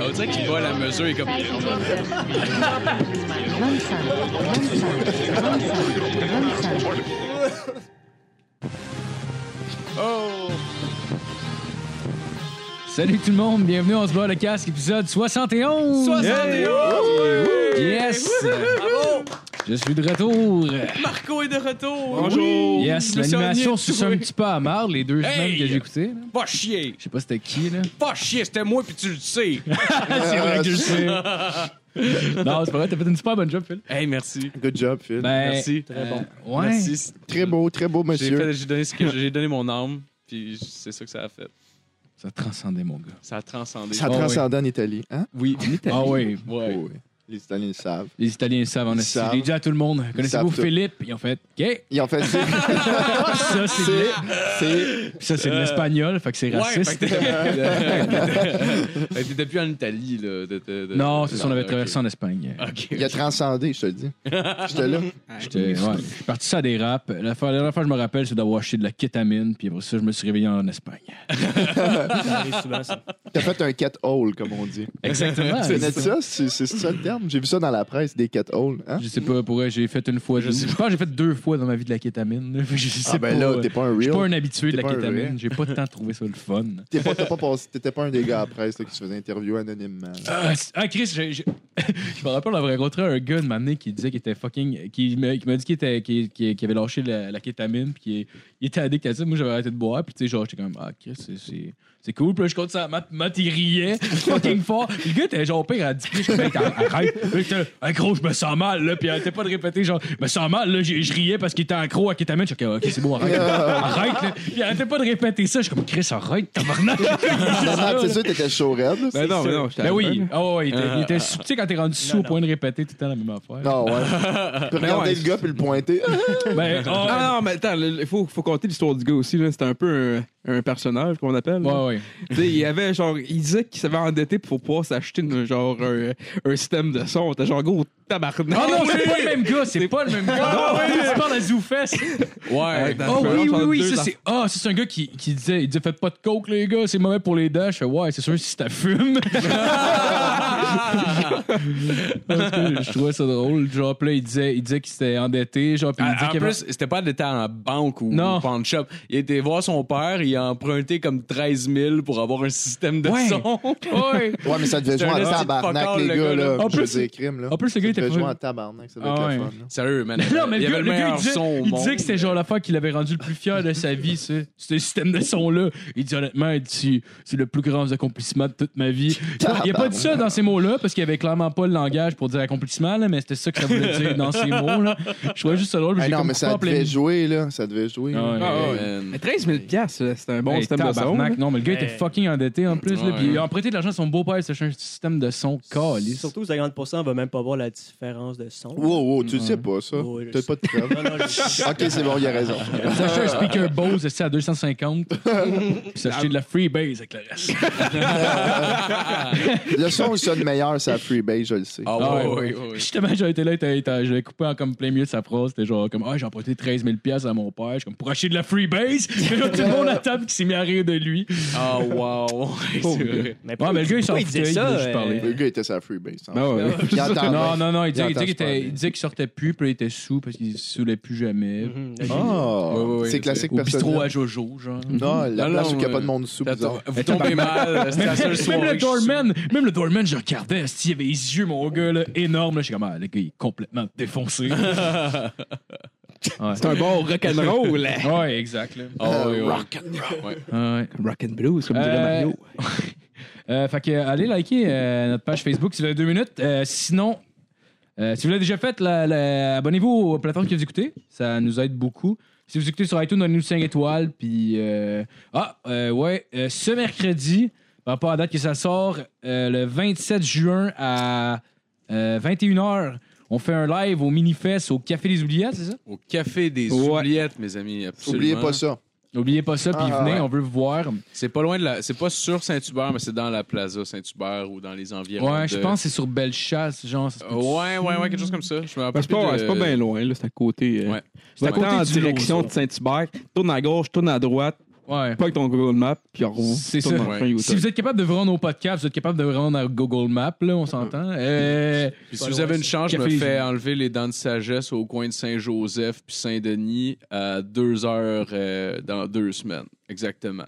On dirait qu'il vole à mesure et comme. Oh! Salut tout le monde, bienvenue, on se bat le casque, épisode 71! 71! Hey! Yes! Bravo! Je suis de retour! Marco est de retour! Bonjour! Je Yes, me suis l'animation ennuyé de suce un trouver. petit peu à marre les deux Hey! semaines que j'ai écouté. là. Pas chier! Je sais pas c'était qui, là. Pas chier, c'était moi puis tu le sais! C'est vrai que je sais. non, c'est pas vrai, t'as fait une super bonne job, Phil. hey, merci. Good job, Phil. Ben, Merci. Très bon. Ouais. Merci. Très beau, très beau, J'ai monsieur. fait- j'ai donné, ce que- j'ai donné mon âme, puis c'est ça que ça a fait. Ça transcendait, mon gars. Ça a transcendé. Ça Oh, oui. transcende en Italie. Hein? Oui. Ah oui. Ouais. Oui. Les Italiens le savent. Les Italiens savent, on Oh. Ils a savent. J'ai dit à tout le monde. Connaissez-vous savent tout. Philippe? Ils ont fait, OK, Ils ont fait ça. ça c'est de c'est. l'e- c'est- Puis ça c'est de Euh, l'espagnol, fait que c'est Ouais, fait raciste. que t'étais- fait que t'étais plus en Italie, là. de- de- de- Non, c'est ça, on avait Euh, ok. traversé en Espagne. Ok. Il a transcendé, je te le dis. J'étais là. J'étais- ouais, je suis parti ça des rap. La, fois- la dernière fois que je me rappelle, c'est d'avoir acheté de la kétamine, puis après ça, je me suis réveillé en Espagne. T'as fait un cat hole, comme on dit. Exactement. Tu connais ça? C'est c'est ça le terme? J'ai vu ça dans la presse, des cat holes. Hein? Je sais pas pourquoi j'ai fait une fois. Je, je pense que j'ai fait deux fois dans ma vie de la kétamine. Je sais Ah, ben pas, là, euh, t'es pas un je suis pas real. un habitué de la T'es pas un kétamine. vrai. J'ai pas tant trouvé ça le fun. T'es pas, t'as pas passé- t'étais pas un des gars à la presse là, qui se faisait interviewer anonymement. là. Ah, c'est- ah, Chris, j'ai- j'ai- je me rappelle d'avoir rencontré un gars de m'amener qui disait qu'il était fucking. qui me- qui m'a dit qu'il était- qu'il- qu'il- qu'il avait lâché la, la kétamine, puis qu'il il était addict à ça. Moi, j'avais arrêté de boire, puis tu sais, genre, j'étais comme, ah, Chris, c'est- c'est. C'est cool, puis là, je compte ça. à Matt, Matt, il riait fucking fort. Le gars était genre pire à 10 pieds. Je suis comme, Hey, arrête. Puis là, j'étais là, Hey, gros, je me sens mal, là. Puis arrêtait pas de répéter, genre, je me sens mal, là. j'ai- Je riais parce qu'il était accro à kétamine. Je suis comme, ok, c'est bon, arrête. arrête, là. Puis il arrêtait pas de répéter ça. Je suis comme, Chris, arrête, tabarnak. Ah, non, c'est sûr, t'étais chaud raide. là, Ben c'est non, sûr. ben non, j'étais Ben à- oui, ah ouais, il était, Euh, il était sous- tu sais, quand t'es rendu sous au point de répéter tout le temps la même affaire. Non, ouais. Tu regardais ouais, le gars puis le pointer. Ben, oh, Ah non, mais attends, il faut, faut compter l'histoire du gars aussi. là. C'était un peu un, un personnage qu'on appelle. là. ouais, ouais. Tu sais, Il avait genre, il disait qu'il s'avait endetté pour pouvoir s'acheter une- genre un, un système de son. T'es genre gros tabarnak. Ah non, c'est pas le même gars, c'est pas le même gars. Non, ouais, tu parles à Zoufest. Ah, Ouais. Attends, Oh je peux oui, oui, entendre oui, deux ça c'est. Ah, ça, c'est un gars qui, qui disait, il disait, faites pas de coke, les gars, c'est mauvais pour les dents. Je fais, ouais, c'est sûr, si t'as fume. je trouvais ça drôle. Genre, puis là, il disait, il disait qu'il s'était endetté. Genre, puis il disait Ah, En qu'il avait- plus, c'était pas d'état en banque ou Non. en pawn shop. Il était voir son père, il a emprunté comme 13 000 pour avoir un système de Ouais. son. Ouais. Ouais, mais ça devait C'est jouer un en esti de tabarnak, fuck-all, les le gars. gars, là. là. En Je veux plus- dire, crime, là. en plus, le Ça gars était devait jouer pas- en tabarnak, ça devait Ah, être le ouais. fun. là. Sérieux, man. Non, mais il le y gars, avait le le gars, il meilleur disait, son au il monde. disait que c'était genre l'affaire qui l'avait rendu le plus fier de sa vie, ce, ce système de son-là. Il dit honnêtement, il dit, c'est- c'est le plus grand accomplissement de toute ma vie. Il a pas dit ça dans ces mots-là, parce qu'il avait clairement pas le langage pour dire accomplissement, là, mais c'était ça que ça voulait dire dans ces mots-là. Je trouvais juste ça drôle. mais Ah j'ai non, comme mais coupé ça en plein devait milieu. jouer, là. Ça devait jouer. là. Ah, ouais. Ah, ouais, Mais man. 13 000 piastres, là, c'était un bon Hey, système de son. tabarnak. là. Non, mais le gars était Hey. fucking endetté en plus. là, Ouais. puis il a emprunté de l'argent à son beau-père, c'est un système de son calice. Surtout, 50%, on va même pas voir la différence de son. Wow, wow, tu le sais pas, ça. Ouais, je T'as sais. pas de preuve. Non, non, je- ok, c'est bon, il a raison. S'acheter un speaker Bose c'est à 250, puis s'acheter de la Freebase avec le reste. Le son, il sonne meilleur, c'est à Freebase, je le sais. Ah ouais, ouais, ouais, ouais. Oh, Justement, j'avais été là, t'as- t'as- je l'ai coupé en comme plein milieu de sa phrase. C'était genre comme, ah, j'ai emprunté 13 000 pièces à mon père. Je suis comme, pour acheter de la freebase. Puis là, tout le monde à table qui s'est mis à rire de lui. Ah, wow. C'est vrai. Mais Ouais, mais le gars, il s'en pourquoi foutait, disait il ça, voulait juste euh, parler. Le gars était sur la Freebase. en Ah ouais. fait. Il entendait. Non, non, non, il disait, il disait entend qu'il super était- bien. il disait qu'il sortait plus, puis là, il était sous parce qu'il saoulait plus jamais. Mhm. Ah, Ouais, ouais, ouais, c'est classique Au bistrot à personnel. Jojo, genre. Non, la Non, place non, où il n'y a pas euh, de monde sous, bizarre. Vous tombez mal. C'est la Même, seule soirée. même le que je suis- doorman, même le doorman, je regardais, s'il avait les yeux, mon gars, là, énorme. Là, je suis comme, ah, le gars, il est complètement défoncé. C'est un bon rock'n'roll. hein. là. ouais, exact. Là. Ah, ouais, ouais. Ouais. Rock and blues, comme dirait Euh, Mario. Euh, fait que euh, allez liker euh, notre page Facebook si vous avez deux minutes. Euh, sinon, euh, si vous l'avez déjà fait, la- la- abonnez-vous aux plateformes que vous écoutez. Ça nous aide beaucoup. Si vous écoutez sur iTunes, donnez-nous 5 étoiles. Puis, euh, ah, euh, ouais, euh, ce mercredi, par rapport à la date que ça sort, euh, le 27 juin à euh, 21h, on fait un live au mini-fest au Café des Oubliettes, c'est ça? Au café des Ouais. oubliettes, mes amis. Absolument. Oubliez pas ça. N'oubliez pas ça, puis Ah, venez, ouais. on veut vous voir. C'est pas loin de la. C'est pas sur Saint-Hubert, mais c'est dans la plaza Saint-Hubert ou dans les environs. Ouais, je de- pense que c'est sur Bellechasse, genre. ça se peut- Ouais, ouais, ouais, quelque chose comme ça. Je me rappelle Ben, c'est pas, plus de- c'est pas bien loin, là, c'est à côté. euh, euh, Ouais. C'est à Ouais. côté en Côté du direction Lauson. de Saint-Hubert. Tourne à gauche, tourne à droite, Ouais. pas avec ton Google Maps, puis on retourne C'est dans ça. le Ouais. train Utah. Si vous êtes capable de vous rendre au podcast, vous êtes capable de vous rendre à Google Maps, là, on s'entend. Euh, Puis si vous avez une chance, je me Café- fais enlever les dents de sagesse au coin de Saint-Joseph puis Saint-Denis à deux heures euh, dans deux semaines. Exactement.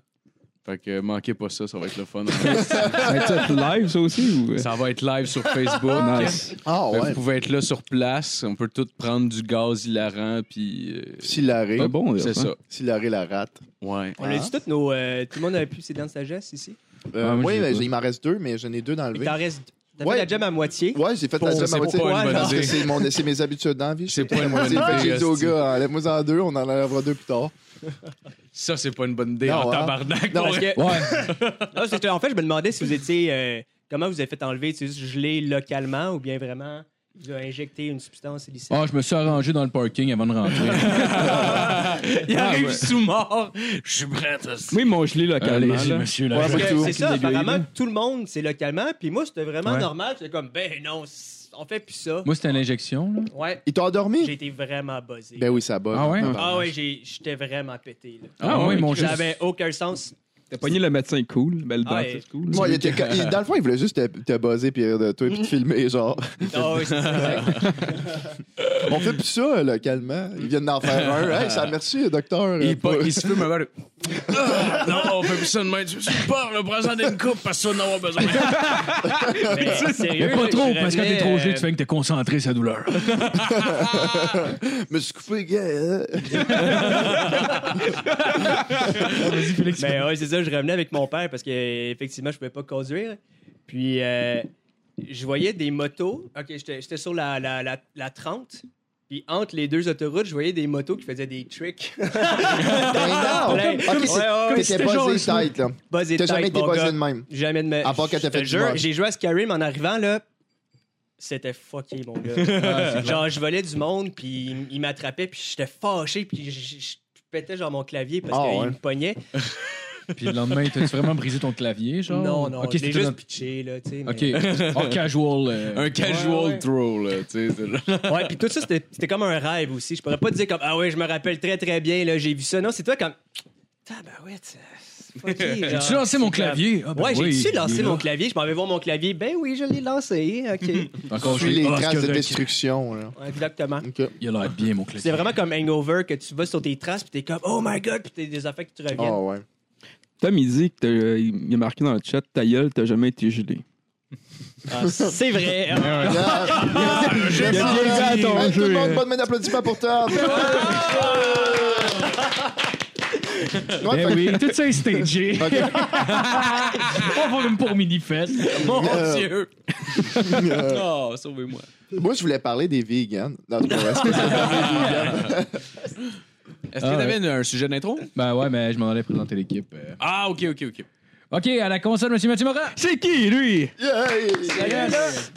Fait que manquez pas ça, ça va être le fun. Ben, tu sais, live, ça aussi, ou... ça va être live sur Facebook. Nice. Ah Ben, Fait que ouais. Vous pouvez être là sur place. On peut tous prendre du gaz hilarant puis. euh, Si l'arrêt, Ah C'est bon, là, hein. c'est ça. si l'arrêt la rate. Ouais. On a dit Ah. toutes nos. euh, tout le monde a pu ses dents de sagesse ici. Euh, Ah, moi, oui, je mais sais pas. il m'en reste deux, mais j'en ai deux Il d'enlever. t'en reste. T'as Ouais. fait la jam à moitié. Ouais, j'ai fait Bon, la c'est jam à moitié. pas une bonne Parce que idée. c'est mon- c'est mes habitudes d'envie. C'est pas une bonne idée, J'ai dit au hostie. gars, enlève-moi en deux, on en enlèvera deux plus tard. Ça, c'est pas une bonne idée. Non, en hein? tabarnak. Non, parce que- Ouais. Non, c'est- en fait, je me demandais si vous étiez. euh, comment vous avez fait enlever, c'est juste gelé localement ou bien vraiment il vous a injecté une substance illicite. Ah, je me suis arrangé dans le parking avant de rentrer. Il arrive sous mort. Je suis prêt à Moi, ils m'ont gelé localement. Euh, Allez-y, là. monsieur. là. Ouais, Parce pas que tout. c'est ça, Petit dégueu, apparemment, là. tout le monde, c'est localement. Puis moi, c'était vraiment hein. Ouais. normal. J'étais comme, ben non, c- on fait plus ça. Moi, c'était une injection. là. Ouais, Il t'a j'ai endormi? été vraiment buzzé. Ben oui, ça bug. Ah ouais? ah ouais, j'ai- j'étais vraiment pété. là. Ah, ouais, mon Dieu. J'avais aucun sens. T'as pogné le médecin cool, ben, le Ah, dentiste cool. Moi, il était- il- dans le fond, il voulait juste te, te buzzer puis rire de toi puis te filmer, genre. Ah ouais, c'est ça. On fait plus ça, localement. Ils viennent d'en faire un. Hey, ça merci, docteur. Il, pas- il se fume un verre. Ah, non, on fait plus ça demain. Je suis pas le présent d'une coupe parce que ça, on en a besoin. Mais sérieux, Mais pas je trop, parce que t'es revenais, trop euh, gelé, tu fais que t'es concentré sa douleur. me suis coupé, gars. hein. Vas-y, Félix. Mais ben ouais, c'est ça, je revenais avec mon père parce que euh, effectivement, je pouvais pas conduire. Puis euh, je voyais des motos. OK, j'étais j'étais sur la, la, la, la 30. Puis entre les deux autoroutes, je voyais des motos qui faisaient des tricks. Ben non! Plein. Ok, Comme- c'est- ouais, ouais, ouais, T'étais c'était genre buzzé tight, là. Buzzé T'as jamais tight, été mon buzzé gars. de même. Jamais de ma... À part quand t'as Je te fait du jure, moche. j'ai joué à Skyrim en arrivant, là. C'était fucké, mon gars. genre, je volais du monde, puis il m- il m'attrapait, puis j'étais fâché, puis je je pétais genre mon clavier parce Ah, qu'il ouais. me pognait. Puis le lendemain, t'as-tu vraiment brisé ton clavier, genre? Non, non, Ok, je l'ai c'était juste dans- pitché, là, tu sais. mais- Ok, en casual. euh, Un casual ouais. throw, là. Tu sais, c'est genre- Ouais, puis tout ça, c'était c'était comme un rêve aussi. Je pourrais pas te dire comme Ah ouais, je me rappelle très très bien, là, j'ai vu ça. Non, c'est toi comme Tabarouette, c'est fucké, genre. J'ai-tu lancé mon C'est comme- clavier? Ah, ben ouais, oui, il j'ai-tu est lancé là. mon clavier? Je m'en vais voir mon clavier. Ben oui, je l'ai lancé. OK. Encore, Je je suis les Ah, traces de correct. destruction, là. Exactement. Ok. Il a l'air bien, mon clavier. C'est vraiment comme Hangover que tu vas sur tes traces, puis t'es comme Oh my god, puis t'as des affaires qui te reviennent. Ah ouais. Tom, il dit que t'as- euh, il a marqué dans le chat, ta gueule, t'as jamais été gelé. Ah, c'est vrai. Ah, Il bien joué à ton Tout jeu, le monde, hein. bonne main d'applaudissement pour Tom. Ouais, Ben fait- oui, tout ça est stagé. Ok. On va même pour mini-fest. Mon Euh, Dieu! Euh, Oh, sauvez-moi. Moi, je voulais parler des vegans. Non, c'est pas vrai, c'est pas ça. Est-ce que Ah, t'avais une- un sujet d'intro? Ben ouais, mais je m'en allais présenter l'équipe. euh. Ah, ok, ok, ok. Ok, à la console, monsieur Mathieu Morin. C'est qui, lui? Yeah!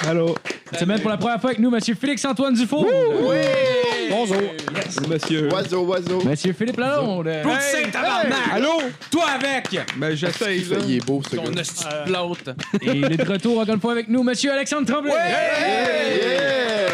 Allô? Cette semaine, pour la première fois avec nous, monsieur Félix-Antoine Dufour. Bonjour. Monsieur. Oiseau, oiseau. Monsieur Philippe Lalonde. Hey, tabarnak! Allô? Toi avec! Ben, j'essaye, Ça, là. Il est beau, ce Ton gars. hostie de plante. Et il est de retour encore une fois avec nous, monsieur Alexandre Tremblay. Yeah!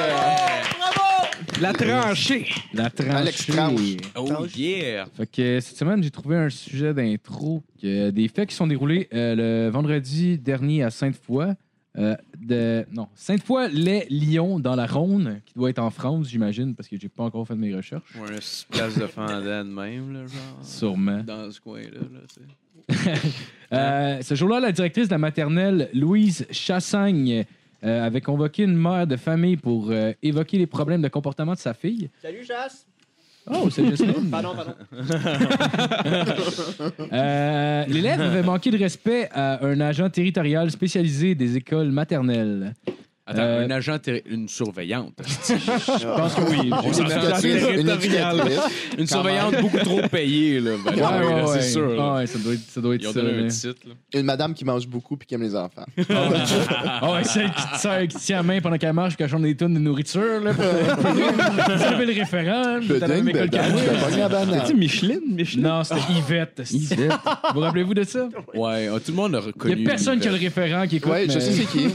La tranchée. La tranchée. Alex Tranche. Oh yeah! Fait que cette semaine, j'ai trouvé un sujet d'intro, que des faits qui sont déroulés euh, le vendredi dernier à Sainte-Foy. euh, de, non, Sainte-Foy, les Lyons dans la Rhône, qui doit être en France, j'imagine, parce que j'ai pas encore fait de mes recherches. Ouais, une place de fandane même, là, genre. Sûrement. Dans ce coin-là, là, tu sais. Euh, ce jour-là, la directrice de la maternelle, Louise Chassagne, euh, avait convoqué une mère de famille pour euh, évoquer les problèmes de comportement de sa fille. Salut, Jas. Oh, c'est Justine. Pardon, pardon. Euh, L'élève avait manqué de respect à un agent territorial spécialisé des écoles maternelles. Attends, Euh, un agent, terri- une surveillante. Je pense que oui. Une s'en éducatrice, sort une territorial. éducatrice. Une surveillante beaucoup trop payée, là. by the way, Ouais, là, ouais, ouais. C'est sûr. là. Ah ouais, ça doit être ça. Doit être Ils ont ça donné un là. titre, là. Une madame qui mange beaucoup puis qui aime les enfants. Ah ouais, celle qui te sert, qui te tient la main pendant qu'elle marche, puis qu'elle chante des tonnes de nourriture, là. pour- Tu avais le référent, Beding, j'étais à la même école beding, qu'elle. je te pogne la Tu banane. Micheline, Micheline. Non, c'était Yvette. esti. Vous vous rappelez-vous de ça? Ouais, ah, tout le monde a Il reconnu. n'y a personne qui a le référent qui écoute. Ouais, je mais- sais c'est qui.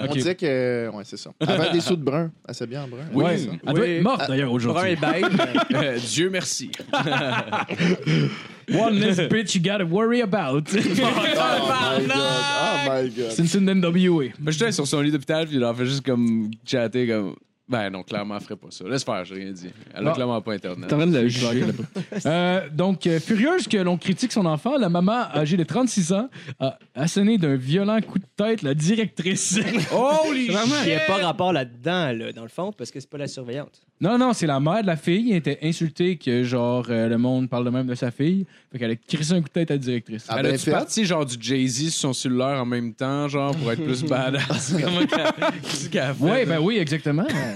On Ok. disait que. Ouais, c'est ça. Avec des sous de brun. Elle s'est bien en brun. Oui. c'est ça. Elle doit être morte, Ah, d'ailleurs, Brun aujourd'hui. et beige. Euh, Dieu merci. One less bitch you gotta worry about. Oh my god. Oh my god. C'est une NWA. Mais j'étais sur son lit d'hôpital, puis il en fait juste comme chatter, comme. Ben non, clairement, elle ferait pas ça. Laisse faire, j'ai rien dit. Elle a Bon. clairement pas Internet. T'es en train de la juger. Euh, donc, euh, furieuse que l'on critique son enfant, la maman âgée de 36 ans a asséné d'un violent coup de tête la directrice. Holy Il n'y a pas rapport là-dedans, là, dans le fond, parce que c'est pas la surveillante. non, non, c'est la mère de la fille. Elle était insultée que, genre, euh, le monde parle de même de sa fille. Fait qu'elle a crissé un coup de tête à la directrice. Ah, Elle ben a-tu fait. parti genre du Jay-Z sur son cellulaire en même temps, genre pour être plus badass? Comment qu'elle- qu'est-ce qu'elle a fait? Ouais, ben oui, exactement. Euh,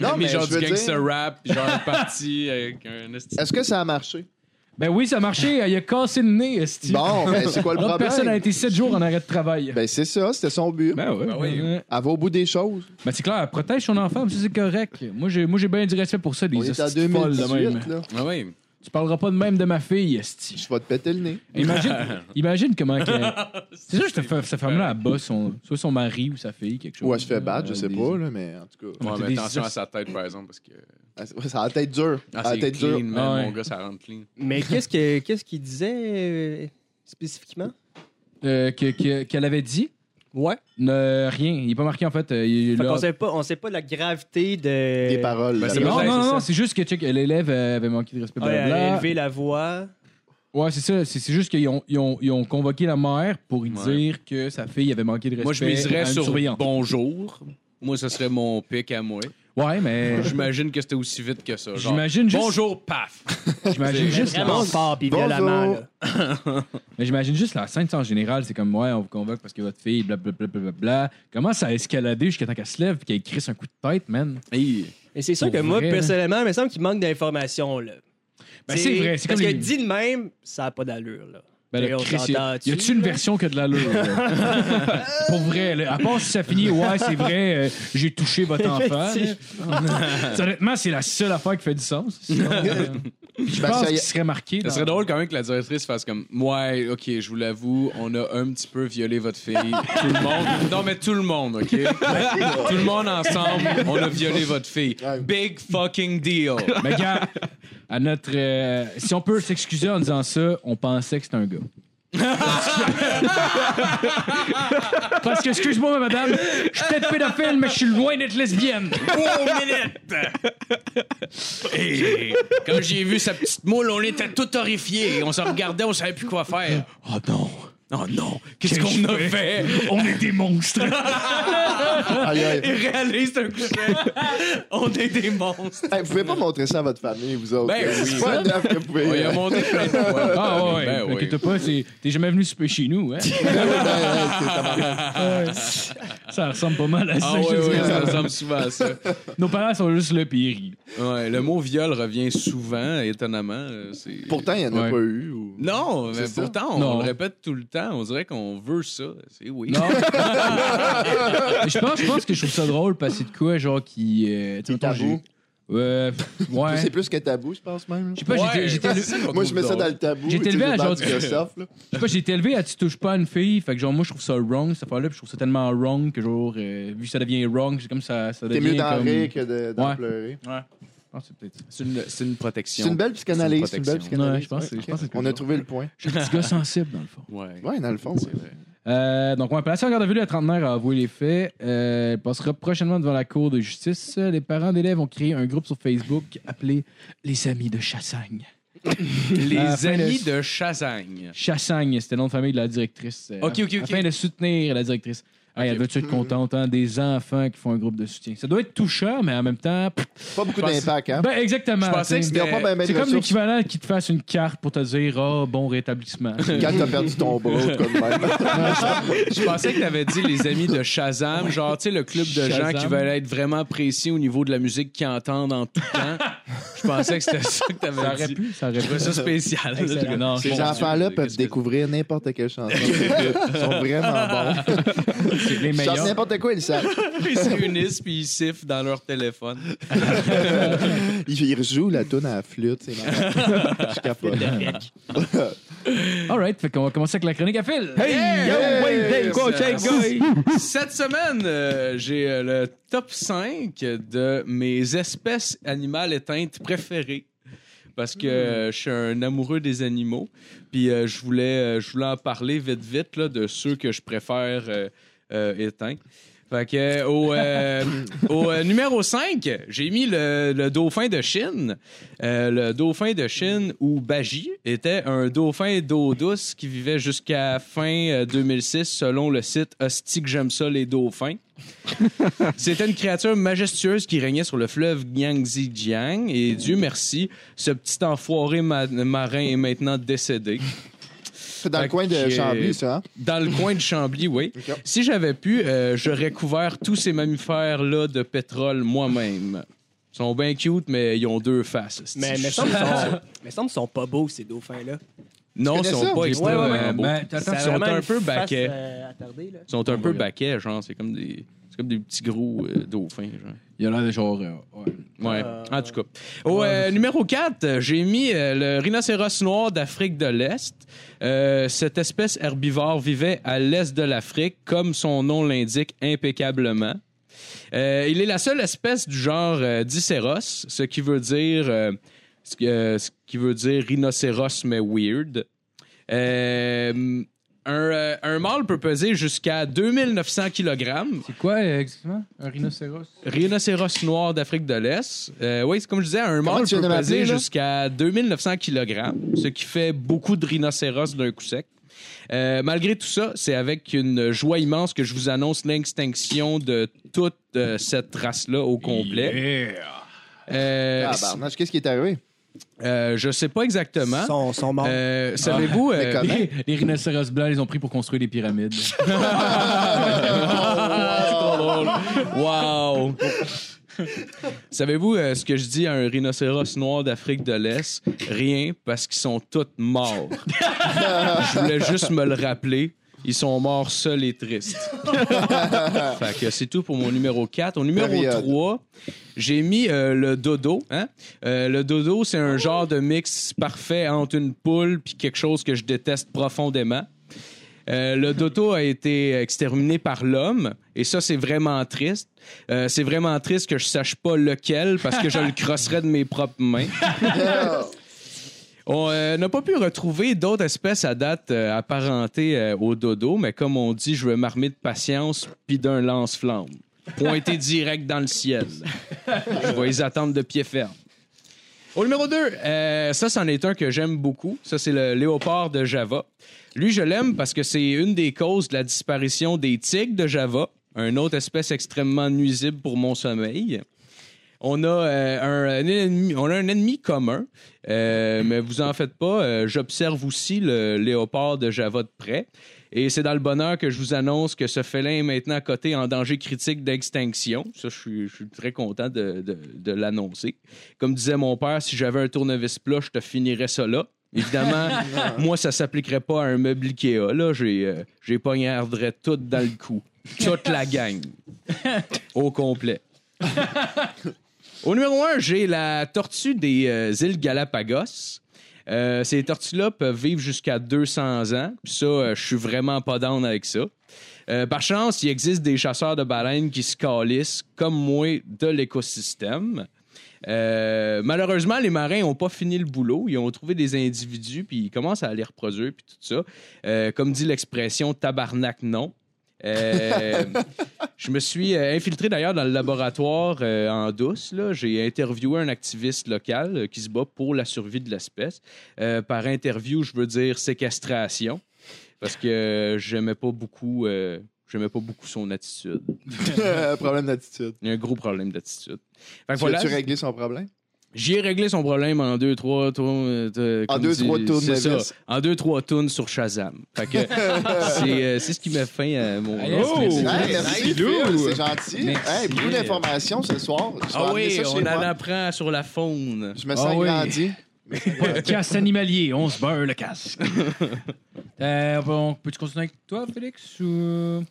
Non, mais, genre du je veux gangster dire, rap, puis genre parti avec un esti- Est-ce que ça a marché? ben oui, ça a marché. Il a cassé le nez, Esti. Bon, ben, c'est quoi le L'autre problème? personne a été 7 jours en arrêt de travail. Ben, c'est ça, c'était son but. Ben ouais. Ben oui. Euh, Elle va au bout des choses. Ben, c'est clair, elle protège son enfant, ça, c'est correct. Moi, j'ai, moi, j'ai bien du respect pour ça, des On est en hosties folles de même. 2018, là. Ah ouais. Tu parleras pas de même de ma fille, esti. Je vais te péter le nez. Imagine, imagine comment qu'elle- C'est sûr que cette fa- cette femme-là, elle bat son, soit son mari ou sa fille, quelque chose. Ou elle se fait battre, je Euh, sais des- pas, là, mais en tout cas. Ouais, T'as mais des attention os- à sa tête, par exemple, parce que. Ouais, Ça a la tête dure. Ah, Ça a la c'est tête clean, dure. man. Ah ouais. Mon gars, ça rentre clean. Mais qu'est-ce que- qu'est-ce qu'il disait euh, spécifiquement? Euh, que, que- qu'elle avait dit Ouais. Ne- Rien. Il n'est pas marqué, en fait. euh, il est Fait là. qu'on sait pas, on sait pas la gravité de. Des paroles. ben, là. c'est Non, Ouais, non, c'est non, ça. c'est juste que check, l'élève euh, avait manqué de respect. Ouais, elle blablabla. a élevé la voix. Ouais, c'est ça. C'est, c'est juste qu'ils ont, ils ont, ils ont convoqué la mère pour lui Ouais. dire que sa fille avait manqué de respect. Moi, je à miserais une sur surveillante. bonjour. Moi, ce serait mon pic à moi. Ouais, mais J'imagine que c'était aussi vite que ça. genre, J'imagine juste- Bonjour, paf! j'imagine Mais juste. la- vraiment fort puis Bonjour. violemment. là. Mais j'imagine juste la scène, tu sais, en général, c'est comme, ouais, on vous convoque parce que votre fille, blablabla. Bla, bla, bla. Comment ça a escaladé jusqu'à temps qu'elle se lève et qu'elle crisse un coup de tête, man? Hey. Et c'est sûr Pour que moi, vrai, là. personnellement, il me semble qu'il manque d'informations. Là. Ben, T'sais, c'est vrai, c'est Parce comme que les- dit de même, ça n'a pas d'allure. Là. Ben, Et le on Chris, y a- s'entend-tu, y a-tu une là? version qui a de l'allure? là? Pour vrai, là, à part si ça finit, ouais, c'est vrai, euh, j'ai touché votre enfant. là. Honnêtement, c'est la seule affaire qui fait du sens. Sinon, euh, je Ben, pense ça y est. qu'il serait marqué. Ça dans- serait drôle quand même que la directrice fasse comme Ouais, ok, je vous l'avoue, on a un petit peu violé votre fille. tout le monde. Non, mais tout le monde, ok? tout le monde ensemble, on a violé votre fille. Big fucking deal. Mais gars, à notre. euh, si on peut s'excuser en disant ça, on pensait que c'était un gars. Parce que, excuse-moi, madame, je suis peut-être pédophile, mais je suis loin d'être lesbienne. Hey, quand j'ai vu sa petite moule, on était tout horrifiés. On se regardait, on savait plus quoi faire. Oh non, Oh non, qu'est-ce qu'on a fait? on est des monstres. Aïe, aïe. Il réalise un coup de tête. On est des monstres. Hey, vous pouvez pas montrer ça à votre famille, vous autres. Ben c'est oui. pas une œuvre que vous pouvez. euh, On lui a monté plein de fois. Ah ouais, Ben oui. inquiète pas, c'est- t'es jamais venu souper chez nous, hein? Ben oui, ben, ouais, c'est tabarnak. Ça ressemble pas mal à ça, Ah je ouais, te ouais, dirais. ça ressemble souvent à ça. Nos parents sont juste là, puis ils rient. Ouais, le mot viol revient souvent, étonnamment. euh, c'est- Pourtant, il y en a Ouais. pas eu. ou- Non, C'est mais ça? pourtant, on Non. le répète tout le temps. On dirait qu'on veut ça. C'est oui. Non. je, pense, je pense que je trouve ça drôle, parce que c'est de quoi, genre, qui... Euh, tu sais, C'est mettons, tabou. j'ai- Euh, pff, ouais. C'est plus que tabou, je pense Je même. là. sais pas, j'étais- j'étais c'est ça qu'on Moi, je trouve mets ça drôle. dans le tabou. J'étais tu sais, élevé à je parle genre du du- yourself, là. Je sais pas, j'ai été élevé à tu touches pas à une fille. Fait que genre, moi, je trouve ça wrong, cette affaire-là. Puis je trouve ça tellement wrong que genre, euh, vu que ça devient wrong, c'est comme ça, ça T'es devient. mieux d'en comme... rire que de- d'en Ouais. pleurer. Ah, c'est peut-être ça. C'est une, c'est une protection. C'est une belle psychanalyse. C'est une belle protection. psychanalyse. Ouais, je pense que c'est- je pense que c'est On a ça. trouvé le point. Je suis un petit gars sensible, dans le fond. Ouais. Ouais, dans le fond. C'est vrai. Euh, donc, on a placé en garde à vue le trentenaire a avoué les faits. Euh, il passera prochainement devant la Cour de justice. Les parents d'élèves ont créé un groupe sur Facebook appelé Les Amis de Chassagne. Les Afin amis de- de Chassagne. Chassagne, c'était le nom de famille de la directrice. euh, Ok, ok, ok. Afin de soutenir la directrice. Ah, elle veut être contente, hein, des enfants qui font un groupe de soutien. Ça doit être touchant, mais en même temps. pff, Pas beaucoup d'impact, hein? ben, exactement. Je pensais tu sais. que Ils ont pas ben, ben de C'est comme ressources l'équivalent qui te fasse une carte pour te dire Ah, bon rétablissement. quand t'as perdu ton bras ou de quoi de même. Je pensais que t'avais dit les amis de Shazam, genre, tu sais, le club de Shazam. gens qui veulent être vraiment précis au niveau de la musique qu'ils entendent en tout temps. Je pensais que c'était ça que ça t'avais aurait dit. pu, ça aurait Je trouvais pu. ça spécial. Excellent. Non, Ces Ces bon enfants-là peuvent découvrir n'importe quelle chanson. Ils sont vraiment bons. C'est les Ils chantent meilleurs. n'importe quoi, ils le savent. Ils se réunissent puis ils sifflent dans leur téléphone. Ils ils rejouent la toune à la flûte, c'est marrant. Je capote. All right, fait qu'on va commencer avec la chronique à fil. Hey, yo, hey, hey, go, check, go. Cette semaine, euh, j'ai euh, le top 5 de mes espèces animales éteintes préférées. Parce que euh, je suis un amoureux des animaux. Puis euh, je, voulais, euh, je voulais en parler vite, vite là, de ceux que je préfère euh, euh, éteints. Fait que, euh, au, euh, au, euh, numéro 5, j'ai mis le, le dauphin de Chine. Euh, le dauphin de Chine, ou Baji, était un dauphin d'eau douce qui vivait jusqu'à fin euh, 2006, selon le site Hostie que j'aime ça, les dauphins. C'était une créature majestueuse qui régnait sur le fleuve Jiang. Et Dieu merci, ce petit enfoiré ma- marin est maintenant décédé. C'est dans le Fait coin de que- Chambly, ça. hein? Dans le coin de Chambly, oui. Ok. Si j'avais pu, euh, j'aurais couvert tous ces mammifères-là de pétrole moi-même. Ils sont bien cute, mais ils ont deux faces. Mais C'est mais juste- semble qu'ils sont, sont pas beaux, ces dauphins-là. non, ils connais sont ça? pas Ouais, extrêmement ouais, ouais. beaux. Ben, ils t'attends, sont Ça a vraiment un une peu face, baquets. euh, attardée, là. Ils sont un peu baquets, genre. C'est comme des, c'est comme des petits gros euh, dauphins, genre. Il y a l'air de genre. euh, ouais. Ouais, Euh, en tout cas. Au euh, numéro 4, j'ai mis euh, le rhinocéros noir d'Afrique de l'Est. Euh, cette espèce herbivore vivait à l'est de l'Afrique, comme son nom l'indique impeccablement. Euh, il est la seule espèce du genre euh, Diceros, ce qui veut dire euh, ce, que- euh, ce qui veut dire rhinocéros mais weird. Euh, un, euh, un mâle peut peser jusqu'à 2900 kg, C'est quoi euh, exactement Un rhinocéros Rhinocéros noir d'Afrique de l'Est. Euh, oui, c'est comme je disais, un Comment mâle tu viens peut de peser m'appeler, là? jusqu'à 2900 kg, ce qui fait beaucoup de rhinocéros d'un coup sec. Euh, malgré tout ça, c'est avec une joie immense que je vous annonce l'extinction de toute euh, cette race-là au complet. Euh, Tabarnage, Ah, qu'est-ce qui est arrivé? euh, je sais pas exactement. Ils sont, sont morts. Euh, Savez-vous, euh, mais comment? Les, les rhinocéros blancs, ils ont pris pour construire des pyramides. Ah, c'est trop drôle. Wow. Savez-vous euh, ce que je dis à un rhinocéros noir d'Afrique de l'Est? Rien, parce qu'ils sont tous morts. je voulais juste me le rappeler. Ils sont morts seuls et tristes. fait que c'est tout pour mon numéro 4. Au numéro Période. 3, j'ai mis euh, le dodo. Hein? Euh, le dodo, c'est un genre de mix parfait entre une poule puis quelque chose que je déteste profondément. Euh, le dodo a été exterminé par l'homme et ça c'est vraiment triste. Euh, c'est vraiment triste que je sache pas lequel parce que je le crosserais de mes propres mains. On euh, n'a pas pu retrouver d'autres espèces à date euh, apparentées euh, au dodo, mais comme on dit, je vais m'armer de patience puis d'un lance-flamme. Pointé direct dans le ciel. Je vais les attendre de pied ferme. Au numéro 2, ça, c'en est un que j'aime beaucoup. Ça, c'est le léopard de Java. Lui, je l'aime parce que c'est une des causes de la disparition des tigres de Java, une autre espèce extrêmement nuisible pour mon sommeil. On a, euh, un, un ennemi, on a un ennemi commun, euh, mais vous en faites pas. euh, J'observe aussi le léopard de Java de près. Et c'est dans le bonheur que je vous annonce que ce félin est maintenant coté en danger critique d'extinction. Ça, je suis, je suis très content de, de- de l'annoncer. Comme disait mon père, si j'avais un tournevis plat, je te finirais ça là. Évidemment, moi, ça s'appliquerait pas à un meuble Ikea. Là, j'ai, euh, j'ai poignarderais tout dans le cou. Toute la gang. Au complet. Au numéro 1, j'ai la tortue des euh, îles Galapagos. Euh, ces tortues-là peuvent vivre jusqu'à 200 ans. Puis ça, euh, je suis vraiment pas down avec ça. Euh, par chance, il existe des chasseurs de baleines qui se calissent, comme moi, de l'écosystème. Euh, malheureusement, les marins n'ont pas fini le boulot. Ils ont trouvé des individus, puis ils commencent à les reproduire, puis tout ça. Euh, comme dit l'expression tabarnak, non. Euh, je me suis euh, infiltré d'ailleurs dans le laboratoire euh, en douce. là. J'ai interviewé un activiste local euh, qui se bat pour la survie de l'espèce. Euh, par interview, je veux dire séquestration, parce que euh, j'aimais pas beaucoup euh, J'aimais pas beaucoup son attitude. problème d'attitude. Il y a un gros problème d'attitude. Fait que Tu voilà, as-tu réglé son problème? j'ai réglé son problème en deux, trois tours. euh, En deux, trois C'est ça. tournevis. En deux, trois tournes sur Shazam. Fait que c'est euh, c'est ce qui met fin à mon. Ah, yes, Oh! merci. Hey, merci, Lou. Phil, c'est gentil. Merci. Hey, beaucoup d'informations ce soir. Je vais Ah amener oui, ça chez on en moi. apprend sur la faune. Je me sens Ah oui. agrandi. Podcast animalier, on se beurre le casque. euh, bon, peux-tu continuer avec toi, Félix? Ou...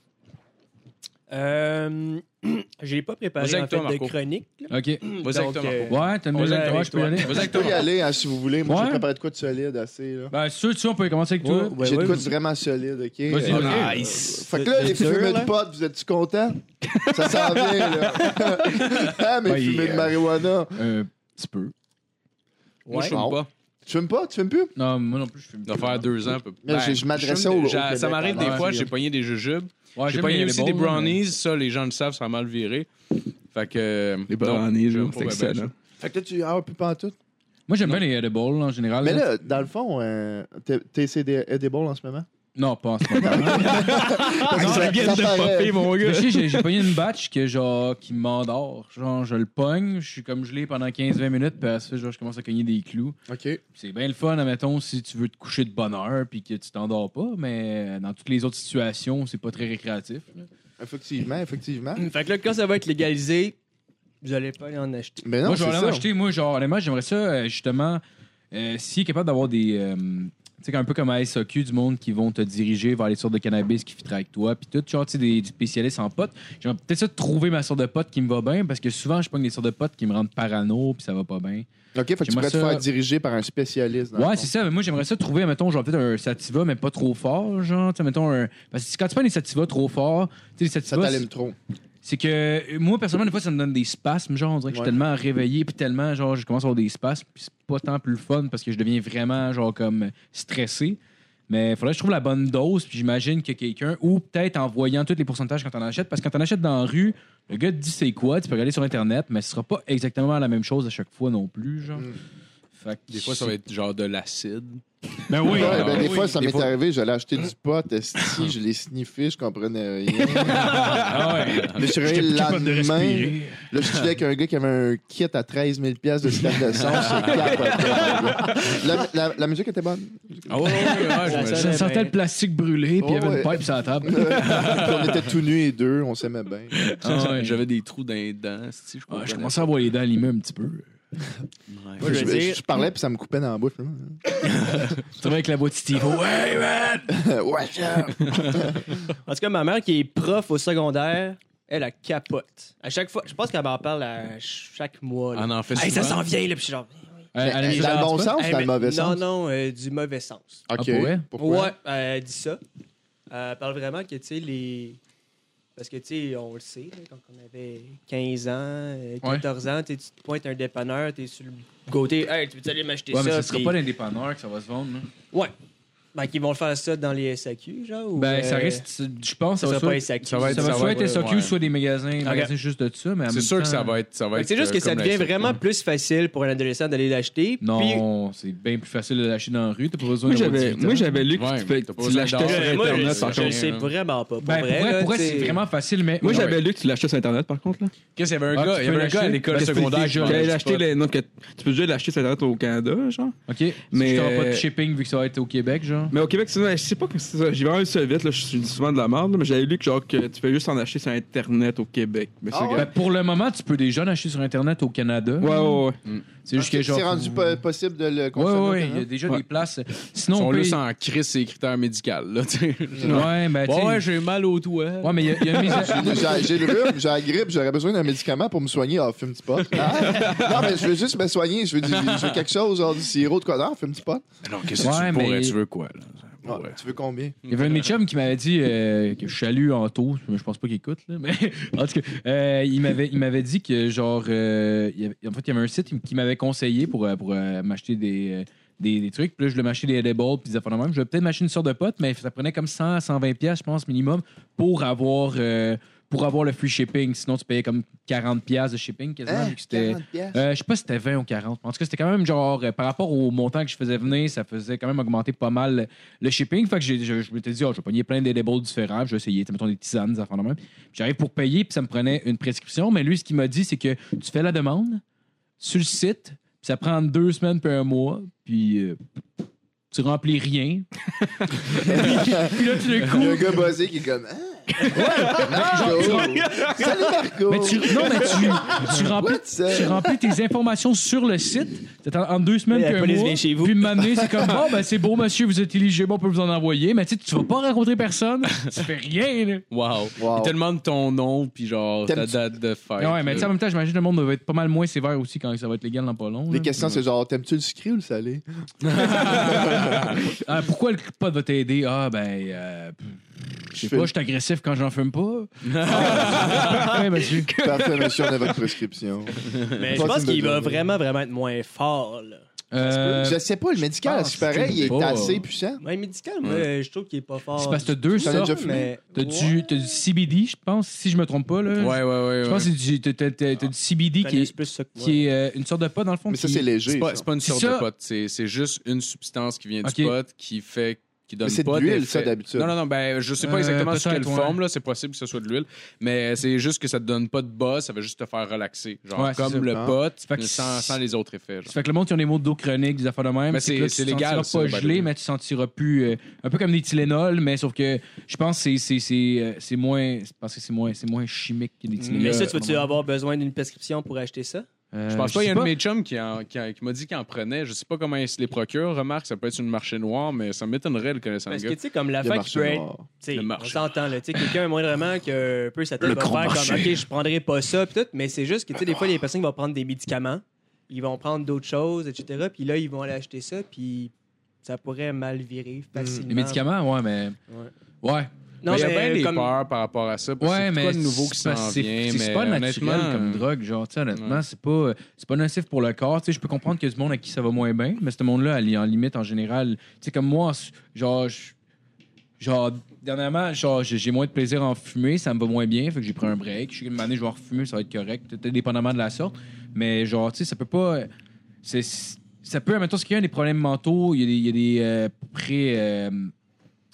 Euh, j'ai pas préparé Vas-y avec en fait, toi, de Marco. chronique. OK. Vas-y avec Donc, toi, euh, Marco. Ouais, t'as On mieux va avec avec toi, je peux y toi. aller. Vas-y avec Je toi, peux y Marco. aller hein, si vous voulez. Moi, Ouais. j'ai préparé de quoi de solide assez. Là. Ben, sûr, tu on peut commencer avec toi. J'ai de quoi de ouais. vraiment solide, OK? Vas-y, Euh, vas-y. Nice. Fait que là, les C'est dur, fumées là. de potes, vous êtes-tu contents? Ça s'en vient, là. ah, mes Ouais, fumées de euh, marijuana. Euh, petit peu. Moi, je Ouais. fume pas. Tu fumes pas? Tu fumes plus? Non, moi non plus, je fume. Ça va faire deux ans. à peu près. Mais je- je m'adressais au- au j'ai- Ça Québec, m'arrive alors. des fois, Ouais, j'ai pogné des jujubes. Ouais, J'ai j'aime pogné les aussi bons, des mais- brownies. Ça, les gens le savent, ça a mal viré. Fait que. Les non, brownies, j'aime là, pas c'est ben, ben, excellent. Fait que là, tu ah, plus pantoute. Moi, j'aime bien les edibles en général. Mais là, dans le fond, euh, t'es- t'es c'est des edible en ce moment? Non, pas en ce moment. Ah, ça vient de popper, mon Mais je sais, j'ai- j'ai pogné une batch que, genre, qui m'endort. Genre, je le pogne, je suis comme gelé pendant 15-20 minutes, puis après ça, genre, je commence à cogner des clous. OK. Puis C'est bien le fun, admettons, si tu veux te coucher de bonne heure puis que tu t'endors pas, mais dans toutes les autres situations, c'est pas très récréatif. là. Effectivement, effectivement. Fait que là, quand ça va être légalisé, vous allez pas aller en acheter. Mais non, moi, je c'est vais ça. vraiment acheter, moi, genre, honnêtement, j'aimerais ça, euh, justement, euh, s'il est capable d'avoir des. euh, tu sais, un peu comme à SAQ, du monde qui vont te diriger vers les sortes de cannabis qui fiteraient avec toi, puis tout, genre, tu sais, des, des spécialistes en potes. J'aimerais peut-être ça trouver ma sorte de pote qui me va bien, parce que souvent, je pogne des sortes de potes qui me rendent parano, puis ça va pas bien. OK, fait que tu J'aimerais pourrais te ça- faire diriger par un spécialiste. dans le Ouais, fond. c'est ça. Mais moi, j'aimerais ça trouver, mettons, genre peut-être un sativa, mais pas trop fort, genre, tu sais, mettons un. Parce que quand tu prends des sativa trop forts, tu sais, les Ça sativa. t'allume trop. C'est que euh, moi, personnellement, des fois, ça me donne des spasmes. Genre, on dirait que je Ouais. suis tellement réveillé, puis tellement, genre, je commence à avoir des spasmes, puis c'est pas tant plus le fun parce que je deviens vraiment, genre, comme stressé. Mais il faudrait que je trouve la bonne dose, puis j'imagine que quelqu'un, ou peut-être en voyant tous les pourcentages quand t'en achètes, parce que quand t'en achètes dans la rue, le gars te dit c'est quoi, tu peux regarder sur Internet, mais ce sera pas exactement la même chose à chaque fois non plus, genre. Mm. Fait que- Des fois, ça va être genre de l'acide. Ben oui! Ouais, Ah, ben, des oui. fois, ça Des m'est fois- arrivé, j'allais acheter du pot, esti, je l'ai sniffé, je comprenais rien. Ah ouais. Mais je suis réveillé le lendemain. Là, je suis avec un gars qui avait un kit à 13 000 pièces de système de son. c'est capoté, mon gars. la, la, la musique était bonne. Ah ouais, ouais, ouais, ouais, Ça j'imagine. Ça sentait le plastique brûlé, puis il y Oh, avait ouais. une pipe sur la table. on était tout nus et deux, on s'aimait bien. Ah ouais. J'avais des trous dans les dents. si, je Ouais, comprenais je commençais à voir les dents allumées un petit peu. pas. Ouais. Moi, je, ben, je veux dire- je parlais puis ça me coupait dans la bouche. là. Tu travailles avec la voix de Steve. Ouais, man! ouais, tiens. En tout cas, ma mère qui est prof au secondaire, elle a capote. À chaque fois, je pense qu'elle m'en parle à chaque mois. là. On Ah en fait Hey, ça souvent. s'en vient, là, puis je suis genre. Dans le bon sens ou Hey, dans mais- le mauvais non, sens? Non, euh, du mauvais sens. Ah, OK. pour vrai? Pourquoi? Ouais, euh, elle dit ça. Euh, elle parle vraiment que, tu sais, les. Parce que, tu sais, on le sait, là, quand on avait 15 ans, euh, 14 ans, tu sais, tu te pointes un dépanneur, t'es sur le côté, hey, tu veux aller m'acheter Ouais, mais ça? ce sera Puis- pas l'indépendeur que ça va se vendre. hein. là. Ouais. Ben, qu'ils vont faire ça dans les SAQ, genre? Ou, Ben, ça euh, risque, je pense, Ça ça, sera va pas soit, les ça SAQ. ça va être- va soit ouais. être SOQ, soit des magasins, des magasins juste de ça, mais en C'est même sûr que temps- ça va être. ça va Fait que C'est être, juste que euh, ça comme devient la- vraiment plus facile pour un adolescent d'aller l'acheter. puis- hein. Non, c'est bien plus facile de lâcher dans la rue, t'as pas besoin Moi, d'avoir j'avais, 18 ans. moi, j'avais lu que Ouais, tu, fais- t'as pas tu besoin l'achetais d'or. sur Euh, moi, Internet, je- par je le contre. sais vraiment pas. Pour Ben, pour vrai, vrai, là, pour vrai, tu sais. c'est vraiment facile, mais. Moi, Ouais. j'avais lu que tu l'achetais sur Internet, par contre. Là. Qu'est-ce qu'il y avait un Ah, gars, tu il y avait peux un gars à l'acheter? l'école Parce que secondaire t'es qui jeune. J'allais vendait du l'acheter pot. les- non, que tu peux déjà l'acheter sur Internet au Canada, genre. Ok. Mais, Mais. t'auras pas de euh, shipping vu que ça va être au Québec, genre. Mais au Québec, c'est ça, je sais pas que c'est ça. J'y vais un seul vite, là, je suis souvent de la merde, là, mais j'avais lu que, genre, que tu peux juste en acheter sur Internet au Québec. Mais Ah c'est ouais? grave. Ben, pour le moment, tu peux déjà l'acheter sur Internet au Canada. Ouais, ouais, ouais. Ah, C'est juste que genre. C'est rendu pas- possible de le Ouais, consommer. ouais, au hein? ouais, il y a Canada? déjà Ouais. des places. Ils Sinon, sont on peut- là sans crise ses critères médicaux. Là, tu sais. Ouais, mais tu Ouais, sais- ouais, j'ai mal au doigt. Ouais, mais il y a- il y, a une mise à- J'ai- J'ai le rhume, j'ai la grippe, j'aurais besoin d'un médicament pour me soigner. Ah, fume du pot. Ah, non, mais je veux juste me soigner. Je veux, du- je veux quelque chose, genre du sirop de quoi. Non, fume du pot. Non, qu'est-ce que Ouais, tu pourrais, mais- tu veux quoi? Là? Ah, Ouais. Tu veux combien? Il y avait un de mes chums qui m'avait dit euh, que je salue en taux, mais je pense pas qu'il écoute, là, mais en tout cas, euh, il m'avait il m'avait dit que genre euh, il y avait- en fait il y avait un site qui m'avait conseillé pour, euh, pour euh, m'acheter des, euh, des, des trucs, puis là je voulais m'acheter des edibles puis des affaires de même, je voulais peut-être m'acheter une sorte de pote mais ça prenait comme 100 120 pièces je pense minimum pour avoir euh, pour avoir le free shipping. Sinon, tu payais comme 40$ de shipping quasiment. Hein, vu que c'était, 40 piastres. euh, je sais pas si c'était 20 ou 40. En tout cas, c'était quand même genre, euh, par rapport au montant que je faisais venir, ça faisait quand même augmenter pas mal le- le shipping. Fait que j'ai- je, je m'étais dit, oh, je vais pogner plein d'éléments différents, je vais essayer, tu sais, mettons des tisanes, des affaires de même. Puis J'arrive pour payer, puis ça me prenait une prescription. Mais lui, ce qu'il m'a dit, c'est que tu fais la demande sur le site, puis ça prend deux semaines, puis un mois, puis. euh, tu remplis rien. Puis là, tu le Il y coup, a un gars buzzé qui est comme. Ah, Marco! Salut Marco! Mais tu, non, mais tu, tu, remplis, What's up? tu remplis tes informations sur le site. C'est en, en deux semaines Oui, la puis un police mois, vient chez vous. Puis m'amener, c'est comme bon, ben c'est beau, monsieur, vous êtes éligible, on peut vous en envoyer. Mais tu sais, tu vas pas rencontrer personne. Tu fais rien. Là. Wow. Wow. Il te demande ton nom, puis genre ta T'aimes-tu- date de fête. ouais, mais tu sais, en même temps, j'imagine que le monde va être pas mal moins sévère aussi quand ça va être légal dans pas long. Les là. questions, c'est genre, t'aimes-tu le sucré ou le salé? Ah, pourquoi le pod va t'aider Ah ben, euh, je sais Je fais- pas, je suis agressif quand j'en fume pas. ouais, monsieur. Parfait, monsieur, on a votre prescription. Mais Je je pense pense qu'il qu'il me va donne. vraiment, vraiment être moins fort. Là. Euh, je sais pas, le médical, je si pareil, il est pense que- assez puissant. Mais médical, moi, je trouve qu'il est pas fort. c'est parce que t'as deux J'en ai déjà sortes. fumé. mais... T'as du, t'as du CBD, je pense, si je me trompe pas. Là. Ouais, ouais, ouais. Je ouais. pense que c'est du- t'as- t'as t'as- t'as du CBD qui Qui est, plus ça que moi. qui est euh, une sorte de pot, dans le fond. Mais ça, qui- c'est C'est léger. pas, ça. c'est pas une sorte ça- de pot, c'est c'est juste une substance qui vient Ok. du pot qui fait qui donne Mais c'est de pas l'huile, ça, d'effet. d'habitude. Non, non, non, ben, je sais pas Euh, exactement sous quelle peut-être, ouais. forme, là. C'est possible que ce soit de l'huile, mais c'est juste que ça te donne pas de buzz, ça va juste te faire relaxer. Genre, Ouais, c'est ça. comme le Ah. pot, Fait que mais sans, c'est- sans les autres effets. genre. Ça fait que le monde qui a des maux de dos chroniques, des affaires de même, Mais que c'est- là, tu c'est te sentiras légal, ça, by pas the gelé, way. mais tu sentiras plus. euh, un peu comme des Tylenol, mais sauf que je pense que c'est- c'est- c'est euh, c'est moins. c'est Parce que c'est moins, c'est moins chimique que des Tylenol. Mais ça, tu vas-tu avoir besoin d'une prescription pour acheter ça? Euh, Je pense pas, il y sais a un de mes chums qui, en- qui, en- qui m'a dit qu'il en prenait. Je sais pas comment il se les procure. Remarque, ça peut être sur le marché noir, mais ça m'étonnerait de connaître un Parce gars. que, tu sais, comme Le l'affaire qui marché peut être. noir. tu sais, Le on marché. s'entend, là. Tu sais, quelqu'un, moindrement, que peut sa tête Le va gros faire marché. comme, OK, je prendrai pas ça, puis tout. Mais c'est juste que, tu sais, des fois, les personnes qui vont prendre des médicaments, ils vont prendre d'autres choses, etc. Puis là, ils vont aller acheter ça, puis ça pourrait mal virer facilement. Les médicaments, ouais, mais. Ouais. Non, Hmm. Mais il y a mais bien des comme- peurs par rapport à ça. parce que euh, Ouais, c'est mais quoi de nouveau c'est qui s'en parce que c'est- vient? c'est- C'est mais pas naturel honnêtement, euh, comme drogue, genre, tu sais, honnêtement, c'est pas, euh, c'est pas nocif pour le corps. Tu sais, je peux comprendre que du monde à qui ça va moins bien, mais ce monde-là, elle est en limite en général. Tu sais, comme moi, s- genre, je- genre, dernièrement, genre, j'ai j'ai moins de plaisir à en fumer, ça me va moins bien, fait que j'ai pris un break. Je suis une année, je vais en refumer, ça va être correct, peut-être dépendamment de la sorte. Mais genre, tu sais, ça peut pas. c'est- c'est- ça peut, admettons, ce qu'il y a des problèmes mentaux, il y a des, il y a des euh, pré. euh,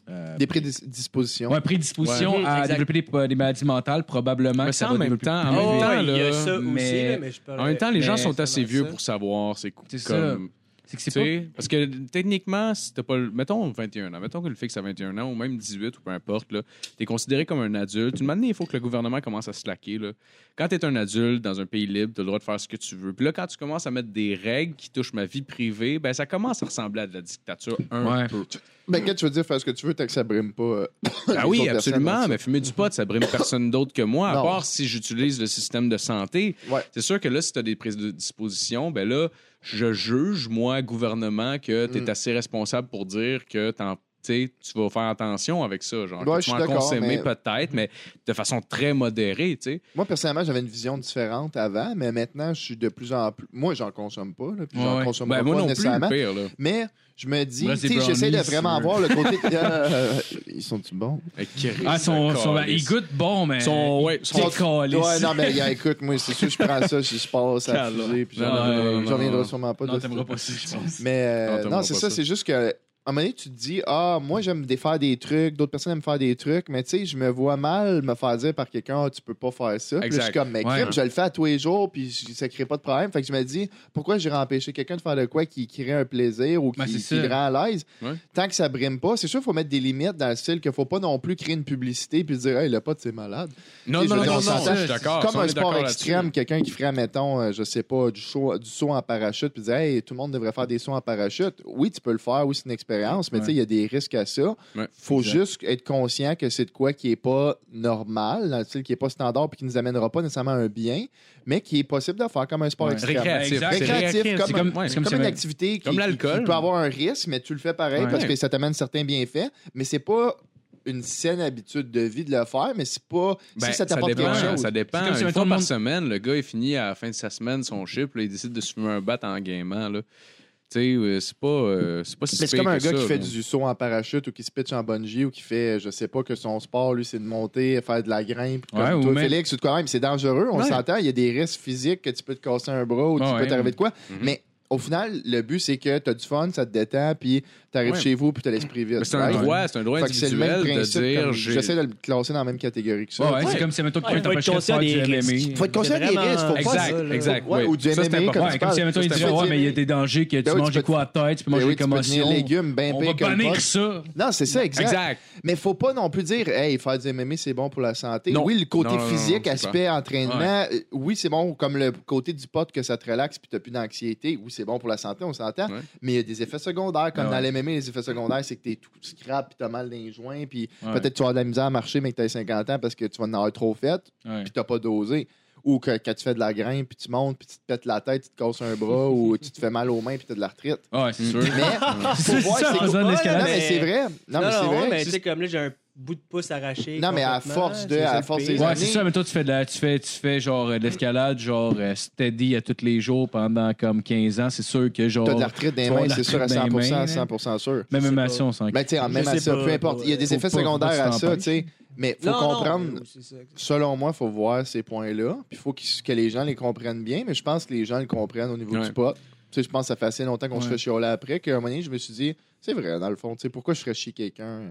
euh, Des prédispositions. Ouais, prédisposition Ouais. à Exact. développer des, po- des maladies mentales, probablement. Mais que ça ça, va en même développer temps, en plus même Oh, vite. temps, ouais, il y là, a ça aussi, mais- là, mais je parlais- En même temps, les gens Mais sont c'est assez pas mal vieux ça. pour savoir c'est co- C'est ça. comme C'est que tu c'est pas. sais, parce que techniquement, si t'as pas le- mettons 21 ans, mettons que le fixe à 21 ans ou même 18 ou peu importe là, t'es considéré comme un adulte. Une manière, il faut que le gouvernement commence à slacker là. Quand t'es un adulte dans un pays libre, t'as le droit de faire ce que tu veux. Puis là, quand tu commences à mettre des règles qui touchent ma vie privée, ben ça commence à ressembler à de la dictature un Ouais. peu. Ben, quand tu veux dire faire ce que tu veux, tant que ça brime pas. euh, Mm. Ah les oui, autres absolument, personnes, mais fumer du pot, ça brime personne d'autre que moi, à Non. part si j'utilise le système de santé. Ouais. C'est sûr que là, si tu as des prises de disposition, ben là, je juge, moi, gouvernement, que tu es Mm. assez responsable pour dire que t'en- tu sais, tu vas faire attention avec ça. Genre, Ouais, que je tu suis vas en d'accord, consommer mais- peut-être, mais de façon très modérée, tu sais. Moi, personnellement, j'avais une vision différente avant, mais maintenant, je suis de plus en plus. Moi, j'en consomme pas, là, puis j'en Ouais. consomme Ben, pas moi non plus, nécessairement. le pire, là. Mais je me dis, Moi, tu c'est sais, j'essaie de brownies, vraiment euh. voir le côté. Euh, ils sont-tu bons? Mais Christ, Ah, son, son, calisse. il goûte bon, mais. Son- ouais, Son son- calice. Ouais, non, mais gars, écoute, moi, c'est sûr, je prends ça, je je passe à la Calme. fusée, puis Non, non, j'en non, j'en viendrai non. sûrement pas. Non, de- t'aimeras pas ça, je pense. Mais euh, Non, non, t'aimeras c'est pas ça, ça. c'est juste que à un moment donné, tu te dis Ah, moi, j'aime des- faire des trucs, d'autres personnes aiment faire des trucs, mais tu sais, je me vois mal me faire dire par quelqu'un Ah, tu peux pas faire ça. Puis là, je suis Exact. comme, mais Ouais. crime, je le fais à tous les jours, puis je- ça crée pas de problème. Fait que je me dis Pourquoi j'irais empêcher quelqu'un de faire de quoi qui qui crée un plaisir ou qui, Ben, c'est qui ça. le rend à l'aise Ouais. Tant que ça brime pas, c'est sûr, il faut mettre des limites dans le style qu'il faut pas non plus créer une publicité puis dire Hey, le pote, c'est malade. Non, Tu sais, non, non, je veux dire, non, on s'entend, je suis d'accord. Comme ça, Ah, on un est sport d'accord extrême, là-dessus. quelqu'un qui ferait, mettons, euh, je sais pas, du, show- du saut en parachute, puis disait, hey, tout le monde devrait faire des sauts en parachute. Oui, tu peux le faire, oui, c'est une expérience, Ouais. mais tu sais, il y a des risques à ça. Ouais, faut exact. juste être conscient que c'est de quoi qui est pas normal, dans le style qui est pas standard, puis qui nous amènera pas nécessairement un bien, mais qui est possible de faire comme un sport Ouais. extrême. Récréatif. Exact. c'est Récréatif, récréatif, comme- c'est c'est ouais. comme comme ça, une mais- activité qui, comme qui- l'alcool. qui peut avoir un risque, mais tu le fais pareil Ouais. parce que ça t'amène certains bienfaits, mais c'est pas une saine habitude de vie de le faire, mais c'est pas Ben, si ça t'apporte dépend, quelque chose. Ça dépend. C'est comme si, une mettons, fois le par monde- semaine, le gars, il finit à la fin de sa semaine son chip, là, il décide de se fumer un bat en gaimant. Là. sais, euh, c'est pas, euh, c'est pas si Mais c'est pire comme un que gars ça, qui fait là. du saut en parachute ou qui se pitch en bungee ou qui fait, je sais pas, que son sport, lui, c'est de monter, faire de la grimpe. Comme Ouais, ou toi, même- Félix, ou de quoi même. C'est dangereux, on Ouais. s'entend. Il y a des risques physiques que tu peux te casser un bras ou tu Ah peux ouais. t'arriver de quoi. Mais au final, le but, c'est que tu as du fun, ça te détend, puis tu arrives Ouais. chez vous, puis tu as l'esprit vite. Mais c'est un right? droit, c'est un droit Fait que c'est le même individuel de principe. dire comme- j'ai- J'essaie de le classer dans la même catégorie que ça. Ouais, ouais, c'est comme si, mettons, quelqu'un Ouais, faut être t'empêcherait de conscient faire du des risques. MMA. Faut être conscient C'est des vraiment- risques, faut pas Exact, exact. Ouais, oui. ou du Ça, c'est MMA, important. comme- Ouais, comme si, mettons, il C'est dirait, pas ouais, dire- mais il y a des dangers que Ben tu oui, manges tu peux des coups à la tête, tu peux Ben manger oui, des tu peux tenir commotions. légumes, ben On pire va que le bannir pot. ça. Non, c'est ça, exact. Exact. Mais faut pas non plus dire, hey, faire du MMA, c'est bon pour la santé. Non. Oui, le côté Non, non, non, physique, non, c'est aspect entraînement, euh, oui, c'est bon, comme le côté du pot que ça te relaxe puis t'as plus d'anxiété. Oui, c'est bon pour la santé, on s'entend. Ouais. Mais il y a des effets secondaires. Comme Ah dans ouais. le MMA, les effets secondaires, c'est que t'es tout scrap puis t'as mal dans les joints puis Ouais. peut-être que tu vas avoir de la misère à marcher, mais que t'as 50 ans parce que tu vas en avoir trop fait Ouais. puis t'as pas dosé. Ou que quand tu fais de la grimpe, puis tu montes, puis tu te pètes la tête, tu te casses un bras, ou tu te fais mal aux mains, puis t'as de l'arthrite. Ouais, Mm. c'est sûr. Mais faut C'est voir, ça, en c'est faisant de Non, l'escalade. mais Mais- c'est vrai. Non, Non, mais c'est non, vrai. mais tu C'est- sais, comme là, j'ai un bout de pouce arraché. Non, mais à complètement, force de- c'est ça à le force pire. des- Ouais, années. c'est ça, mais toi, tu fais, de la, tu fais, tu fais genre euh, de l'escalade, genre euh, steady à tous les jours pendant comme 15 ans. C'est sûr que genre. T'as de l'arthrite des Tu vas mains, de c'est sûr, à l'arthrite 100 des mains, 100 sûr. Même Je sais MMA, pas. on s'en Ben, tu sais, en Je même à sais ça, pas, peu importe. Il y a des faut effets pas- faut secondaires pas à s'en ça, parler. tu sais. Mais faut Non, non, comprendre, mais c'est ça. selon moi, faut voir ces points-là. Puis faut qu'ils- que les gens les comprennent bien. Mais je pense que les gens le comprennent au niveau Ouais. du pot. Tu sais, je pense que ça fait assez longtemps qu'on se Ouais. fait chialer après qu'à un moment donné, je me suis dit, c'est vrai, dans le fond, tu sais, pourquoi je ferais chier quelqu'un?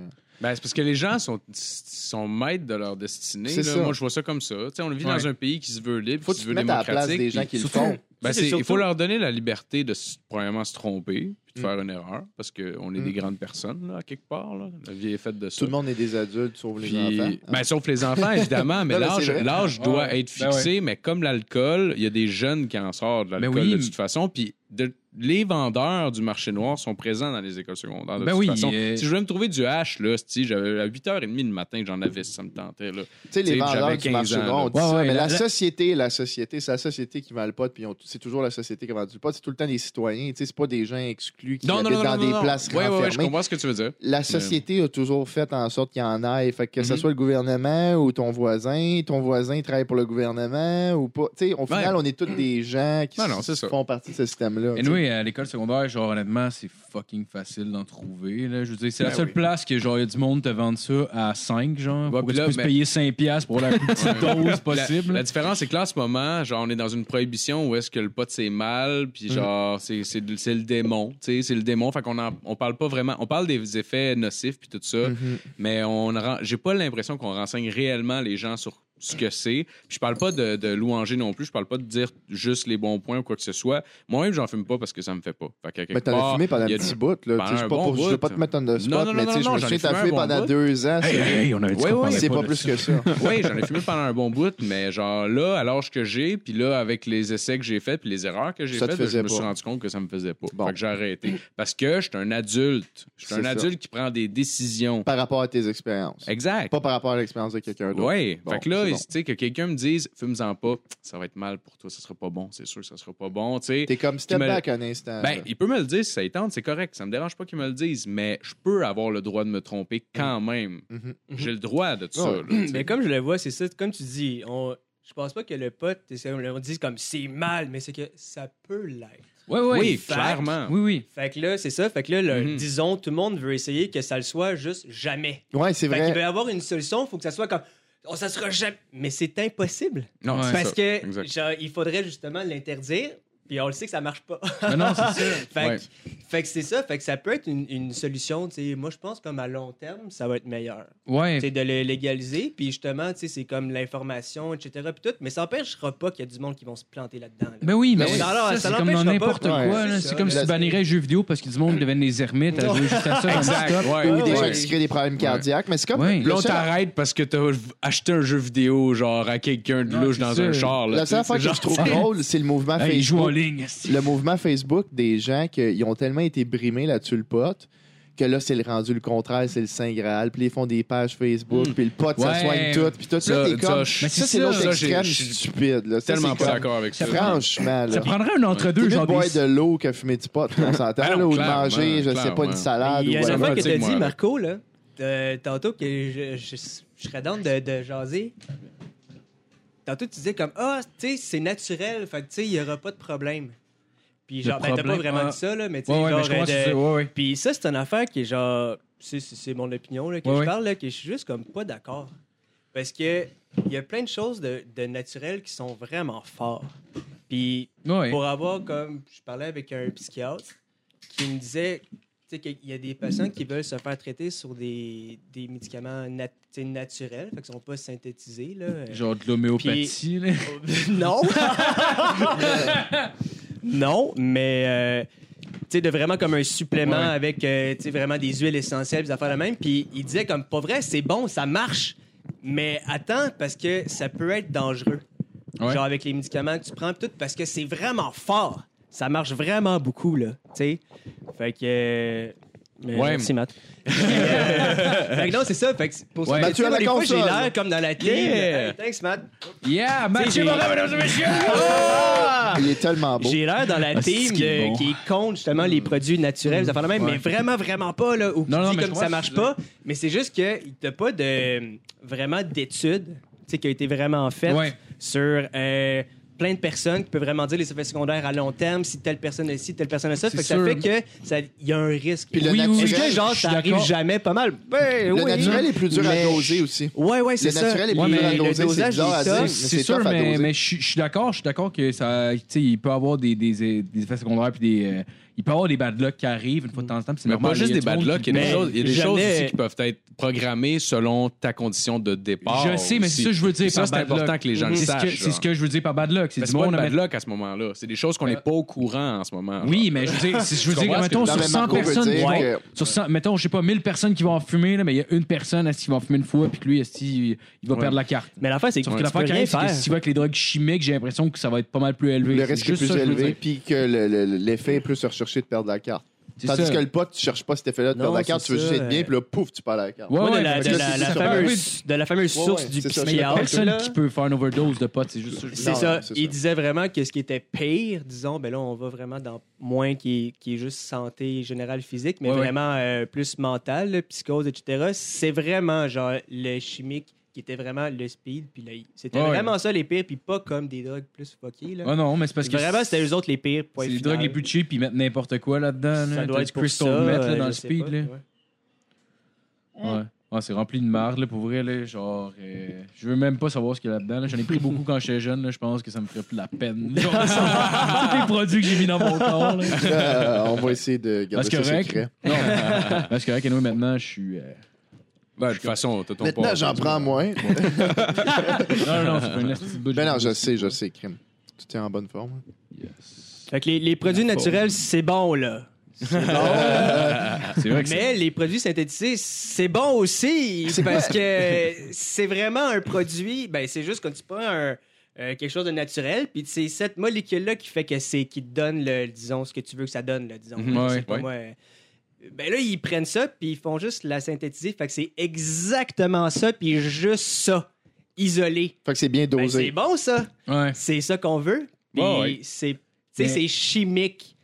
Ben, c'est parce que les gens sont, sont maîtres de leur destinée. C'est là. ça. Moi, je vois ça comme ça. Tu sais, on vit dans Ouais. un pays qui se veut libre, Faut que qui tu se te veut mettes à la démocratique. place des gens puis- qui le surtout- font. Ben, c'est- Ça, c'est il faut surtout- leur donner la liberté de, s- premièrement, se tromper puis de Mm. faire une erreur parce qu'on est Mm. des grandes personnes, là, quelque part. Là. La vie est faite de ça. Tout le monde est des adultes, sauf les Puis- enfants. hein? ben, sauf les enfants, évidemment, mais Non, mais c'est l'âge, vrai. l'âge doit Ouais, être ben fixé. Mais comme l'alcool, il y a des jeunes qui en sortent de l'alcool Ben oui, de mais- toute façon. Puis de- les vendeurs du marché noir sont présents dans les écoles secondaires de Ben toute oui, façon. euh, Si je voulais me trouver du hash, là, si j'avais à 8h30 le matin, j'en avais si ça me tentait. Là. Tu sais, les T'sais, vendeurs j'avais du 15 marché ans, noir, on là. dit Ouais, ça, ouais, mais la, la- société, la société, c'est la société qui vend le pot, puis on- c'est toujours la société qui a vendu le pot. C'est tout le temps des citoyens, tu sais, c'est pas des gens exclus qui habitent dans des places Ouais, ouais, ouais, je renfermées. comprends ce que tu veux dire. la société a toujours fait en sorte qu'il y en ait. Fait que ce Mm-hmm. soit le gouvernement ou ton voisin, ton voisin travaille pour le gouvernement ou pas. Tu sais, au final, on est tous des gens qui Non, non, c'est s- ça. font partie de ce système-là. Et tu sais. anyway, à l'école secondaire, genre, honnêtement, c'est fucking facile d'en trouver. Là. Je veux dire, c'est la Ben seule oui. place que, genre, il y a du monde te vendre ça à 5, genre, pour Ouais, que puis tu là, puisses mais- payer 5$ piastres pour la plus petite dose possible. La différence, c'est que là, en ce moment, genre, on est dans une prohibition où est-ce que le pot, c'est mal, Mm. puis genre, c'est- c'est c'est le démon, tu sais, c'est le démon. Fait qu'on en- on parle pas vraiment, on parle des effets nocifs, puis tout ça, Mm-hmm. mais on ren- j'ai pas l'impression qu'on renseigne réellement les gens sur ce que c'est. Puis Je parle pas de, de louanger non plus, je parle pas de dire juste les bons points ou quoi que ce soit. Moi-même, j'en fume pas parce que ça me fait pas. Fait qu'à quelque Mais t'en as part, fumé pendant un ah, il y a petit du- bout, pendant là. Tu sais, je un pas bon pour- je veux bout. pas te mettre on the spot, Non, non, mais tu non, sais, je non, me j'en ai souviens, t'as fumé un fumé bon pendant bout. deux ans. Hey, c'est- hey, on avait dit Ouais, qu'on ouais, parlait C'est pas de plus ça. que ça. Oui, j'en ai fumé pendant un bon bout, mais genre là, à l'âge que j'ai, puis là, avec les essais que j'ai faits, puis les erreurs que j'ai Ça te faites, ben, faisait je me suis pas. rendu compte que ça me faisait pas. Bon. Fait que j'ai arrêté. Parce que je suis un adulte. Je suis C'est un ça. adulte qui prend des décisions. Par rapport à tes expériences. Exact. Pas par rapport à l'expérience de quelqu'un d'autre. Oui. Bon, fait que là, c'est bon. tu sais, que quelqu'un me dise, fume-en pas, ça va être mal pour toi, ça sera pas bon, c'est sûr, ça sera pas bon, tu sais. T'es euh, comme step Tu me- back un instant. Ben, là. il peut me le dire si ça y tente, c'est correct. Ça me dérange pas qu'il me le dise, mais je peux avoir le droit de me tromper quand même. Mhm. J'ai le droit de ça. Ouais. là, tu sais. Mais comme je le vois, c'est ça. Comme tu dis, on... je pense pas que le pote, c'est comme- on dit comme c'est mal, mais c'est que ça peut l'être. Ouais, ouais. oui, fact. clairement. Oui, oui. Fait que là, c'est ça. Fait que là, le- Mhm. disons, tout le monde veut essayer que ça le soit juste jamais. Ouais, c'est Fait qu'il vrai. veut avoir une solution, faut que ça soit comme. Oh, ça sera jamais. Mais c'est impossible. Non, Ouais. c'est parce ça. que, Exact. genre, il faudrait justement l'interdire, puis on le sait que ça marche pas. Mais non, c'est ça. Fait, Ouais. que, fait que c'est ça. Fait que ça peut être une, une solution. tu sais. Moi, je pense comme à long terme, ça va être meilleur. Ouais. C'est de le légaliser, puis justement, tu sais, c'est comme l'information, etc. Puis tout, mais ça n'empêchera pas qu'il y a du monde qui vont se planter là-dedans. là. Ben oui, mais Mais c'est- ça leur- ça, ça c'est comme l'empêchera dans pas. n'importe quoi. Ouais. là. C'est C'est ça. comme si tu bannirais jeux vidéo parce que du monde devenait des ermites à jouer juste à ça. Exact. non-stop. Ouais. Ou des Ouais. gens qui se créent des problèmes cardiaques, mais c'est comme. Ouais. Là, Le on seul- t'arrête parce que t'as acheté un jeu vidéo, genre, à quelqu'un de Ouais, louche c'est dans ça. un char. Là, La seule affaire que je trouve drôle, c'est le mouvement Hey, Ils jouent en Ah, Facebook. ligne. esti. Le mouvement Facebook des gens qui ont tellement été brimés là-dessus le pote que là, c'est le rendu le contraire, c'est le Saint Graal. Puis ils font des pages Facebook, puis le pote, ça Ouais. soigne tout. Puis tout, ça, Hmm. Ça, t'es ça, comme. je- Ça, Mais c'est c'est ça, l'autre ça, j'ai- extrême je suis stupide. là. Ça, tellement c'est pas comme- d'accord avec ça. Franchement, là. Ça prendrait un T'es entre-deux, mieux de genre boire des- de l'eau que fumer du pot, on s'entend, Ben non, là, ou de clairement, manger, je sais pas, une clairement. Ben, salade. Il y a ou une ouais, affaire ouais, que tu sais, t'as moi, dit, là. Marco, là, euh, tantôt que je, je, je serais dans de, de jaser. Tantôt, tu disais comme, ah, tu sais, c'est naturel, fait que, tu sais, il y aura pas de problème. Puis genre, Le ben, t'as pas problème, vraiment ah. dit ça, là, mais tu sais, euh, Ouais, ouais, mais genre, je comprends ce que de- tu veux dire. Ouais, ouais. Puis ça, c'est une affaire qui est genre. C'est, c'est- c'est mon opinion là, que Ouais, je ouais. parle, là, que je suis juste comme pas d'accord. Parce que il y a plein de choses de, de naturel qui sont vraiment forts. Puis Ouais. pour avoir, comme je parlais avec un psychiatre qui me disait tu sais, qu'il y a des patients qui veulent se faire traiter sur des, des médicaments nat- tu sais, naturels, fait qu'ils sont pas synthétisés. Là. Euh, Genre de l'homéopathie, là. non. non, mais euh, tu sais de vraiment comme un supplément Ouais. avec euh, tu sais vraiment des huiles essentielles, des affaires la même. Puis il disait comme pas vrai, c'est bon, ça marche, mais attends parce que ça peut être dangereux. Ouais. Genre avec les médicaments que tu prends pis tout parce que c'est vraiment fort. Ça marche vraiment beaucoup là, tu sais. Fait que euh, mais Ouais. merci Matt. fait que non, c'est ça. Fait que c'est pour Ouais. ça, Mathieu à la des fois, j'ai console. l'air comme dans la télé. Yeah. Hey, thanks, Matt. Yeah, Mathieu j'ai- Morin, mesdames et messieurs! Il est tellement beau. J'ai l'air dans la Ah, c'est team qui est de- bon. qui compte justement les produits naturels, des affaires de même, mais vraiment, vraiment pas, là, ou qui Non, non, dit mais je comme ça comprends marche ce que tu pas. Mais c'est juste que t'as pas de vraiment d'études tu sais, qui a été vraiment faite Ouais. sur euh, plein de personnes qui peuvent vraiment dire les effets secondaires à long terme, si telle personne est ci, telle personne est ça. C'est Fait que ça sûr. fait que ça- il y a un risque. Puis le Oui, oui, naturel, Est-ce que genre je suis ça arrive d'accord. jamais pas mal? Ben, le oui. naturel est plus dur Mais- à doser aussi. Ouais, ouais, Le c'est ça. naturel est plus Ouais, dur à mais le doser. C'est dosage, bizarre à il est dire, tough. mais C'est c'est sûr, tough à mais, doser. mais je suis- je suis d'accord, je suis d'accord que ça, tu sais, il peut avoir des, des, des effets secondaires puis des, euh, il peut avoir des bad luck qui arrivent une fois de temps en temps, puis c'est Mais normal. pas juste il y a des du monde bad luck, il y a des Mais choses, il y a des choses jamais- aussi qui peuvent être programmées selon ta condition de départ. Je sais, mais aussi. c'est ça que je veux dire Ça, par c'est bad important luck. que les gens le C'est ce que- sachent, C'est ce genre. que je veux dire par bad luck. C'est Mais du C'est pas monde une à bad mettre- luck à ce moment-là. C'est des choses qu'on n'est pas au courant en ce moment. Oui, mais je veux dire, si je veux Ah, Tu dire que, comprends ce que mettons, je sur veux dire? Non, 100 mais Marco veut personnes, dire vont- que- sur 100, mettons, je sais pas, 1000 personnes qui vont en fumer, là, mais il y a une personne à ce qui va en fumer une fois, puis que lui, est-ce qu'il- il va Ouais. perdre la carte. Mais l'affaire, c'est que tu Sauf peux que l'affaire qui rien arrive, c'est que faire. s'il va avec les drogues chimiques, j'ai l'impression que ça va être pas mal plus élevé. Le C'est risque est juste plus ça que je veux élevé, dire. puis que le- le- l'effet est plus recherché de perdre la carte. C'est Tandis ça. que le pote, tu cherches pas cet effet-là de Non, perdre la carte, c'est tu veux ça, juste être bien, euh, puis là, pouf, tu perds la carte. Ouais, Moi, ouais, de la, parce de que la- là, la c'est ça. fameuse, de la fameuse Ouais, source ouais, du c'est ça, Mais il y a psychiatre. personne Ah, là. qui peut faire une overdose de potes, c'est juste ça que je veux dire. C'est Non, ça. c'est Il ça. disait vraiment que ce qui était pire, disons, ben là, on va vraiment dans moins qui est, qui est juste santé générale physique, mais Ouais, ouais. vraiment euh, plus mentale, là, psychose, etc. C'est vraiment genre le chimique qui était vraiment le speed, puis le- C'était Ouais, ouais. vraiment ça les pires, puis pas comme des drogues plus fuckées. Là. Ah non, mais c'est parce que. vraiment, c'était eux autres les pires. Point C'est les final. drogues les plus cheap, ils mettent n'importe quoi là-dedans. Ça là. doit T'as être du pour crystal ça, meth, euh, là, dans je le sais speed. pas, là. ouais. Ouais. Ouais, c'est rempli de marde, là, pour vrai, là, genre, euh, je veux même pas savoir ce qu'il y a là-dedans. là. J'en ai pris beaucoup quand j'étais jeune, là, je pense que ça me ferait plus la peine. Genre, tous les produits que j'ai mis dans mon corps. là. Euh, on va essayer de garder Parce que ça rec, secret. non, euh, parce que rec, anyway, maintenant, je suis. euh, Ben, de toute façon, t'as ton Maintenant, pas- j'en prends moins. Non, non, non, c'est pas une petite boule. Ben non, je sais, je sais, crime. Tu es en bonne forme. hein. Fait que les, les produits naturels, c'est bon, là. Ah, C'est vrai que c'est. Mais les produits synthétisés, c'est bon aussi parce que c'est vraiment un produit. Ben, c'est juste quand tu prends un, euh, quelque chose de naturel, puis c'est cette molécule-là qui fait que c'est qui te donne le, disons, ce que tu veux que ça donne, là, disons. Mhm, Je ouais, sais pas, ouais. moi, euh, Ben là, ils prennent ça, puis ils font juste la synthétiser. Fait que c'est exactement ça, puis juste ça, isolé. Fait que c'est bien Ben, c'est dosé. bon, ça. Ouais. C'est ça qu'on veut. Puis Ouais, ouais. c'est, tu sais, Mais- c'est chimique.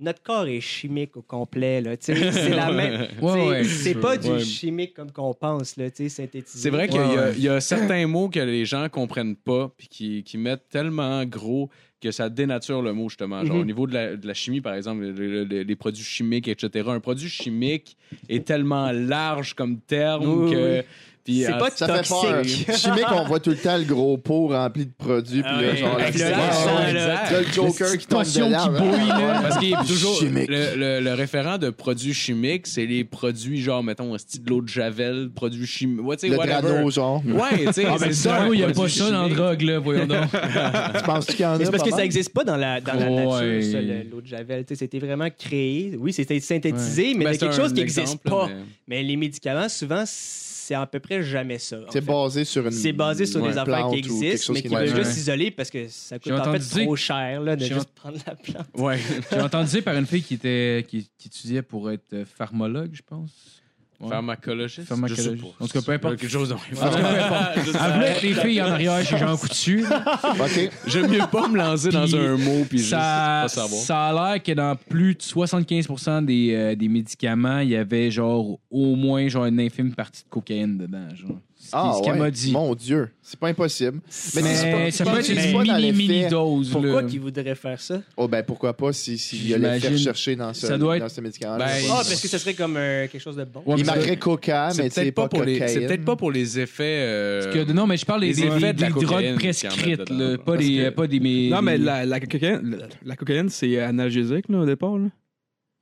Notre corps est chimique au complet. Là. Tu sais, C'est la même. tu sais, Ouais, ouais. c'est pas du Ouais. chimique comme qu'on pense, là, tu sais, synthétisé. C'est vrai qu'il y, Ouais, a- ouais. il y a certains mots que les gens comprennent pas puis qui, qui mettent tellement gros que ça dénature le mot, justement. Mm-hmm. Genre, Mhm. Au niveau de la, de la chimie, par exemple, le- le- le- les, produits chimiques, etc. Un produit chimique est tellement large comme terme Oui, oui, que... oui. puis, euh, C'est en- pas Ça fait peur. Toxique. Chimique, on voit tout le temps le gros pot rempli de produits. Puis Ah là, ouais, genre, avec la- le Ouais, sang, ouais, là. t'as le Joker qui tombe de potion qui l'arbre. hein. bouille, là. Parce qu'il est toujours. Chimique. Le, le- le référent de produits chimiques, c'est les produits genre, mettons, un style de l'eau de Javel, produits chimiques. Ouais, tu sais, Le whatever. grano, genre. Ouais, tu sais, Ah, c'est ben, ça. ça, il y a produit pas ça dans la chimique. drogue, là, voyons donc. Tu penses-tu qu'il y en a? Mais c'est parce pas que ça mal? n'existe pas dans la, dans la Ouais. nature, ça, le- l'eau de Javel. Tu sais, C'était vraiment créé. Oui, c'était synthétisé, mais Ben, c'est quelque un chose qui exemple, n'existe pas. mais- Mais les médicaments, souvent, c'est à peu près jamais ça. en C'est fait. basé sur une. C'est basé sur ouais, des affaires plante qui ou quelque existent, chose mais qui est veulent naturel. juste isoler parce que ça coûte J'ai en fait entendu dire- trop cher là, de J'ai juste prendre la plante. Ouais. J'ai entendu dire par une fille qui, était, qui, qui étudiait pour être pharmologue, je pense. Ouais. Pharmacologiste. Pharmacologiste. Je sais pas. En tout cas, peu importe. Quelque chose dans Ah. En tout cas, peu importe. Elle voulait être les filles en arrière chez Jean Coutu. OK. J'aime mieux pas me lancer dans Puis un mot puis juste ça, pas savoir. ça a l'air que dans plus de 75% des, euh, des médicaments, il y avait genre au moins genre une infime partie de cocaïne dedans. Genre. Ah, ce qu'elle ouais. m'a dit. Mon Dieu, c'est pas impossible. Mais, Mais c'est pas- ça c'est pas- peut être c'est une pas dans les mini, mini faits. dose. Pourquoi là. qu'ils voudraient faire ça? Oh, ben pourquoi pas s'il si, s'il allait faire J'imagine. chercher dans ce, Ça doit être- dans ce médicament. Ben, Ah, Hey. parce que ça serait comme euh, quelque chose de bon. Ouais, mais il ça- marquerait coca, mais C'est c'est peut-être pas, pas, pour les- c'est cocaïne. peut-être pas pour les effets. euh, Parce que- non, mais je parle des Les effets des- de la des cocaïne drogues qu'ils en mettent prescrites, dedans, là, là. pas Parce des, euh, que- pas des. mais- Non, mais la, la cocaïne, la, la cocaïne, c'est euh, analgésique, là, au départ. Là.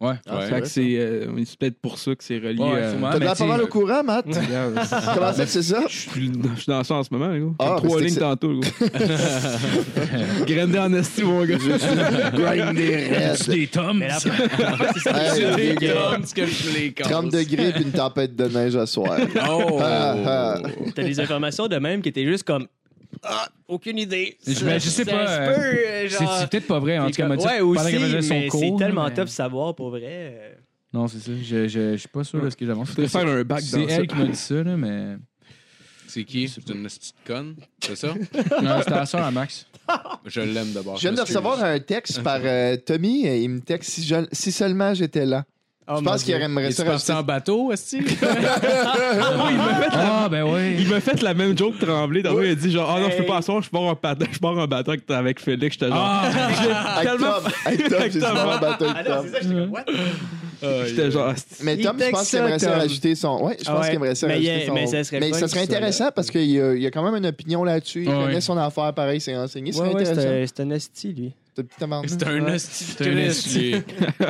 Ouais. Ah, Ouais. c'est fait vrai, que ça. c'est euh, c'est peut-être pour ça que c'est relié Ouais, à- sûrement. T'as Ah, mais de la t'sais, parole au courant, Matt? Regarde, Comment ça que c'est ça? Je suis dans- je suis dans ça en ce moment, les gars. Ah, mais Trois c'est lignes que ça- tantôt, les gars. Grindé en esti, mon gars. Grindé raide. Des tomes. Mais la- Hey, les gars, Comme ce que je les cause. 30 degrés puis une tempête de neige à soir. Oh! Ah, ah. T'as des informations de même qui étaient juste comme. Ah, aucune idée. Je- Ça- ben, je sais ça pas, se euh, peut, euh, C'est genre- c'est peut-être pas vrai, en tout cas, elle m'a dit ouais, pendant aussi, qu'elle faisait son mais cours. c'est tellement mais- top de savoir pour vrai. euh. Non, c'est ça. Je, je, je suis pas sûr de ce que j'avance. Je voudrais faire un bac C'est dans ça. elle qui m'a dit ça, là, mais. C'est qui? C'est une petite conne? C'est ça? Non, c'était la soeur à Max. Je l'aime d'abord. Je viens de m'excuse. recevoir un texte par euh, Tommy. Il me texte si, je- si seulement j'étais là. Oh je pense qu'il aimerait Il ça. se passe en bateau, est-ce Ah, ben oui. Il m'a fait la même joke tremblé. Dans il a dit genre, ah non, je peux pas Hey. asseoir, je pars en bateau, je pars en bateau avec, avec Félix. J'étais genre, Ah, Avec Tom, avec Tom, j'ai dit, Tom. bon, ben, Tom, Ah non, Tom. c'est ça, j'étais comme, what? Mmh. Ah, j'étais genre, asti. Mais Il Tom, je texte pense qu'il aimerait ça Tom. rajouter son. Ouais, je Ah pense ouais. qu'il aimerait ça Mais il rajouter y a- son. mais ça serait fun ça qu'il serait soit intéressant parce qu'il y, a- il y a quand même une opinion là-dessus. Il Ouais. connaît son affaire, pareil, c'est enseigné. C'est Ouais, ouais, intéressant. c'est un- c'est un asti, lui. C'est un petit amendement. C'est un hostie de Christ, lui. hein?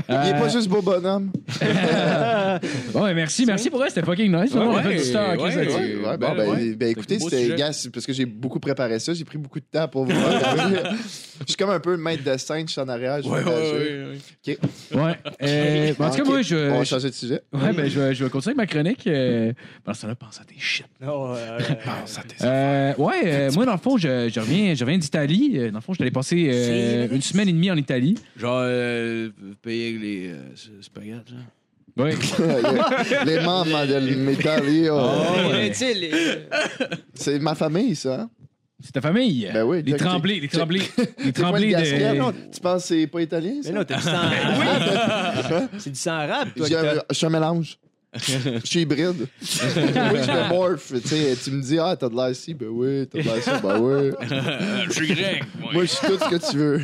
Il est pas juste beau bonhomme. euh, Bon, ben merci, merci pour elle, c'était fucking nice. hein, Ouais, on a fait du temps, ouais, Chris, ouais. là-dessus. Ouais, bon, ben, ben, ouais. ben, C'est écoutez, un beau c'était sujet. gars, c'est parce que j'ai beaucoup préparé ça, j'ai pris beaucoup de temps pour vous. je suis comme un peu maître de scène, je suis en arrière. Je Ouais, ouais, vais réagir. ouais, ouais. Ouais. Euh, ben, en tout cas, Ok, moi, On va je. changer de sujet. Ouais, ben, je vais, je vais continuer avec ma chronique. Euh, pendant ce temps-là, pense à tes shit. Non, euh, Euh, ouais, euh, moi, dans le fond, je, je reviens, je reviens d'Italie. Euh, Dans le fond, je allé passer euh, une semaine et demie en Italie. Genre, euh, payer les euh, spaghettis, là. Ouais. les membres de l'Italie, oh. Mais tu sais, les- c'est ma famille, ça. hein? C'est ta famille. Ben oui, Les check, tremblés, les tremblés. Les C'est quoi le tremblés gascon, non? de. Tu penses que c'est pas italien, Mais ça? non, t'as du sang arabe. C'est du sang arabe, toi. J'ai que un- t'as. je suis un mélange. Je suis hybride. oui, je me morphe. Tu sais, tu me dis, ah, t'as de l'air ci, ben oui, t'as de l'air ça, ben oui. Je suis grec, moi. Moi, je suis tout ce que tu veux.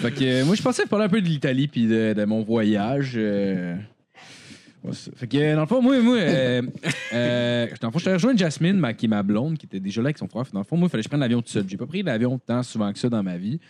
Fait que euh, moi, je pensais parler un peu de l'Italie puis de, de mon voyage. euh. Ouais, c'est ça. Fait que euh, dans le fond, moi, moi, euh, euh, dans le fond, je t'ai rejoint Jasmine, ma, qui est ma blonde, qui était déjà là avec son frère. Fait que Dans le fond, moi, il fallait que je prenne l'avion tout seul. J'ai pas pris l'avion tant souvent que ça dans ma vie.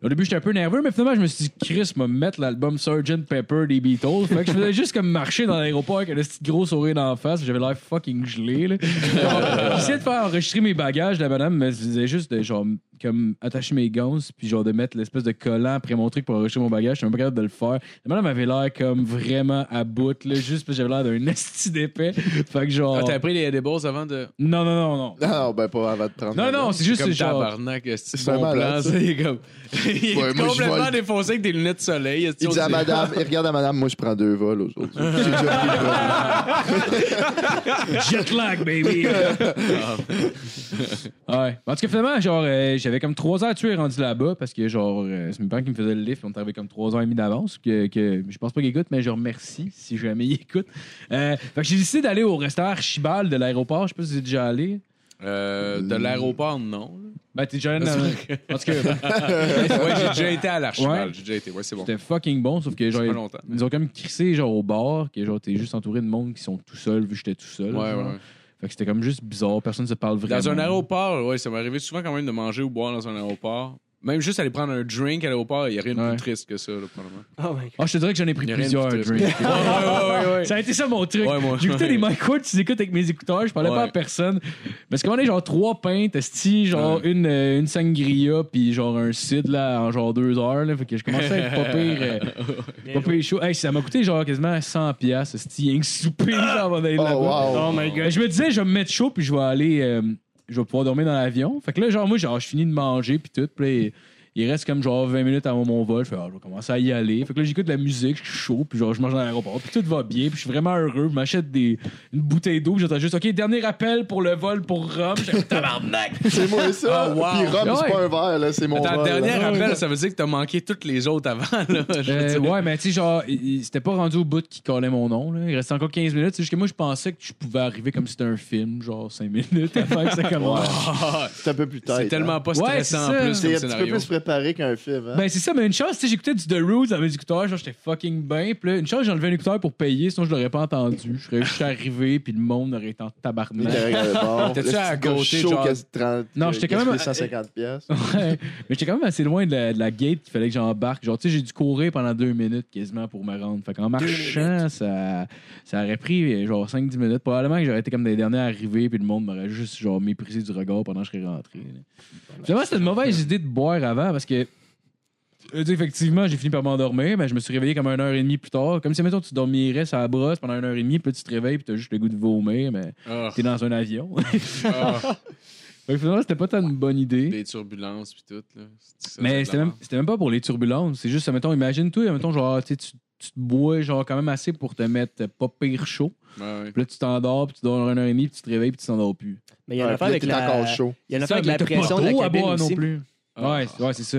Au début, j'étais un peu nerveux, mais finalement, je me suis dit, Chris m'a mettre l'album Sgt. Pepper des Beatles. Fait que je faisais juste comme marcher dans l'aéroport avec un petit gros sourire d'en face. J'avais l'air fucking gelé, là. Genre, J'essayais de faire enregistrer mes bagages. La madame me disait juste de, genre, comme attacher mes gonzes, puis genre de mettre l'espèce de collant après mon truc pour enregistrer mon bagage. Je suis même pas capable de le faire. La madame avait l'air comme vraiment à bout, là, juste parce que j'avais l'air d'un esti d'épais. Fait que genre. Ah, t'as appris les, les bosses avant de. Non, non, non, non. Non, ben pas avant de prendre. Non, non, c'est juste comme genre. tabarnak, c'est C'est un bon plan. malade, ça. ça, Il est comme. Il est Ouais, moi, je complètement vole. défoncé avec des lunettes de soleil. esti, Il on dit à dirait- madame, il regarde à madame, moi, je prends deux vols aujourd'hui. J'ai déjà pris le vol. Jet lag, baby! ouais. En tout cas, finalement, genre, euh, j'avais comme trois heures à tuer rendu là-bas parce que, genre, euh, c'est mes parents qui me faisaient le lift. On travaillait comme trois heures et demie d'avance. Que, que je pense pas qu'ils écoutent, mais je remercie si jamais ils écoutent. Euh, fait que j'ai décidé d'aller au restaurant Archibald de l'aéroport. Je sais pas si vous êtes déjà allé. Euh, de l'aéroport, non. là. Ben, t'es déjà allé dans- En tout cas. ben, ouais, j'ai déjà été à l'archibald. Ouais. J'ai déjà été. Ouais, c'est bon. C'était fucking bon, sauf que genre, pas ils- longtemps. ils nous ont comme crissé genre au bar, que genre t'es juste entouré de monde qui sont tout seuls, vu que j'étais tout seul. Ouais, genre. ouais. Fait que c'était comme juste bizarre, personne ne se parle vraiment. Dans un aéroport, ouais, ça m'est arrivé souvent quand même de manger ou boire dans un aéroport. Même juste aller prendre un drink à l'aéroport, il n'y a rien de Ouais. plus triste que ça, là, probablement. Oh my Ah, je te dirais que j'en ai pris Il y a rien de plusieurs plus drinks. Ouais, ouais, ouais, ouais, ouais. Ça a été ça mon truc. Ouais, moi. J'écoutais des Mike Ward, tu écoutes avec mes écouteurs, je parlais Ouais. pas à personne. Parce qu'on est genre trois pintes, esti, genre une, euh, une sangria, puis genre un cid là, en genre deux heures. Là, fait que je commençais à être pas pire, euh, pas pire chaud. Hey, ça m'a coûté genre quasiment 100$, piastres, esti, un souper, genre avant d'aller Oh, là-bas. wow. my Euh, je me disais, je vais me mettre chaud, puis je vais aller. euh, je vais pouvoir dormir dans l'avion. Fait que là, genre, moi, genre, je finis de manger, puis tout. Puis là, il- Il reste comme genre 20 minutes avant mon vol. Je fais, ah, je vais commencer à y aller. Fait que là, j'écoute de la musique, je suis chaud, puis genre, je mange dans l'aéroport, puis tout va bien, puis je suis vraiment heureux. Je m'achète des, une bouteille d'eau, puis j'entends juste, OK, dernier appel pour le vol pour Rome. Je fais, tabarnak! C'est moi ça. Ah, wow. Puis Rome, c'est Ouais. pas un verre, là, c'est mon Ta verre. dernière là. appel, ça veut dire que t'as manqué toutes les autres avant. Là, je veux Euh, dire. ouais, mais tu sais, genre, il- il- c'était pas rendu au bout qui collait mon nom. là. Il restait encore 15 minutes. C'est juste que moi, je pensais que je pouvais arriver comme si c'était un film, genre 5 minutes avant que ça commence. Ah, C'est un peu plus tard. hein. c'est tellement pas Ouais, stressant c'est ça. en plus comme C'est un petit peu scénario. plus préparé qu'un film. hein. Ben, c'est ça, mais une chose, tu sais, j'écoutais du The Roots dans mes écouteurs, genre, j'étais fucking bien. Puis là, une chose, j'ai enlevé un écouteur pour payer, sinon je l'aurais pas entendu. Je serais juste arrivé, puis le monde aurait été en Il tabarnak. était avec le bord. T'étais-tu Le à petit gars côté, chaud euh, genre- qui a 30, Non, j'étais qui a quand même- coûté 150 pièces. Ouais. Mais j'étais quand même assez loin de la, de la gate qu'il fallait que j'embarque. Genre, tu sais, j'ai dû courir pendant deux minutes quasiment pour me rendre. Fait qu'en marchant, ça, ça aurait pris euh, genre 5-10 minutes. Probablement que j'aurais été comme des derniers arrivés, puis le monde m'aurait juste genre méprisé du regard pendant que je serais rentré. là. Finalement, c'était une mauvaise idée de boire avant parce que. euh, tu sais, effectivement, j'ai fini par m'endormir, mais je me suis réveillé comme une heure et demie plus tard. Comme si, mettons, tu dormirais sur la brosse pendant une heure et demie, puis tu te réveilles, puis t'as juste le goût de vomir, mais Ah, t'es dans un avion. ah, Fait que finalement, c'était pas tant une bonne idée. des turbulences puis tout. Là. C'est- ça, Mais c'est c'était de la même, c'était même pas pour les turbulences. C'est juste, mettons, imagine-toi, mettons, genre, tu sais, tu tu te bois genre quand même assez pour te mettre euh, pas pire chaud. merde. Ouais, ouais. Puis là, tu t'endors, puis tu dors une heure et demie, puis tu te réveilles, puis tu t'endors plus. Mais il y en a Ouais, pas puis avec là, t'es la, encore chaud. il y en a Ça, pas avec mais la t'as pas pression de la d'eau à cabine boire non aussi. Ah. plus. Ouais, Ah. c'est- ouais, c'est ça.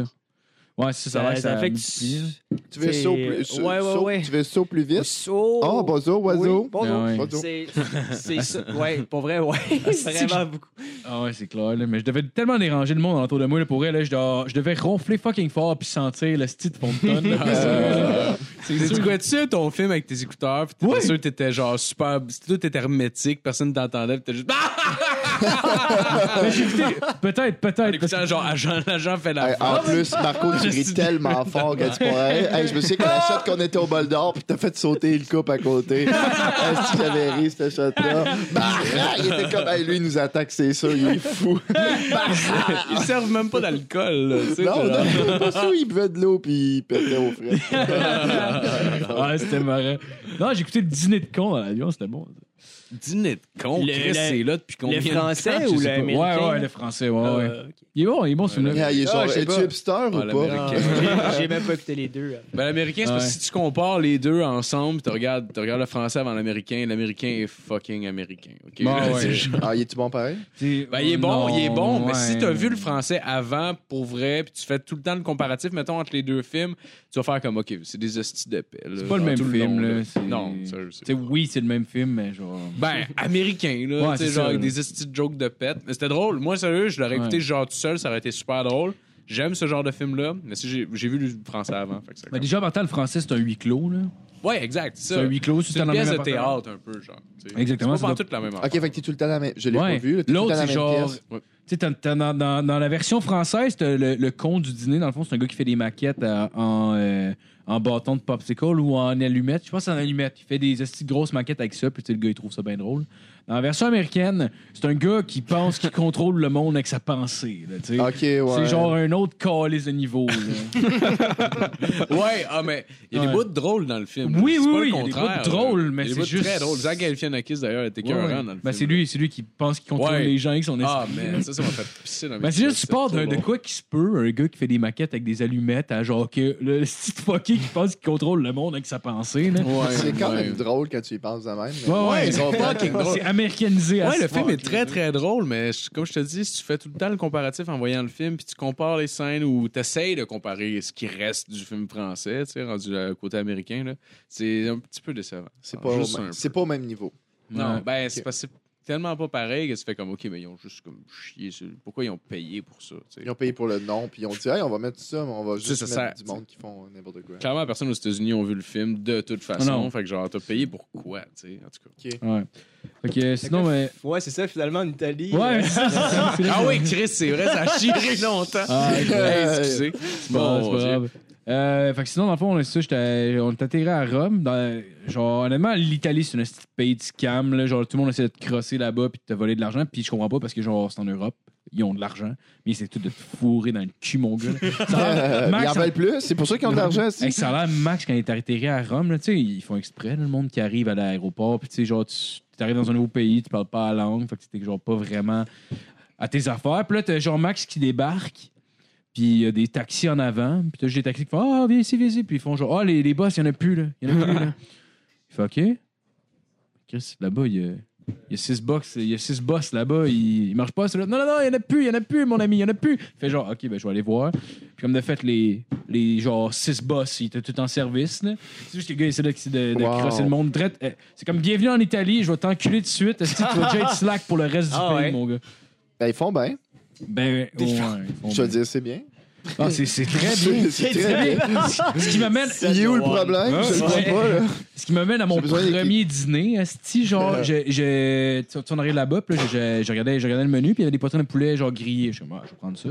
Ouais, c'est ça. Ça, a l'air que ça affecte- multiplie, Tu veux C'est- saut plus, saut- Ouais, ouais, saut- ouais. Tu veux saut plus vite? Saut. Oh, bonjour, oiseau. Oui, Ben bonjour. ouais. Bonjour. C'est c'est ça. Ouais, pour vrai, ouais. Vraiment beaucoup. là. Ah ouais, c'est clair. là. Mais je devais tellement déranger le monde autour de moi. Là, pour elle, là, je, dois- je devais ronfler fucking fort puis sentir le style de fond de tonne. là. Euh, C'est T'es- sûr. Tu écoutais ton film avec tes écouteurs, pis t'es Oui. sûr que t'étais genre super. Tout était hermétique, personne t'entendait, pis t'étais juste. Ah! Mais j'ai écouté- Peut-être, En peut-être. parce écoutant genre agent, l'agent fait la Hey, voix. en plus, Marco, tu Je cries suis- tellement fort que tu pourrais. Hey, je me souviens qu'on achète qu'on était au bol d'or, puis t'as fait sauter le couple à côté. Est-ce que j'avais ri, cette shot-là? Bah, ah, il était comme, hey, lui, il nous attaque, c'est sûr, il est fou. Ils servent même pas d'alcool, là, tu sais. non, t'es non, genre- il est pas sûr, il buvait de l'eau, puis il pétait au frais. Ah, c'était marrant. Non, j'ai écouté le dîner de con dans l'avion, c'était bon. Dîner de con, Le- Chris, le- c'est là depuis combien Le de temps? français ou Je sais le pas. Ouais, américain? ouais, le français, ouais, ouais. Ah, ok. Il est bon, il est bon celui-là. Yeah, il est Ah, genre, je sais es-tu pas. hipster Ah, ou pas? l'Amérique. Ah, j'ai- J'ai même pas écouté les deux. hein. Ben, l'américain, c'est parce que Ouais. si tu compares les deux ensemble, tu regardes, tu regardes le français avant l'américain, l'américain est fucking américain. ok? Bon, Là, ouais. c'est genre- Ah, il est-tu bon pareil? Ben, il est bon, il est bon, mais si tu as vu le français avant, pour vrai, puis tu fais tout le temps le comparatif, mettons, entre les deux films, tu vas faire comme, OK, c'est des hosties d'épais. là, C'est genre, pas le même tout film, long, là. c'est- Non, sérieux, c'est Tu sais, pas- oui, c'est le même film, mais genre. Ben, américain, là. Ouais, tu sais, c'est genre, ça, avec là. des hosties de jokes de pète. Mais c'était drôle. Moi, sérieux, je l'aurais écouté Ouais. genre tout seul, ça aurait été super drôle. J'aime ce genre de film-là, mais si j'ai j'ai vu le français avant. Fait que c'est Ben, comme- déjà, en partant, le français, c'est un huis clos, là. Ouais, exact. C'est C'est ça. un huis clos, si C'est t'es une dans le pièce même de appartement. théâtre un peu, genre. tu sais. Exactement, C'est pas ça toute la même Ok, fait que t'es tout le temps dans la même. Je l'ai Ouais. pas vu. là, t'es tout le temps L'autre, dans la c'est même genre. pièce. Ouais. Tu sais, t'as- t'as dans, dans, dans la version française, t'as le, le con du dîner, dans le fond, c'est un gars qui fait des maquettes euh, en, euh, en bâton de popsicle ou en allumette. Je pense que c'est en allumette. Il fait des esti de grosses maquettes avec ça, puis tu sais, le gars, il trouve ça bien drôle. Dans la version américaine, c'est un gars qui pense qu'il contrôle le monde avec sa pensée. là, tu sais. Ok, ouais. C'est genre un autre calice de niveau. là. Ouais, ah, mais il y a des Ouais. bouts drôles dans le film. Oui, C'est oui, pas le oui, il y a des contraire, bouts drôles, là. mais Il y a des c'est bouts juste- très drôle. Zach Galifianakis, d'ailleurs, était Ouais, ouais. écœurant dans le Ben, film. c'est lui, c'est lui qui pense qu'il contrôle Ouais. les gens avec son esprit. Ah, man, ça, ça m'a fait pisser dans mes Ben, c'est juste, tu chaussettes, pars trop d'un- de bon. quoi qui se peut, un gars qui fait des maquettes avec des allumettes, à genre que le site fucké qui pense qu'il contrôle le monde avec sa pensée. Là. Ouais, C'est quand ouais. même drôle quand tu y penses de même. mais- Ouais, ouais, Ouais, c'est- c'est fucking drôle. c'est américanisé à Ouais, le ce film fuck, est très très drôle, mais je- comme je te dis, si tu fais tout le temps le comparatif en voyant le film, puis tu compares les scènes ou t'essayes de comparer ce qui reste du film français, tu sais, rendu le côté américain, là, c'est un petit peu décevant. Ah, C'est Alors, pas, au juste un même- peu. c'est pas au même niveau. Non, Ouais. ben c'est parce que c'est tellement pas pareil que tu fais comme OK, mais ils ont juste comme chié. sur- Pourquoi ils ont payé pour ça tu sais? Ils ont payé pour le nom, puis ils ont dit, hey, on va mettre ça, mais on va juste ça mettre sert, du tu monde qui font n'importe quoi. Clairement, personne aux États-Unis ont vu le film de toute façon. Non. Fait que genre, t'as payé pour quoi, tu sais, en tout cas. Ouais. Fait que, sinon, mais. Ouais, c'est ça, finalement, en Italie. euh, Ouais, c'est ça, c'est ça, c'est ça. Ah oui, Chris, c'est vrai, ça a chiré longtemps. Ah, ouais, Hey, c'est excusez. pas- c'est Mon pas Dieu. grave. Euh, fait que sinon, dans le fond, on est ça, j'étais- on est atterri à Rome. Dans, genre, honnêtement, l'Italie, c'est un petit pays de scam. là. genre, tout le monde essaie de te crosser là-bas puis de te voler de l'argent. Puis je comprends pas parce que, genre, c'est en Europe, ils ont de l'argent, mais c'est tout de te fourrer dans le cul, mon gars. Ça- Euh, Max, ils en ça- veulent plus, c'est pour ça qu'ils ont de l'argent. si. Hey, ça a l'air max quand il est atterri à Rome, là, tu sais, ils font exprès, là, le monde qui arrive à l'aéroport, puis tu sais, genre, tu arrives dans un nouveau pays, tu parles pas la langue, fait que t'es genre pas vraiment à tes affaires. Puis là, t'as genre Max qui débarque, puis Puis il y a des taxis en avant. Puis là, j'ai des taxis qui font Ah, viens ici, viens ici. Puis ils font genre Ah, les, les boss, il n'y en a plus, là. Il y en a plus, là. Il fait OK. Chris, là-bas, il y a. Il y a six box, il y a six boss là-bas, il, il marche pas. celui-là. Non, non, non, il y en a plus, il y en a plus, mon ami, il y en a plus. Il fait genre, OK, ben je vais aller voir. Puis comme de fait, les, les genre six boss, ils étaient tout en service. là. C'est juste que le gars essaie de, de, de Wow. crosser le monde. Traite- euh, C'est comme bienvenue en Italie, je vais t'enculer tout de suite. Est-ce que tu vas déjà être slack pour le reste du Ah pays, ouais. mon gars? Ben, ils font bien. Ben, ouais, ils font Je te bien. dis, c'est bien. Ah, c'est c'est très bien. C'est- C'est très bien. Ce qui m'amène Il est où le problème? Je le Ouais. comprends pas, là. Ce qui m'amène à mon J'ai besoin d'équipe. premier dîner, asti, genre, je, je, tu- tu en arrives là-bas, puis là, je, je- je regardais, je regardais le menu, puis il y avait des poitrines de poulet, genre, grillées. Je suis comme, ah, je vais prendre ça.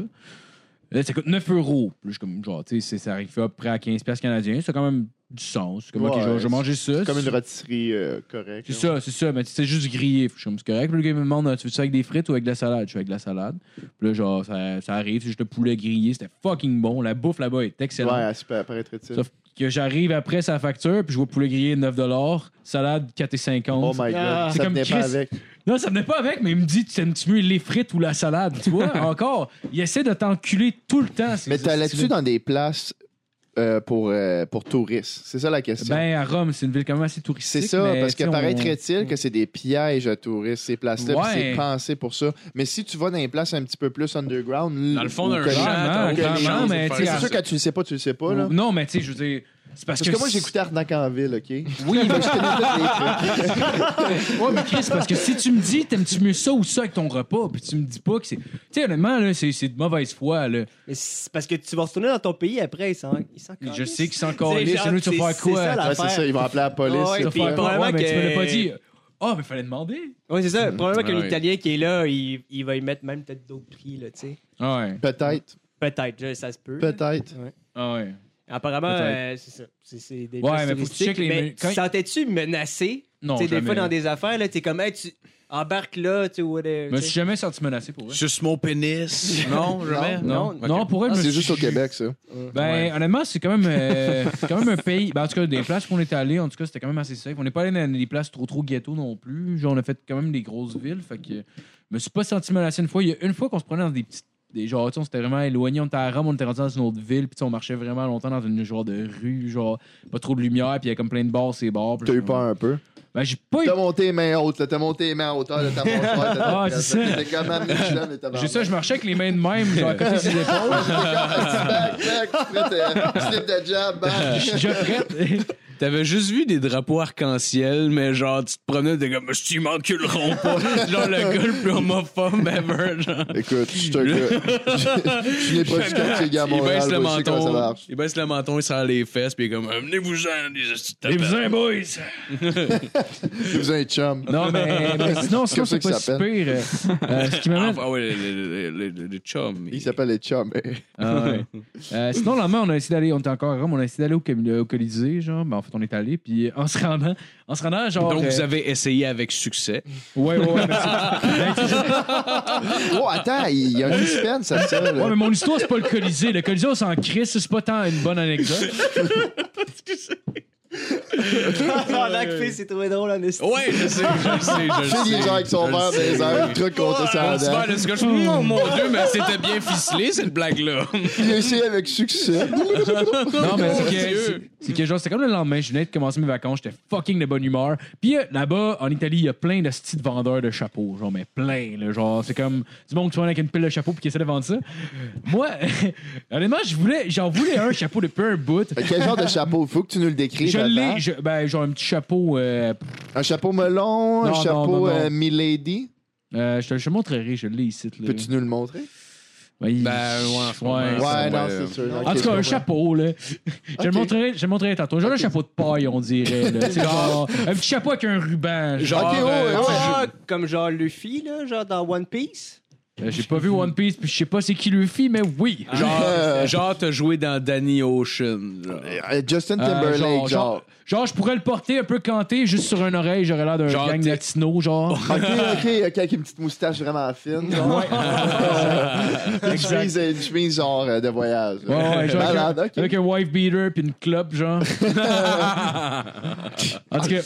Là, ça coûte 9 euros. Puis là, je suis comme, genre, tu sais, c'est- ça arrive à peu près à 15 piastres canadiens. C'est quand même du sens. C'est comme, OK, Ouais, je vais- je vais manger ça. C'est Comme une rôtisserie euh, correcte. C'est ça, c'est ça. Mais tu sais, juste grillé. Puis Je suis comme, c'est correct. Puis le gars il me demande, tu veux ça avec des frites ou avec de la salade? Je suis avec de la salade. Puis là, genre, ça, ça arrive. C'est juste le poulet grillé. C'était fucking bon. La bouffe là-bas est excellente. Ouais, ça peut apparaître utile. Sauf que j'arrive après sa facture, puis je vois poulet grillé 9 salade 4,50. Oh my Ah. god, C'est ça comme venait pas Chris. avec. Non, ça venait pas avec, mais il me dit Tu aimes-tu mieux les frites ou la salade Tu vois, encore, il essaie de t'enculer tout le temps. ces Mais t'allais-tu hosties-là. dans des places euh, pour, euh, pour touristes? C'est ça la question. Ben, à Rome, c'est une ville quand même assez touristique. c'est ça, mais, parce tu que sais, on- paraîtrait-il que c'est des pièges à touristes, ces places-là, puis Ouais. c'est pensé pour ça. Mais si tu vas dans des places un petit peu plus underground... Dans le fond ou d'un que- champ, t'as Clairement, aucune clairement, chance de mais faire tu sais, Mais ça. c'est sûr, quand tu le sais pas, tu le sais pas, là. Non, mais tu sais, je veux dire, c'est parce, Parce que moi, j'écoutais Arnaque en ville, OK? Oui, mais je Ouais, mais Chris, parce que si tu me dis, t'aimes-tu mieux ça ou ça avec ton repas, puis tu me dis pas que c'est. Tu sais, honnêtement, là, c'est c'est de mauvaise foi, là. Mais c'est parce que tu vas retourner dans ton pays après, ils s'en ils s'en Je calissent. sais qu'ils sont Ah, C'est encore là, genre, c'est nous, tu vas faire c'est- quoi? c'est ça, la- Ouais, c'est L'affaire. ça, ils vont appeler la police. Ah ouais, c'est T'as puis fait pas- quoi? probablement Ouais, mais tu que- me l'as pas dit. Ah, mais fallait demander. Oui, c'est Mm-hmm. ça. Probablement qu'un Ouais. Italien qui est là, il, il va y mettre même peut-être d'autres prix, là, tu sais. Ah Ouais, Ah Peut-être, Peut-être, je- ça se peut. peut-être. ouais. Apparemment, Peut-être. euh, c'est ça. C'est- C'est des Ouais, mais faut places que tu touristiques, checkes les mais menus. Quand- tu Sentais-tu menacé? Non, Tu sais, des jamais. fois, dans des affaires, là, t'es comme, hey, tu embarques là, tu sais, whatever. Je me tu suis sais. jamais senti menacé pour vrai. Juste mon pénis. Non, jamais. Non, Ok. non, pour elle, Ah, je me c'est suis- juste au Québec, ça. Ben, Ouais. honnêtement, c'est quand même, euh, c'est quand même un pays. Ben, en tout cas, des places qu'on était allé, en tout cas, c'était quand même assez safe. On n'est pas allé dans des places trop, trop ghetto non plus. Genre, on a fait quand même des grosses villes. Fait que je me suis pas senti menacé une fois. Il y a une fois qu'on se prenait dans des petites. Des, genre, tu sais, on s'était vraiment éloigné, on était à Rome, on était rendu dans une autre ville, puis tu sais, on marchait vraiment longtemps dans une genre de rue, genre, pas trop de lumière, puis il y a comme plein de bars, c'est bars. puis T'as je- eu peur un peu. Ben, j'ai pas eu T'as monté les mains hautes, là. T'as monté les mains à hauteur de ta mâchoire. de ta Ah, tête. c'est ça. T'es comme un Michelin, mais t'as J'ai ça, je marchais avec les mains de même, genre, à côté des épaules. Slip de jab, bang. Je prête. T'avais juste vu des drapeaux arc-en-ciel, mais genre, tu te promenais, t'es comme, je t'y m'enculeront pas. genre, le gars le plus homophobe ever, genre. Écoute, je te je- Je n'ai pas du quartier gars à il Montréal, baisse le moi, je sais comment ça menton, marche. il baisse le menton, il serre les fesses, puis il est comme, euh, amenez-vous-en, les hosties de tabarnak. boys! Tu faisais un chum. Non, mais, mais sinon, sinon Comme ça c'est qu'il pas si s'appelle. pire. Euh, euh, ce qui Ah, m'amène. ah ouais, les, les, les, les- les chums. Il s'appelle les chums. eh. Ah ouais. Euh, sinon, le lendemain, on a essayé d'aller, on était encore à Rome, on a essayé d'aller au, Com- au Colisée, genre, ben, en fait, on est allé, puis en se rendant, en se rendant, Oh, genre. Donc, vous euh, avez essayé avec succès. Ouais, ouais, ouais. mais c'est- ben, c'est- Oh, attends, il y a un suspense à ça. ouais, là. mais mon histoire, c'est pas le Colisée. Le Colisée, on s'en crisse, c'est pas tant une bonne anecdote. Ah, Lac Fils, c'est trop drôle, en esti. Ouais, je sais, je sais, je sais. Tu sais, les gens avec son je verre le dans les sais. airs, Oh. le truc hein. On se condescendant. fait le scotch. Mon mon dieu, mais c'était bien ficelé, cette blague-là. Il a essayé avec succès. Non, mais Mon c'est que, Dieu. c'est- c'est que genre, c'est comme le lendemain, je venais de commencer mes vacances, j'étais fucking de bonne humeur. Puis euh, là-bas, en Italie, il y a plein de styles de vendeurs de chapeaux, genre, mais plein, là, genre, c'est comme du monde qui vient avec une pile de chapeaux puis qui essaie de vendre ça. Moi, honnêtement, je voulais, j'en voulais un chapeau depuis un bout. Fait Quel genre de chapeau? Faut que tu nous le décrives. Je avant. l'ai, je- ben, genre un petit chapeau. euh, Un chapeau Non, melon, un non, chapeau non, non. euh, Milady. euh, je te je te montrerai, je l'ai ici. Là. Peux-tu nous le montrer? Ben, il- Ben, ouais, en ce moment, ouais. Ouais, euh, ça, non, ouais. c'est sûr. En tout cas, un chapeau. chapeau, là. Je le Ok. montrerai, je le montrerai tantôt. Genre un chapeau de paille, on dirait. Là. C'est genre un petit chapeau avec un ruban. Genre, Genre, Ok, ouais, euh, Oh, ouais. Ah, comme genre Luffy, là, genre dans One Piece. Euh, j'ai pas vu One Piece, puis je sais pas c'est qui Luffy, mais oui. genre, Euh. genre, t'as joué dans Danny Ocean. genre. Euh, Justin Euh, Timberlake, genre, genre. genre, genre, je pourrais le porter un peu canté, juste sur une oreille, j'aurais l'air d'un Genre, gang t'es- latino, genre. Ok, ok, ok, avec une petite moustache vraiment fine. genre. une, chemise, une chemise genre euh, de voyage. Ouais, ouais, genre Malade, avec, un, ok. avec un wife beater puis une clope, genre. en tout cas,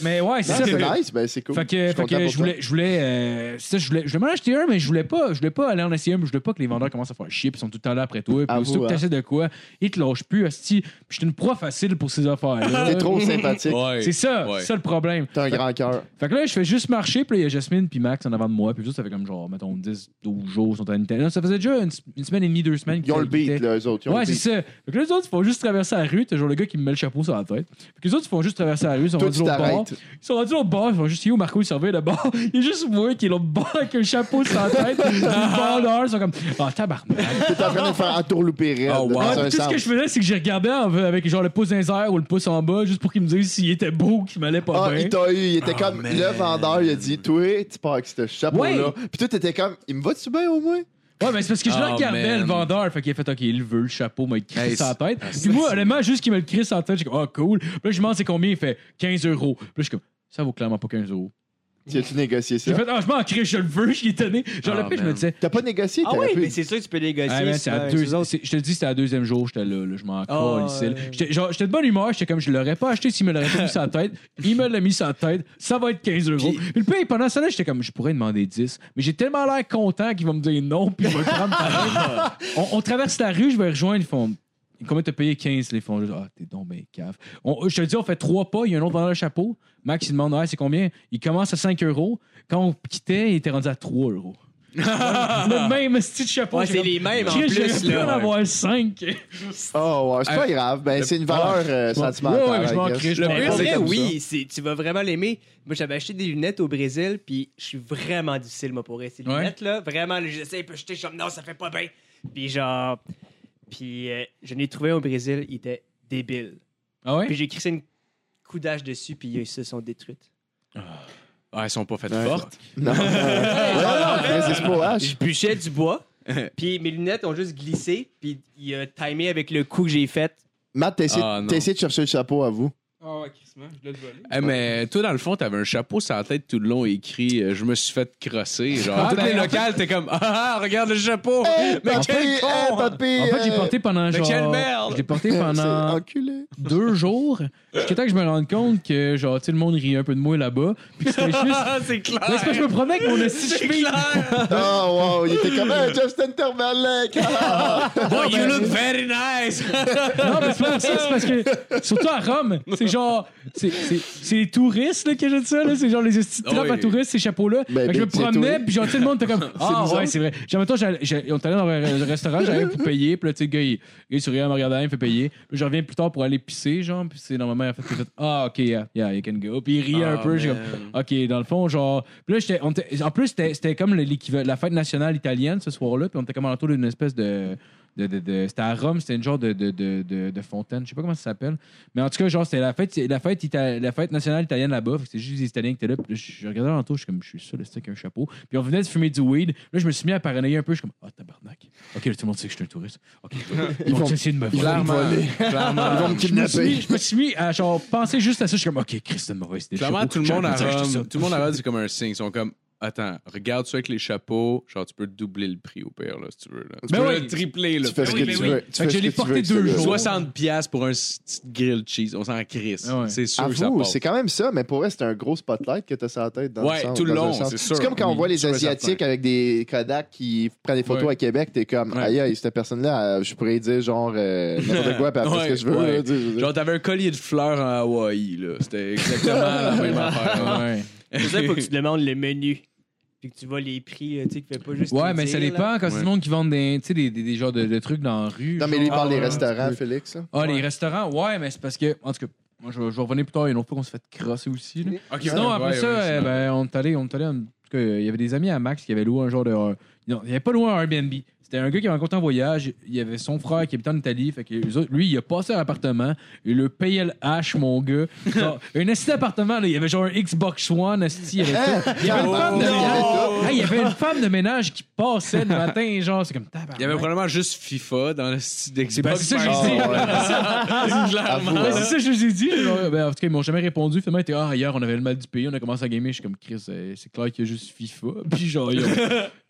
mais ouais, c'est Non, ça. fait- c'est Ah, nice, ben c'est cool. Fait que, suis fait content que pour je voulais, je voulais, euh, c'est ça, je voulais, je voulais m'en acheter un, mais je voulais pas, je voulais pas pas aller en SIM, je veux pas que les vendeurs commencent à faire chier, puis ils sont tout le temps là après toi, puis Avoue, surtout que hein. t'essaies de quoi, ils te lâchent plus, asti. Puis je suis une proie facile pour ces affaires-là. T'es trop sympathique. Ouais. C'est ça, Ouais. c'est ça le problème. T'as un grand cœur. Fait que là, je fais juste marcher, puis là, il y a Jasmine puis Max en avant de moi, puis juste ça fait comme genre, mettons, 10, 12 jours, ils sont à Nintendo. Ça faisait déjà une, une semaine et demie, deux semaines. Ils ont le qu'ils beat, là, eux autres. Ils ont Ouais, le c'est beat. ça. Fait que là, les autres, ils font juste traverser la rue. T'as genre le gars qui me met le chapeau sur la tête. Fait que les autres, ils font juste traverser la rue. Ils sont Toi, rendus tu l'autre bord. t'arrêtes. Ils sont rendus l'autre bord. Ils font juste, yo, Marco, il surveille le bord. Il y a juste moi qui est l'autre bord avec un chapeau sur la tête. Puis le vendeur, ils sont comme, ah, tabarnak. T'es en train de faire entourlouper raide. Oh, wow. dans Ah, un puis tout ce sens. que je faisais, c'est que j'ai regardé en- avec genre le pouce dans les airs ou le pouce en bas, juste pour qu'ils me disent s'il était beau ou qu'il m'allait pas Ah, bien. il t'a eu. Il était comme. Le vendeur, il a dit Toi, tu pars avec ce chapeau-là. Ouais. Puis toi, t'étais comme Il me va-tu bien au moins Ouais, mais c'est parce que je le Oh, regardais, man. le vendeur. Fait qu'il a fait, OK, il veut le chapeau, m'a crissé Hey, sur la tête. Ah, c'est- Puis moi, honnêtement, juste qu'il me le crisse sur la tête, j'ai comme, ah, cool. Puis là, je demande, c'est combien? Il fait 15 euros. Puis là, je suis comme, ça vaut clairement pas 15 euros. Tu as-tu négocié ça J'ai fait, ah, je m'en crisse, je le veux, je suis étonné. Genre, Ah, le prix, je me man. disais, T'as pas négocié Ah t'aurais oui, pu- mais c'est sûr que tu peux négocier. hein, Ah, man, c'est à souvent, deux- les autres. c'est- je te dis, c'était à la deuxième jour, j'étais là, là, je m'en Ah, colle ici, là. ouais. J'étais genre, j'étais de bonne humeur, j'étais comme, je l'aurais pas acheté s'il me l'aurait pas mis sur la tête. Il me l'a mis sur la tête, ça va être 15 euros. Puis le pire, pendant ça, là, j'étais comme, je pourrais demander 10, mais j'ai tellement l'air content qu'il va me dire non, puis il va le prendre pareil. on, on traverse la rue, je vais rejoindre, ils font. Combien t'as payé 15 les fonds? Je dis, Ah, t'es donc ben cave. On- je te dis, on fait trois pas, il y a un autre vendeur le chapeau. Max, il demande, ah, c'est combien? Il commence à 5 euros. Quand on quittait, il était rendu à 3 euros. le même style de chapeau. Ouais, j'ai c'est comme- les mêmes en Chris, j'aurais plus. pu en là. avoir 5. Oh, ouais, c'est pas grave. Ben, c'est une valeur euh, sentimentale. Euh, Ouais, ouais, mais je m'en I guess. crée, je Le m'en Mais pire, pour c'est vrai, comme oui, c'est- tu vas vraiment l'aimer. Moi, j'avais acheté des lunettes au Brésil, puis je suis vraiment difficile, moi, pour rester. Ces Ouais. lunettes-là, vraiment, là, j'essaie de jeter, je suis comme, non, ça fait pas bien. Puis genre, puis euh, je l'ai trouvé au Brésil, il était débile. Ah Puis ouais? j'ai crissé une coup d'âge dessus, puis ils se sont détruites. Ah, elles sont pas faites Ouais. fortes. ça. Non, non, non, mais c'est Ah, pas Je H. bûchais du bois, puis mes lunettes ont juste glissé, puis il a timé avec le coup que j'ai fait. Matt, t'as essayé, Ah, non. t'as essayé de chercher le chapeau à vous. Ah ouais, Christmas, je l'ai volé. Eh, mais toi, dans le fond, t'avais un chapeau sur la tête tout le long écrit euh, Je me suis fait crosser. Genre, Ah, toutes ben, les en locales, t'es comme Ah, ah, regarde le chapeau. Eh, mais Papi, quel con! hey, papi, hein. En fait, j'ai euh, porté pendant Mais genre. quelle merde! Je l'ai porté c'est pendant Enculé. deux jours. Jusqu'à temps que je me rende compte que, genre, tu sais, le monde riait un peu de moi là-bas. Puis c'était juste. Ah, c'est Ouais, c'est parce que je me promenais avec mon esti de cheville. Oh, wow, il était comme un Justin Timberlake. Ah, Boy, you look very nice. Non, mais c'est pas pour ça, c'est parce que. Surtout à Rome, c'est genre. C'est c'est- c'est les touristes là, que j'ai dit ça, là. C'est genre les esti de Ah trappes oui. à touristes, ces chapeaux-là. Fait que Ben, ben, je me c'est promenais, tout. puis genre, tout le monde était comme. Ah nous ouais, autres. c'est vrai. Genre, mettons, j'allais- j'allais- on était allé dans un restaurant, j'arrive pour payer, puis là, tu sais, le gars, il, le gars, il sourit, il me regarde, il me fait payer. Puis je reviens plus tard pour aller pisser, genre, puis c'est normalement, il a fait, il a fait, Ah, ok, yeah, yeah, you can go. Puis il riait un Ah, peu, j'ai man. comme. OK, dans le fond, genre. Puis là, j'étais. on était- En plus, c'était c'était comme le- l'équivalent- la fête nationale italienne ce soir-là. Puis on était comme autour d'une espèce de. de- de- de- c'était à Rome, c'était une genre de, de, de, de- de fontaine. Je sais pas comment ça s'appelle. Mais en tout cas, genre, c'était la fête, la, fête ita- la fête nationale italienne là-bas. Fait que C'était juste les Italiens qui étaient là. Puis là, je je regardais l'entour, je suis comme, je suis sûr, le stick a un chapeau. Puis on venait de fumer du weed. Là, je me suis mis à paranoïer un peu. Je suis comme, ah, tabarnak. OK, là, tout le monde sait que je suis un touriste. OK, ils vont essayer de me voler. Clairement. Ils vont me Je me, suis mis, kidnapper. je me suis mis à genre penser juste à ça. Je suis comme, OK, Chris, c'est une mauvaise idée. Clairement, Chapeau. tout le monde à J'aurais dû acheter ça. Rome, tout le monde à Rome, c'est comme un signe. Ils sont comme Attends, regarde ça avec les chapeaux. Genre, tu peux doubler le prix au pire, là, si tu veux. Là. Tu Ben peux oui. le tripler, là. Ben Tu fais ce oui, que mais tu oui. veux. Fait Tu que fais je ce l'ai tu porté veux avec deux ce gars-là. jours. 60 pièces pour un petit grilled cheese, on s'en crisse. Ah ouais. C'est sûr que ça Avoue, passe. c'est quand même ça, mais pour vrai, c'est un gros spotlight que t'as sur la tête. Dans Ouais, le sens, tout le dans un long, sens. c'est sûr. comme quand on Oui, voit les sûr et Asiatiques certain. avec des Kodak qui prennent des photos Ouais. à Québec, t'es comme, Ouais. aïe, aïe, cette personne-là, euh, je pourrais dire genre euh, n'importe quoi, puis après ce que je veux. Ouais. là, tu sais, je veux dire. Genre, t'avais un collier de fleurs en Hawaï, là. C'était exactement la même affaire. Ah là. Ouais. C'est ça, faut que tu demandes le menu, puis que tu vois les prix, euh, tu sais, que tu fais pas juste. Ouais, te mais ça dire, là. dépend quand c'est Ouais. du monde qui vend des, tu sais, des, des, des genres de, de trucs dans la rue. Non, mais lui, il genre. parle des Ah, ouais. restaurants, Félix. là. Ah, les restaurants, ouais, mais c'est parce que. En tout cas, moi, je, vais- je vais revenir plus tard. Il y a une autre fois qu'on se fait crosser aussi. Là. Ok, Sinon, ouais, après ouais, ça, ouais, euh, sinon. ben, on est allé. On est allé en- en tout cas, il y avait des amis à Max qui avaient loué un genre de. euh, non, il n'y avait pas loué un Airbnb. C'était un gars qui avait rencontré en voyage. Il y avait son frère qui habitait en Italie. Fait que eux autres- lui, il a passé à l'appartement. Il le payait le H, mon gars. Genre, un esti d'appartement, là, il y avait genre un Xbox One, esti, il y avait Hein? tout. Il y avait une Oh, femme de non! ménage. Hey, il y avait une femme de ménage qui passait le matin, genre, c'est comme tabarnak. Il y avait probablement juste FIFA dans le style d'Xbox. Ben, c'est ça, j'ai par Ah, dit. exemple. ouais. Clairement. Avoue, Ouais, hein. c'est ça, je vous ai dit. Genre, Ah, ben, en tout cas, ils m'ont jamais répondu. Finalement, ils étaient, ah, hier, on avait le mal du pays, on a commencé à gamer. Je suis comme, Chris, euh, c'est clair qu'il y a juste FIFA. Puis, genre, ils ont,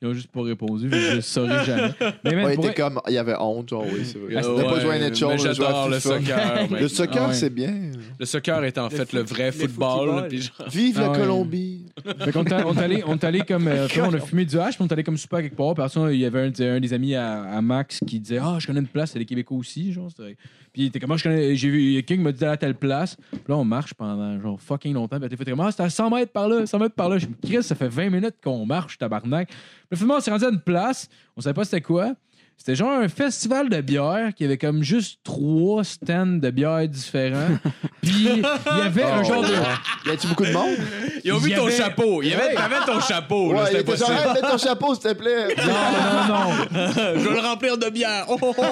ils ont juste pas répondu. puis Je saurais jamais. Mais man, pour On était vrai- comme, il y avait honte, genre, oui, c'est vrai. Ah, On n'a pas ouais, joué à Nature, mais on a joué à j'adore le FIFA. soccer. Le maintenant. soccer, Ah ouais. c'est bien. Le soccer est en fait le vrai foot- le football. football. puis genre- Vive Ah la ouais. Colombie. Fait qu'on t'a- on est allé, on est allé comme. euh, finalement, on a fumé du hash, puis on est allé comme super quelque part. Puis après ça, il y avait un, un des amis à, à Max qui disait Ah, je connais une place, c'est les Québécois aussi. Genre, c'était- puis il était comme Moi, je connais. J'ai vu, il y a quelqu'un qui m'a dit d'aller à telle place. Puis là, on marche pendant genre fucking longtemps. Puis t'es fait comme Ah, c'était à 100 mètres par là, 100 mètres par là. Je me Chris, ça fait 20 minutes qu'on marche, tabarnak. Puis finalement, on s'est rendu à une place, on savait pas c'était quoi. C'était genre un festival de bière qui avait comme juste trois stands de bière différents. Puis il y avait un genre de. Y a-tu beaucoup de monde? Ils ont Il vu y ton avait- chapeau. Il y avait, t'avais ton Oh, chapeau. là, Ouais, il c'était était genre, possible. Hey, mets ton chapeau, s'il te plaît. Non, non, non. Je vais le remplir de bière. Oh, oh, oh.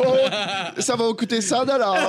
Oh, ça va vous coûter 100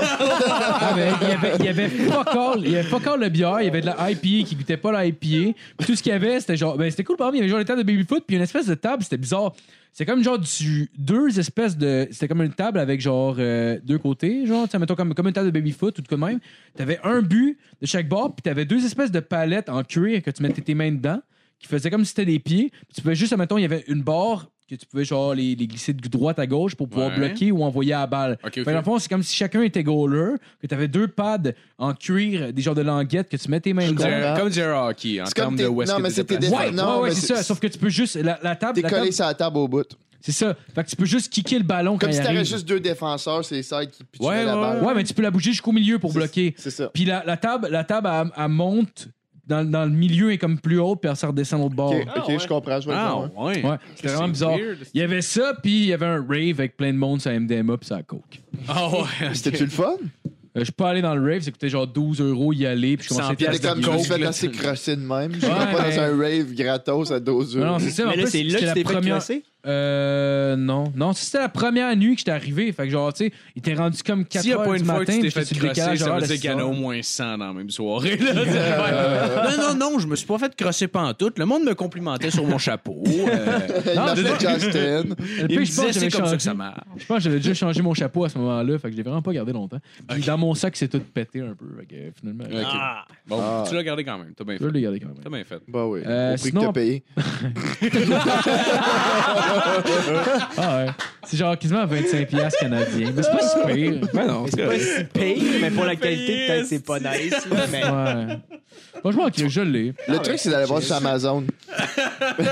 Ah, ben, il y avait, il y avait fuck all, il y avait fuck all le bière, il y avait de la IPA qui goûtait pas la IPA. Puis tout ce qu'il y avait, c'était genre, ben c'était cool par exemple, il y avait genre les tables de baby foot, puis une espèce de table, c'était bizarre. C'est comme genre du, deux espèces de, c'était comme une table avec genre euh, deux côtés, genre, tu sais, mettons comme, comme une table de baby foot, tout de même. T'avais un but de chaque bord, puis t'avais deux espèces de palettes en cuir que tu mettais tes mains dedans, qui faisaient comme si c'était des pieds. Puis tu pouvais juste, mettons, il y avait une barre que tu pouvais genre les, les glisser de droite à gauche pour pouvoir Ouais. bloquer ou envoyer à la balle. Ok, Fait ok. que dans le fond, c'est comme si chacun était goaler, que tu avais deux pads en cuir, des genres de languettes que tu mets tes mains dedans. comprends. Comme Jerry Hockey en C'est termes comme de tes- West non, mais c'était des- Ouais, Non, ouais, ouais, mais c'est c'est- ça. Sauf que tu peux juste. La, la table. T'es la table- collé sur la table au bout. C'est ça. Fait que tu peux juste kicker le ballon Comme quand si il t'avais arrive. juste deux défenseurs, c'est ça qui pitchaient Ouais, la ouais, balle. Ouais, mais tu peux la bouger jusqu'au milieu pour bloquer. C'est ça. Puis la, la table, la table elle, elle monte dans, dans le milieu et comme plus haute, puis elle se redescend l'autre bord. Ok, ok, je comprends, je vois le Ah, genre. ouais. Ouais, c'était vraiment C'est bizarre. weird. Il y avait ça, puis il y avait un rave avec plein de monde sur la MDMA puis ça coke. Ah, ouais. C'était-tu le fun? Euh, je suis pas allé dans le rave, ça coûtait genre 12 euros y aller, puis je 100 commençais à piastres C'est de comme je coke, me suis fait là. assez crosser de même. Je suis Ouais, pas mais- dans un rave gratos à 12 Non, non, euros. c'est ça. en Mais là, plus, c'est là c'était que la t'es fait première. crosser? Euh, non. Non, c'était la première nuit que j'étais arrivé. Fait que genre, tu sais, il était rendu comme 4 S'il n'y a heures pas du une fois que matin. tu t'es puis fait j'étais sur le crosser, décalage ça horaire veut de dire six qu'il y en a heures. au moins 100 dans la même soirée. là. Euh. non, non, non, je me suis pas fait crosser pas en tout. Le monde me complimentait sur mon chapeau. Euh, Il Non, m'appelait Justin. Le pire, je il me pense disait, que c'est j'avais comme ça que ça changé- marche. je pense que j'avais déjà changé mon chapeau à ce moment-là. Fait que je l'ai vraiment pas gardé longtemps. Puis dans mon sac, c'est tout pété un peu. Fait que finalement, Ok. Bon, Ah. tu l'as gardé quand même. T'as bien je vais fait. le garder quand même. T'as bien fait. Bah oui, Euh, au prix sinon- que t'as payé. Ah ouais. C'est genre quasiment 25 piastres canadiens. Mais c'est pas si pire. Ben non, C'est pas si pire, mais pour la qualité, peut-être c'est pas nice. là, Mais Ouais. Franchement, ok, je l'ai. Le truc, c'est d'aller voir sur Amazon. Ouais,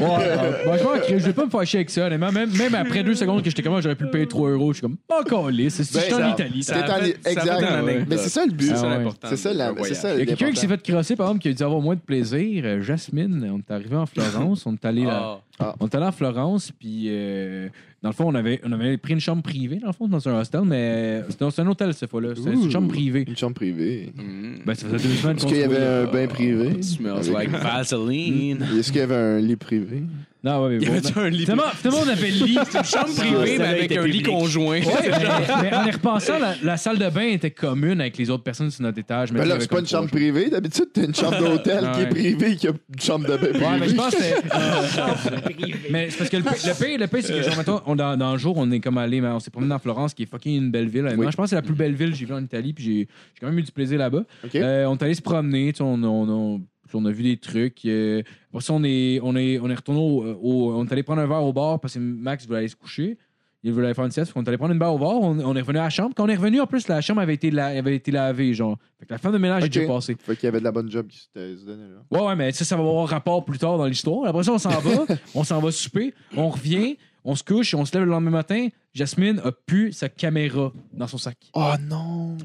ouais. Franchement, ok, je vais pas me fâcher avec ça. honnêtement. Même, même après deux secondes que j'étais comme, Ah, j'aurais pu le payer 3 euros. Je suis comme, pas collé. C'est Ben, j'étais ça- en Italie. T'es en- fait- ça fait une Exact. Mais anecdote. c'est ça le but. C'est ça Ah ouais. l'important. C'est ça, d'un la, voyage. c'est ça Il y le a quelqu'un qui s'est fait crosser, par exemple, qui a dû avoir moins de plaisir. Euh, Jasmine, on est arrivé en Florence. on est allé là- Ah. on est allé en Florence, puis euh, dans le fond, on avait, on avait pris une chambre privée, dans le fond, dans un hostel, mais c'était dans un hôtel cette fois-là. C'était une Ouh. chambre privée. Une chambre privée. Mm. Ben, ça faisait deux semaines Est-ce qu'on qu'il y se avait voyait. un bain privé? Smells like Hmm. Vaseline. Est-ce qu'il y avait un lit privé? Non, ouais, mais Il y bon, avait un lit. Finalement, finalement, on avait le lit. Une chambre privée, mais Ça, avec c'était un lit public. conjoint. Ouais, mais, mais en y repensant, la, la salle de bain était commune avec les autres personnes sur notre étage. mais Ben il y là, avait c'est pas comme une chambre trois- Ah privée. D'habitude, t'as une chambre d'hôtel qui Ouais. est privée, qui a une chambre de bain Ouais, mais je privée. pense que c'était- Mais c'est parce que le, le pire, le pire, c'est que genre, mettons, on, dans, dans le jour, on est comme allé, mais on s'est promené dans Florence, qui est fucking une belle ville. honnêtement. Oui. Je pense que c'est la plus belle ville que j'ai vue en Italie, puis j'ai j'ai quand même eu du plaisir là-bas. Ok. Euh, on est allé se promener, tu sais, on, on- on- puis on a vu des trucs. euh, après ça, on est, on est, on est retourné au, au- On est allé prendre un verre au bar parce que Max voulait aller se coucher. Il voulait aller faire une sieste. On est allé prendre une barre au bar, on, on est revenu à la chambre. Quand on est revenu, en plus, la chambre avait été, la- avait été lavée, genre. Fait que la fin de ménage Ok. est déjà passée. Fait qu'il y avait de la bonne job qui s'était se donnait, là. Ouais, ouais, mais ça, ça va avoir rapport plus tard dans l'histoire. Après ça, on s'en va, on s'en va souper, on revient, on se couche, on se lève le lendemain matin. Jasmine a pu sa caméra dans son sac. Oh non!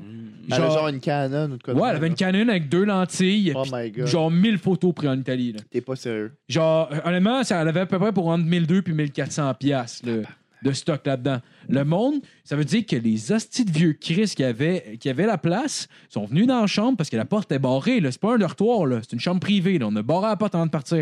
Elle a Ah, Genre- genre une Canon ou de quoi? de Ouais, même, elle avait là. une Canon avec deux lentilles, Oh puis my god. genre 1000 photos prises en Italie. là. T'es pas sérieux. Genre, euh, honnêtement, ça, elle avait à peu près pour entre 1200 puis 1400 piastres là, de stock là-dedans. Le monde, ça veut dire que les hosties de vieux Chris qui avaient, qui avaient la place sont venus dans la chambre parce que la porte est barrée. là. C'est pas un dortoir, là. c'est une chambre privée. là. On a barré la porte avant de partir.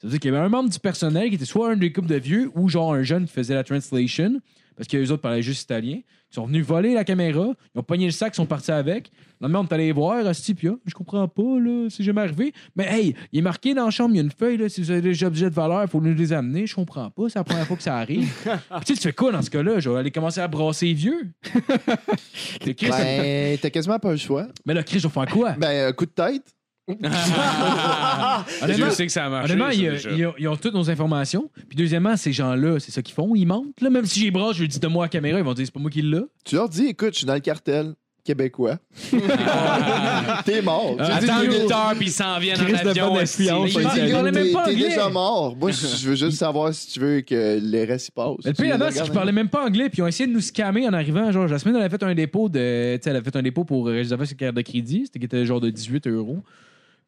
Ça veut dire qu'il y avait un membre du personnel qui était soit un des couples de vieux ou genre un jeune qui faisait la translation parce que les autres parlaient juste italien. Ils sont venus voler la caméra, ils ont pogné le sac, ils sont partis avec. Le lendemain, on est allé voir, hostie, puis ah, je comprends pas, là, c'est jamais arrivé. Mais hey, il est marqué dans la chambre, il y a une feuille, là, si vous avez des objets de valeur, il faut nous les amener. Je comprends pas, c'est la première fois que ça arrive. Puis tu sais, tu fais quoi dans ce cas-là? Je vais aller commencer à brasser les vieux. T'es Chris, Ben, t'as quasiment pas le choix. Mais là, Chris, je vais faire quoi? Ben, un coup de tête. Dieu Honnêtement, sait que ça a marché. honnêtement, ça, ils, euh, déjà. ils ont, ils ont toutes nos informations. Puis deuxièmement, ces gens-là, c'est ça qu'ils font. Ils mentent. Là. Même si j'ai brasse, je lui dis de moi à la caméra, ils vont dire c'est pas moi qui l'a. Ah, Tu leur dis, écoute, je suis dans le cartel québécois. T'es Euh, mort. Tu dis, Attends tu dis, 8 heures, puis ils s'en viennent Crise en de avion. bonne esti. influence, Ils T'es Ah, il parlait même pas hein, t'es anglais. déjà mort. Moi, je veux juste savoir si tu veux que les restes y passent. Mais le pire là-dedans, c'est qu'ils parlaient même pas anglais, puis ils ont essayé de nous scammer en arrivant. Genre, Jasmine, elle a fait un dépôt de. Tu sais, elle a fait un dépôt pour euh, réserver sa carte de crédit, c'était qui était genre de 18 euros.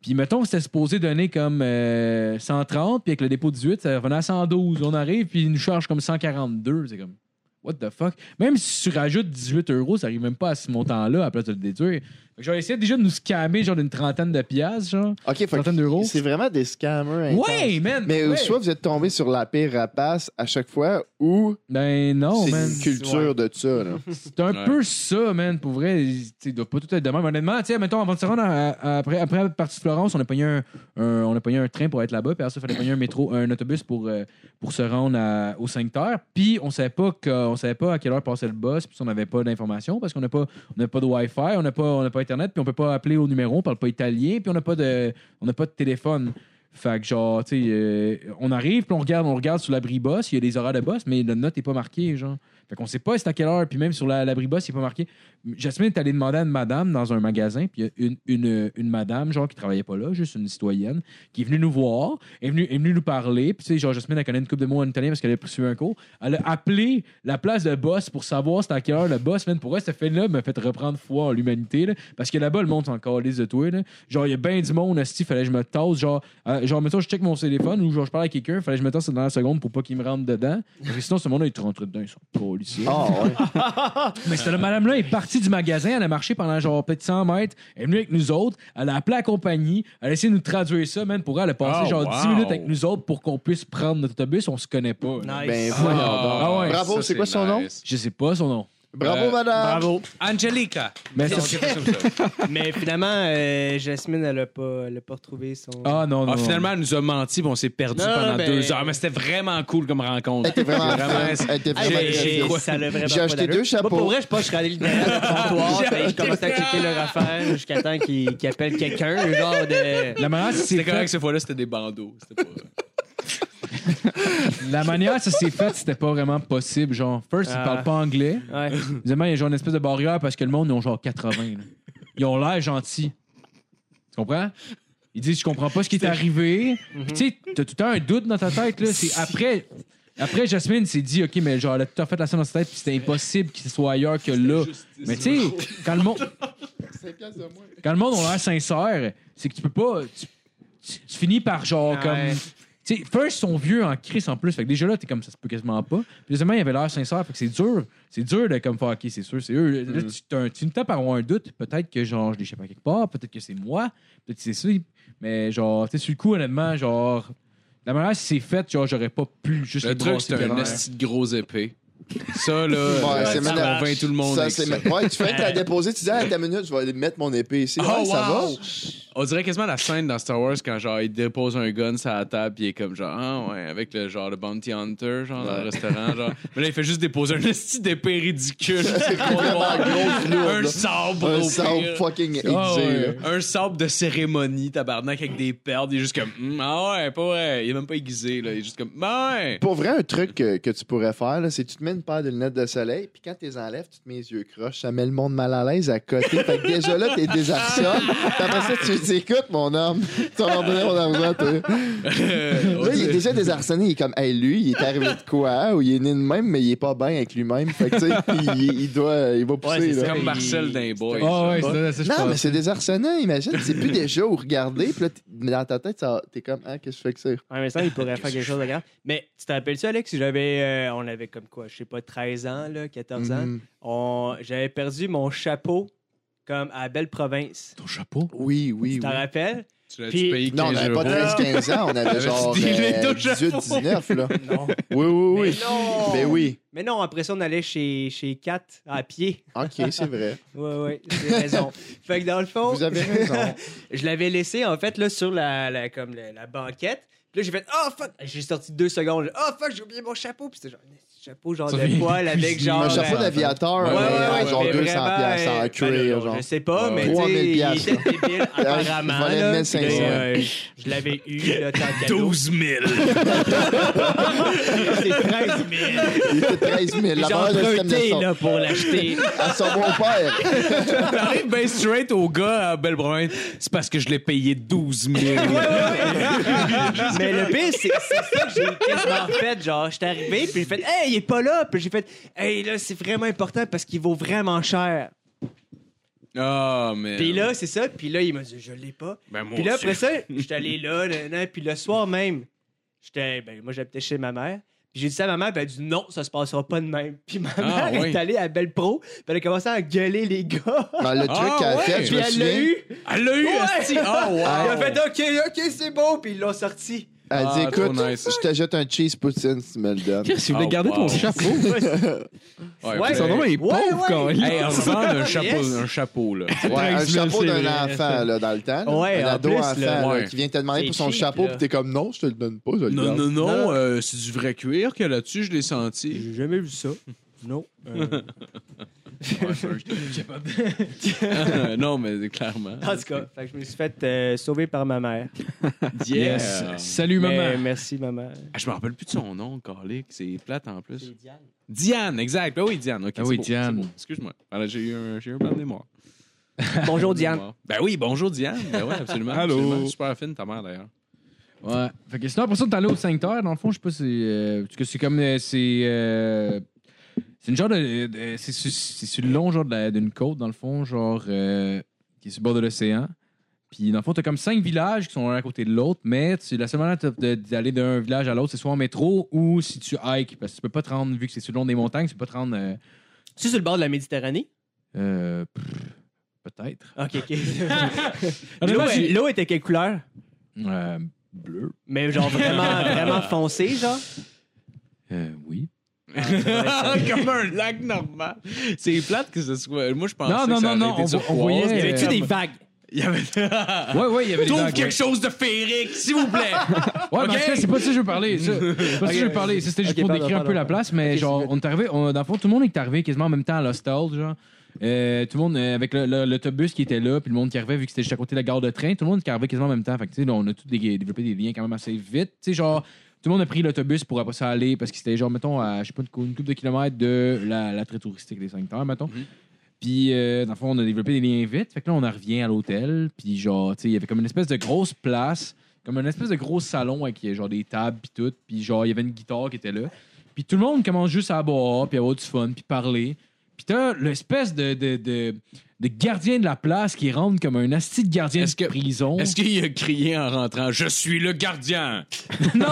Puis mettons, c'était supposé donner comme euh, 130, puis avec le dépôt 18, ça revenait à 112. On arrive, puis ils nous chargent comme 142. C'est comme, what the fuck? Même si tu rajoutes 18 euros, ça arrive même pas à ce montant-là, à la place de le déduire. Fait que Genre, ils essayaient déjà de nous scammer, genre d'une trentaine de piastres, genre. Ok, fait que Centaines d'euros. C'est vraiment des scammers. intenses. Ouais, man! Mais euh, ouais. soit vous êtes tombé sur la pire rapace à chaque fois ou Ben Oh, non, c'est man. une culture de ça. là. C'est un Ouais. peu ça, man. Pour vrai, ils- tu sais, ils doivent pas tout être de même. Honnêtement, tu sais, mettons, avant de se rendre à- à- après, après la partie de Florence, on a pogné un, un- on a pogné un train pour être là-bas, puis après ça, il fallait pogner un métro, un autobus pour, euh, pour se rendre à- au Sainte-Terre. Puis on savait pas que- on savait pas à quelle heure passait le bus, puis on n'avait pas d'informations parce qu'on n'a pas, on n'a pas de Wi-Fi, on n'a pas, on n'a pas Internet, puis on peut pas appeler au numéro, on parle pas italien, puis on n'a pas de, on n'a pas de téléphone. Fait que genre, tu sais, euh, on arrive, puis on regarde, on regarde sur l'abri boss, il y a des horaires de boss, mais la note n'est pas marquée, genre. Fait qu'on sait pas c'est à quelle heure, puis même sur la- l'abri boss, il n'est pas marqué. Jasmine est allée demander à une madame dans un magasin, puis il y a une, une, une madame, genre, qui travaillait pas là, juste une citoyenne, qui est venue nous voir, est venue, est venue nous parler, puis tu sais, genre, Jasmine, elle connaît une coupe de mots en italien parce qu'elle a suivi un cours. Elle a appelé la place de boss pour savoir c'était à quelle heure le boss, man. Pour elle, ce fait-là m'a fait reprendre foi en l'humanité, là, parce que là-bas, le monde s'en calise de toi, là. Genre, il y a bien du monde, il fallait que je me tasse, genre, euh, genre, mettons, je check mon téléphone ou genre, je parle à quelqu'un, fallait que je me tasse dans la seconde pour pas qu'il me rentre dedans. Parce que sinon, ce monde-là, il te rentre dedans, ils sont policiers. Ah ouais. Mais cette madame-là est partie du magasin, elle a marché pendant genre peut-être 100 mètres, elle est venue avec nous autres, elle a appelé la compagnie, elle a essayé de nous traduire ça, man, pour elle, elle a passé Oh, genre wow. 10 minutes avec nous autres pour qu'on puisse prendre notre autobus, on se connaît pas. là. Ben, Nice. voyons donc. Ah ouais. Bravo, ça, c'est quoi son nice. Je sais pas son nom. Bravo, Euh, madame. Bravo. Angelica. Mais Non, c'est- quelque chose comme ça. Mais finalement, euh, Jasmine, elle a pas, elle a pas retrouvé son. Ah non, non. Ah, finalement, elle nous a menti, puis on s'est perdu Non, pendant ben- deux heures. Mais c'était vraiment cool comme rencontre. Elle était vraiment fine. Elle était Hey, vraiment Ah, très j'ai- j'ai- fine. ça l'a vraiment J'ai pas acheté d'allure. deux chapeaux. Moi, pour vrai, je pense que je serais allé le derrière le comptoir. puis je commençais à checker leur affaire jusqu'à temps qu'ils qu'ils appellent quelqu'un. Genre de. La manière, ça s'est C'était correct, fait, cette fois-là, c'était des bandeaux. C'était pas... la manière ça s'est fait, c'était pas vraiment possible. Genre, first, ils Ah. parlent pas anglais. Ouais. Deuxièmement, il y a genre une espèce de barrière parce que le monde, ils ont genre 80. là. Ils ont l'air gentils. Tu comprends? Ils disent, je comprends pas ce qui est arrivé. Puis tu sais, t'as tout le temps un doute dans ta tête. Là. C'est après, après, Jasmine s'est dit, OK, mais genre, elle a tout à fait la scène dans sa tête, puis c'était impossible qu'il soit ailleurs que là. Mais tu sais, quand le monde. Quand le monde a l'air sincère, c'est que tu peux pas. Tu, tu- tu finis par genre Ouais. comme. Tu sais, first, ils sont vieux en crise en plus. Fait que déjà là, t'es comme ça se peut quasiment pas. Puis deuxièmement, il avait l'air sincère. Fait que c'est dur. C'est dur de comme faire, OK, c'est sûr, c'est eux. Là, tu t'as un- tu finis par avoir un doute. Peut-être que genre, je l'échappe à quelque part. Peut-être que c'est moi. Peut-être que c'est ça. Mais genre, tu sais, sur le coup, honnêtement, genre. La manière dont c'est fait, genre, j'aurais pas pu juste Le truc, c'était un esti esti de gros épée. Ça, là, Ouais, euh, c'est tu maintenant- convaincs tout le monde. Ça, avec c'est ça. ma- Ouais, tu fais que la déposer, tu dis, ah, ta minute, je vais aller mettre mon épée ici. Oh, Ouais, ça va. wow. On dirait quasiment la scène dans Star Wars quand genre il dépose un gun sur la table puis il est comme genre ah ouais avec le genre le bounty hunter genre dans le restaurant genre mais là il fait juste déposer un esti d'épée ridicule c'est grosse lourde, un là. sabre Un au sound pire. fucking aiguisé. Ah, ouais. là. un sabre de cérémonie tabarnak avec des perles il est juste comme Hum, ah ouais pas ouais il est même pas aiguisé là il est juste comme bah ouais Pour vrai, un truc que, que tu pourrais faire, là, c'est que tu te mets une paire de lunettes de soleil, puis quand tu les enlèves, tu te mets les yeux croches. Ça met le monde mal à l'aise à côté. fait que déjà là, t'es désarçonne. Puis Après ça, tu dis écoute, mon homme, tu vas m'en donner mon argent, toi. Euh, Là, il est déjà désarçonné. Il est comme, hey, lui, il est arrivé de quoi hein? Ou il est né de même, mais il est pas bien avec lui-même. Fait que, tu sais, il, il- il doit, il va pousser. Ouais, c'est là. c'est comme il- Marcel Dimboy Ah ouais, c'est ça, je Non, pense. mais c'est désarçonnant, imagine. C'est plus déjà où regarder. Puis là, t- dans ta tête, ça- t'es comme, ah, qu'est-ce que je fais que ça? En même temps, il pourrait faire quelque chose de grave. Mais tu te rappelles-tu, Alex, j'avais. euh, on avait comme quoi, je sais pas, 13 ans, là, 14 ans. Mm. On- J'avais perdu mon chapeau comme à Belle Province. Ton chapeau. Oui, oui, Tu t'en oui. rappelles? tu l'as Puis- payé Non, on 15 n'avait euros pas 13-15 ans, on avait genre dit, il est euh, au Japon. 18-19, là. Non. Oui, oui, Mais oui. non! Ben oui. Mais non, après ça, on allait chez, chez Kat à pied. OK, c'est vrai. Oui, oui, j'ai raison. fait que dans le fond, Vous avez raison. je l'avais laissé en fait là, sur la, la- comme la, la banquette. Puis là, j'ai fait Oh fuck! J'ai sorti deux secondes. Oh fuck, j'ai oublié mon chapeau. Puis c'était genre, chapeau genre Ça de fait- poil avec genre. Un euh, chapeau d'aviateur, Ouais, Ouais, ouais, euh, ouais, genre mais 200 vraiment, piastres en euh, ben cuir, là, genre. Je sais pas, mais tu 3000 sais, il piastres, était débile, Il apparemment. volait là. 1500. Puis là, euh, Je l'avais eu, le temps cadeau. 12 000. C'est 13 000. Il était 13 000. J'ai La valeur de système de emprunté, son. là, pour l'acheter. À son bon-père. T'arrives bien straight au gars à Bellebrun. C'est parce que je l'ai payé 12 000. Mais le pire, c'est c'est ça que j'ai quasiment fait. Genre, j'étais arrivé, puis j'ai fait, hey, il est pas là. Puis j'ai fait, hey, là, c'est vraiment important parce qu'il vaut vraiment cher. Ah, mais. Puis là, c'est ça. Puis là, il m'a dit, je l'ai pas. Ben, moi Puis là, aussi. après ça, j'étais allé là, nan, nan, puis le soir même, j'étais, ben, moi, j'habitais chez ma mère. Puis j'ai dit ça à ma mère, puis elle a dit non, ça se passera pas de même. Puis ma Ah, mère oui. est allée à Belle Pro, puis elle a commencé à gueuler les gars. Dans Ben, le truc Ah, qu'elle a ouais. fait, je puis me elle l'a souviens. eu. Elle l'a eu, Ouais. esti. Ah, ouais. Elle a fait OK, OK, c'est bon, puis ils l'ont sorti. Elle a dit Ah, trop écoute, nice. je t'ajoute un cheese poutine si tu me le donnes. Chris, il voulait Oh, garder ton wow. chapeau. Ouais, Ouais. Son nom est pauvre, quand ouais. Hey, revends un Yes. chapeau, un chapeau, là. Ouais, un 13 000, chapeau c'est d'un vrai, enfant là, dans le temps. là. Ouais, un en ado plus, enfant là, là, ouais. qui vient te demander C'est pour son cheap, chapeau, là. puis t'es comme non, je te le donne pas. je le Non, garde. non, non, Non. euh, c'est du vrai cuir qu'il y a là-dessus, je l'ai senti. J'ai jamais vu ça. Non. non, mais clairement. En tout cas, fait que je me suis fait euh, sauver par ma mère. Yes. Yeah. Salut, Mais maman. Merci, maman. Ah, je me rappelle plus de son nom, Carlic. C'est plate en plus. Diane. Diane, exact. Ben oui, Diane. ok, Ah c'est oui, beau, Diane. c'est beau. Excuse-moi. Alors, J'ai eu un j'ai eu un blanc de mémoire. Bonjour, Diane. Ben oui, bonjour Diane. Ben oui, absolument. Allô. absolument. Super fine ta mère d'ailleurs. Ouais. Fait que sinon, pour ça, t'es allé au Sancteur, dans le fond, je sais pas si. euh, parce que c'est comme. euh, c'est. euh, c'est une genre de. de- c'est sur- c'est sur le long, genre, de la- d'une côte, dans le fond, genre. euh, qui est sur le bord de l'océan. Puis, dans le fond, t'as comme cinq villages qui sont l'un à côté de l'autre, mais tu- la seule manière de- de- d'aller d'un village à l'autre, c'est soit en métro ou si tu hikes. Parce que tu peux pas te rendre, vu que c'est sur le long des montagnes, tu peux pas te rendre. euh, Tu sur le bord de la Méditerranée? euh, pff, Ah, Peut-être. OK, OK. Honnêtement, L'eau, elle- j'ai- L'eau était quelle couleur? Euh, bleu. Mais genre vraiment, vraiment foncée, genre? Euh, oui. Ah, Comme un lac normal. C'est plate que ce soit. Moi, je pensais Non, que non, ça non, allait non, être on du vo- on voyait- froid. Y avait-tu Euh, des vagues? Il y avait. Ouais, ouais, il y avait des Trouve vagues, quelque ouais. chose de féerique, s'il vous plaît. Ouais, mais en Ok. tout cas, c'est pas de ça que je veux parler. ça. C'est pas de ça que je veux parler. Ça, C'était juste Ok, pour pardon, décrire un peu pardon. la place, mais Ok, genre, c'est on est arrivé, on- dans le fond, tout le monde est arrivé quasiment en même temps à l'hostel, genre. Euh, tout le monde, euh, avec le- le- l'autobus qui était là, puis le monde qui arrivait, vu que c'était juste à côté de la gare de train, tout le monde est arrivé quasiment en même temps. Fait que, tu sais, là, on a tous des- développé des liens quand même assez vite. Tu sais, genre, tout le monde a pris l'autobus pour après ça aller, parce que c'était genre, mettons, à, je sais pas, une cou- une couple de kilomètres de la, la très touristique des 5 heures, mettons. Puis, euh, dans le fond, on a développé des liens vite. Fait que là, on en revient à l'hôtel. Puis, genre, tu sais, il y avait comme une espèce de grosse place, comme une espèce de gros salon avec euh, genre des tables, puis tout. Puis, genre, il y avait une guitare qui était là. Puis, tout le monde commence juste à boire, puis à avoir du fun, puis parler. Puis, t'as l'espèce de, de, de, de gardien de la place qui rentre comme un asti de gardien Est-ce de que- prison. Est-ce qu'il a crié en rentrant Je suis le gardien Non!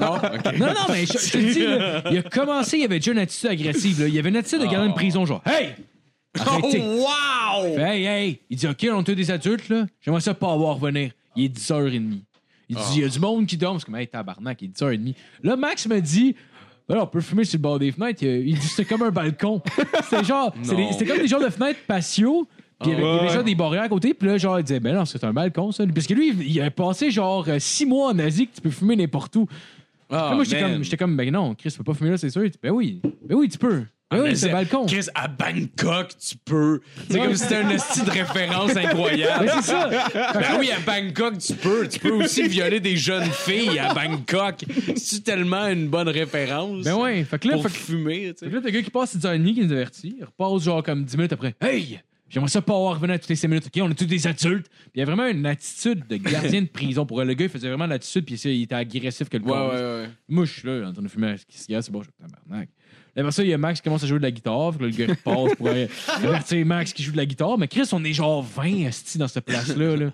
Non, ok. Non, non, mais je, je te le dis, là, il a commencé, il avait déjà une attitude agressive. là. Il y avait une attitude de gardien de prison, genre, hey! Arrêtez! Oh, wow Fait, hey, hey! Il dit, OK, on est tous des adultes, là. J'aimerais ça pas avoir revenir. Il est 10h30. Il Oh. dit, il y a du monde qui dort. C'est comme, hey, tabarnak, il est 10h30. Là, Max me dit, ben là, on peut fumer sur le bord des fenêtres. Il il dit, c'était comme un balcon. C'était genre, c'est des- c'était comme des genres de fenêtres patio. Puis il y avait- il y avait genre des barrières à côté. Puis là, genre, il disait, ben non, c'est un balcon, ça. Parce que lui, il- il a passé genre euh, six mois en Asie que tu peux fumer n'importe où. Ah, Puis moi, j'étais man. comme, j'étais comme, ben non, Chris, tu peux pas fumer là, c'est sûr. Il dit, ben oui, ben oui, tu peux. Ben oui, Ah, Mais c'est un balcon. Chris, à Bangkok, tu peux. C'est Ouais. comme si c'était un style de référence incroyable. Ben, c'est ça. Ben oui, à Bangkok, tu peux. Tu peux aussi violer des jeunes filles à Bangkok. C'est tellement une bonne référence. Ben ouais, fait que là, Pour fait que- fumer, Fait tu sais. que là, t'as le gars qui passe 6h30 qui nous avertit. Il repasse genre comme 10 minutes après. Hey! J'aimerais ça pas avoir revenu à toutes les 5 minutes. OK, on est tous des adultes. Puis il y a vraiment une attitude de gardien de prison. Pour elle. le gars, il faisait vraiment l'attitude. Puis ça, il était agressif que le Ouais, con. ouais, ouais. Moi, je suis là, en train de fumer un cigare, c'est bon, je suis tabarnak. Là, après ça, il y a Max qui commence à jouer de la guitare. Fait que là, le gars il passe pour aller avertir Max qui joue de la guitare. Mais Chris, on est genre 20 asti dans cette place-là. là.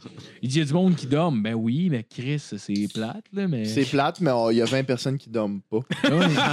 Il dit, il y a du monde qui dort. Ben oui, mais Chris, c'est plate, là. Mais... Ah C'est plate, mais oh, il y a 20 personnes qui dorment pas.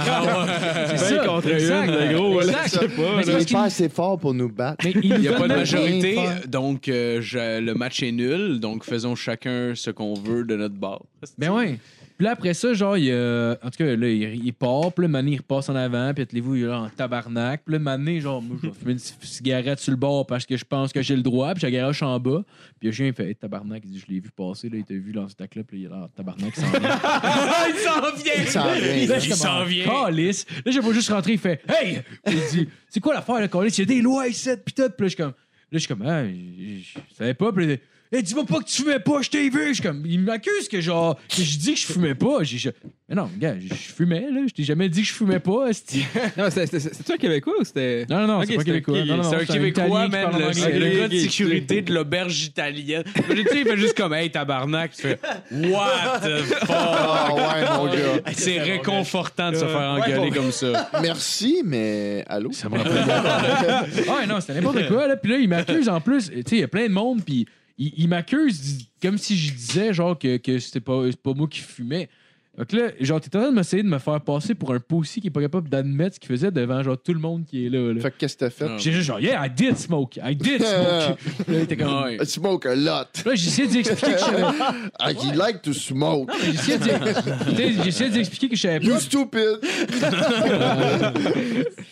c'est Ben Ah contre une, le gros, là, Exact. je sais pas. Mais là. c'est parce Il qu'il- pas assez fort pour nous battre. Mais il Il n'y n'y a pas de majorité, rien faire. donc euh, je- le match est nul. Donc faisons chacun ce qu'on veut de notre bord. Ben ouais. Puis là, après ça, genre, il, euh, en tout cas, là, il, il part, puis là, Mané, il repasse en avant, puis vous il est là en tabarnak. Puis là, Mané, genre, moi, je vais fumer une c- cigarette sur le bord parce que je pense que j'ai le droit, puis je la garoche en bas. Puis le chien, il fait, hey, tabarnak, il dit, je l'ai vu passer, là, il t'a vu dans ce tac-là, puis là, il est là, en tabarnak, il s'en vient. Il s'en vient. Là, je suis comme, Calisse. Là, j'ai pas juste rentré, il fait, hey! Il dit, c'est quoi l'affaire, le calice? Il y a des lois ici, puis tout. Puis là, je suis comme, là, je suis comme, ah, je je savais pas, puis là, il dit, Hey, dis-moi pas que tu fumais pas, je t'ai vu. Je suis comme, il m'accuse que genre, que je dis que je fumais pas. J'ai- je- mais non, gars, je fumais, là. Je t'ai jamais dit que je fumais pas. esti. Non, c'est- c'est- c'est- c'est-tu un Québécois ou c'était. Non, non, non, Ok, c'est pas c'est québécois. un- Non, non, C'est un c'est Québécois, Italien qui man, parle le, en c'est anglais. le gars de sécurité de l'auberge italienne. Le type, il fait juste comme, hey, tabarnak. Tu fais, what the fuck? Ah ouais, mon gars. C'est réconfortant de se faire engueuler comme ça. Merci, mais allô? Ça me rappelle. ah ouais, non, c'était n'importe quoi. Là. Puis là, il m'accuse en plus. Tu sais, il y a plein de monde. Puis il, il m'accuse d- comme si je disais, genre, que, que c'était pas, c'est pas moi qui fumais. Donc là, genre, t'es en train de m'essayer de me faire passer pour un possi qui est pas capable d'admettre ce qu'il faisait devant, genre, tout le monde qui est là. là. Fait que qu'est-ce que t'as fait? Non. J'ai juste genre, yeah, I did smoke. I did smoke. Puis là, il était comme. Ah Ouais. I Smoke a lot. Là, j'essayais d'y expliquer que je savais. I like to smoke. j'essayais d'y- tu sais, J'essayais d'y expliquer que je savais pas. You stupid.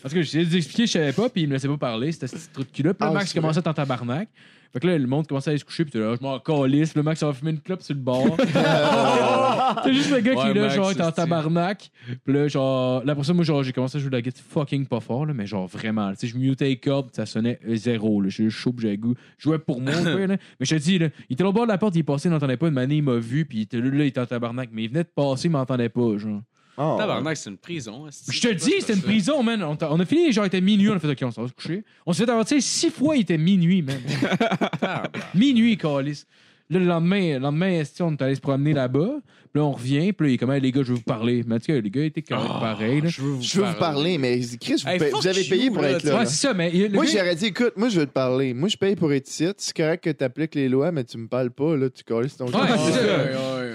Parce que j'ai expliqué, je savais pas, puis il me laissait pas parler, c'était ce petit trou de cul-là. Puis là, Ah, Max c'est commençait à t'en tabarnak. Fait que là, le monde commençait à aller se coucher, puis t'es là, je m'en calisse. Puis Le Max, ça va fumer une clope sur le bord. c'est juste le gars qui Ouais, est là, Max, genre, il est en c'est-tu. tabarnak. Puis là, genre, là, pour ça, moi, genre, j'ai commencé à jouer de la guitare fucking pas fort, là, mais genre vraiment. Tu sais, je mutais les cordes, ça sonnait zéro, là. J'étais chaud, puis j'avais le goût. Je jouais pour moi, ouais, là. Mais je te dis, là, il était au bord de la porte, il est passé, il n'entendait pas. Une année, il m'a vu, puis il était là, là, il était en tabarnak. Mais il venait de passer, il m'entendait pas, genre. Oh. Tabarnak, c'est une prison. esti. Je te le dis, c'était une prison, man. On, t'a- on a fini, genre, il était minuit, on a fait, OK, on s'en va se coucher. On s'est fait avertir six fois, il était minuit, man. minuit, calice. Là, le lendemain, le lendemain esti, on est allé se promener là-bas. Puis là, on revient. Puis là, il est comme, Hey, les gars, je veux vous parler. Mais en tout cas, les gars étaient corrects pareil. là. Ah, Je veux vous Je veux vous parler, mais Chris, vous, Hey, paye- fuck vous avez payé you, pour là, être tu là. Ouais, là. c'est ça, mais le Moi, gars- j'aurais dit, écoute, moi, je veux te parler. Moi, je paye pour être ici. C'est correct que t'appliques les lois, mais tu me parles pas, là. Tu colles ton Ouais, Ah, Ouais, c'est ça. ouais, ouais, ouais.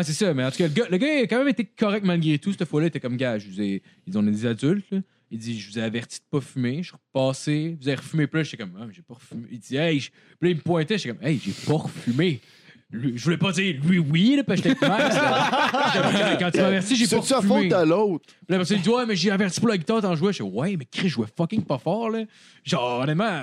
Ah, c'est ça, mais en tout cas, le gars, le gars a quand même été correct malgré tout. Cette fois-là, il était comme gars, je vous ai... ils ont des adultes. là. Il dit, je vous ai averti de pas fumer. Je suis repassé. Vous avez refumé. Puis là, j'étais comme, ah, mais j'ai pas refumé. Il dit, hey, je- puis là, il me pointait. J'étais comme, hey, j'ai pas refumé. Lui- je voulais pas dire lui, oui, là, parce que j'étais avec Max, là. J'étais comme, Gars, Quand tu m'as averti, j'ai pas C'est ça refumé. faute hein. à l'autre. Puis Là, parce qu'il dit, ouais, mais j'ai averti pour la guitare, t'en jouais. Je dis, ouais, mais Chris, je jouais fucking pas fort, là. Genre, honnêtement.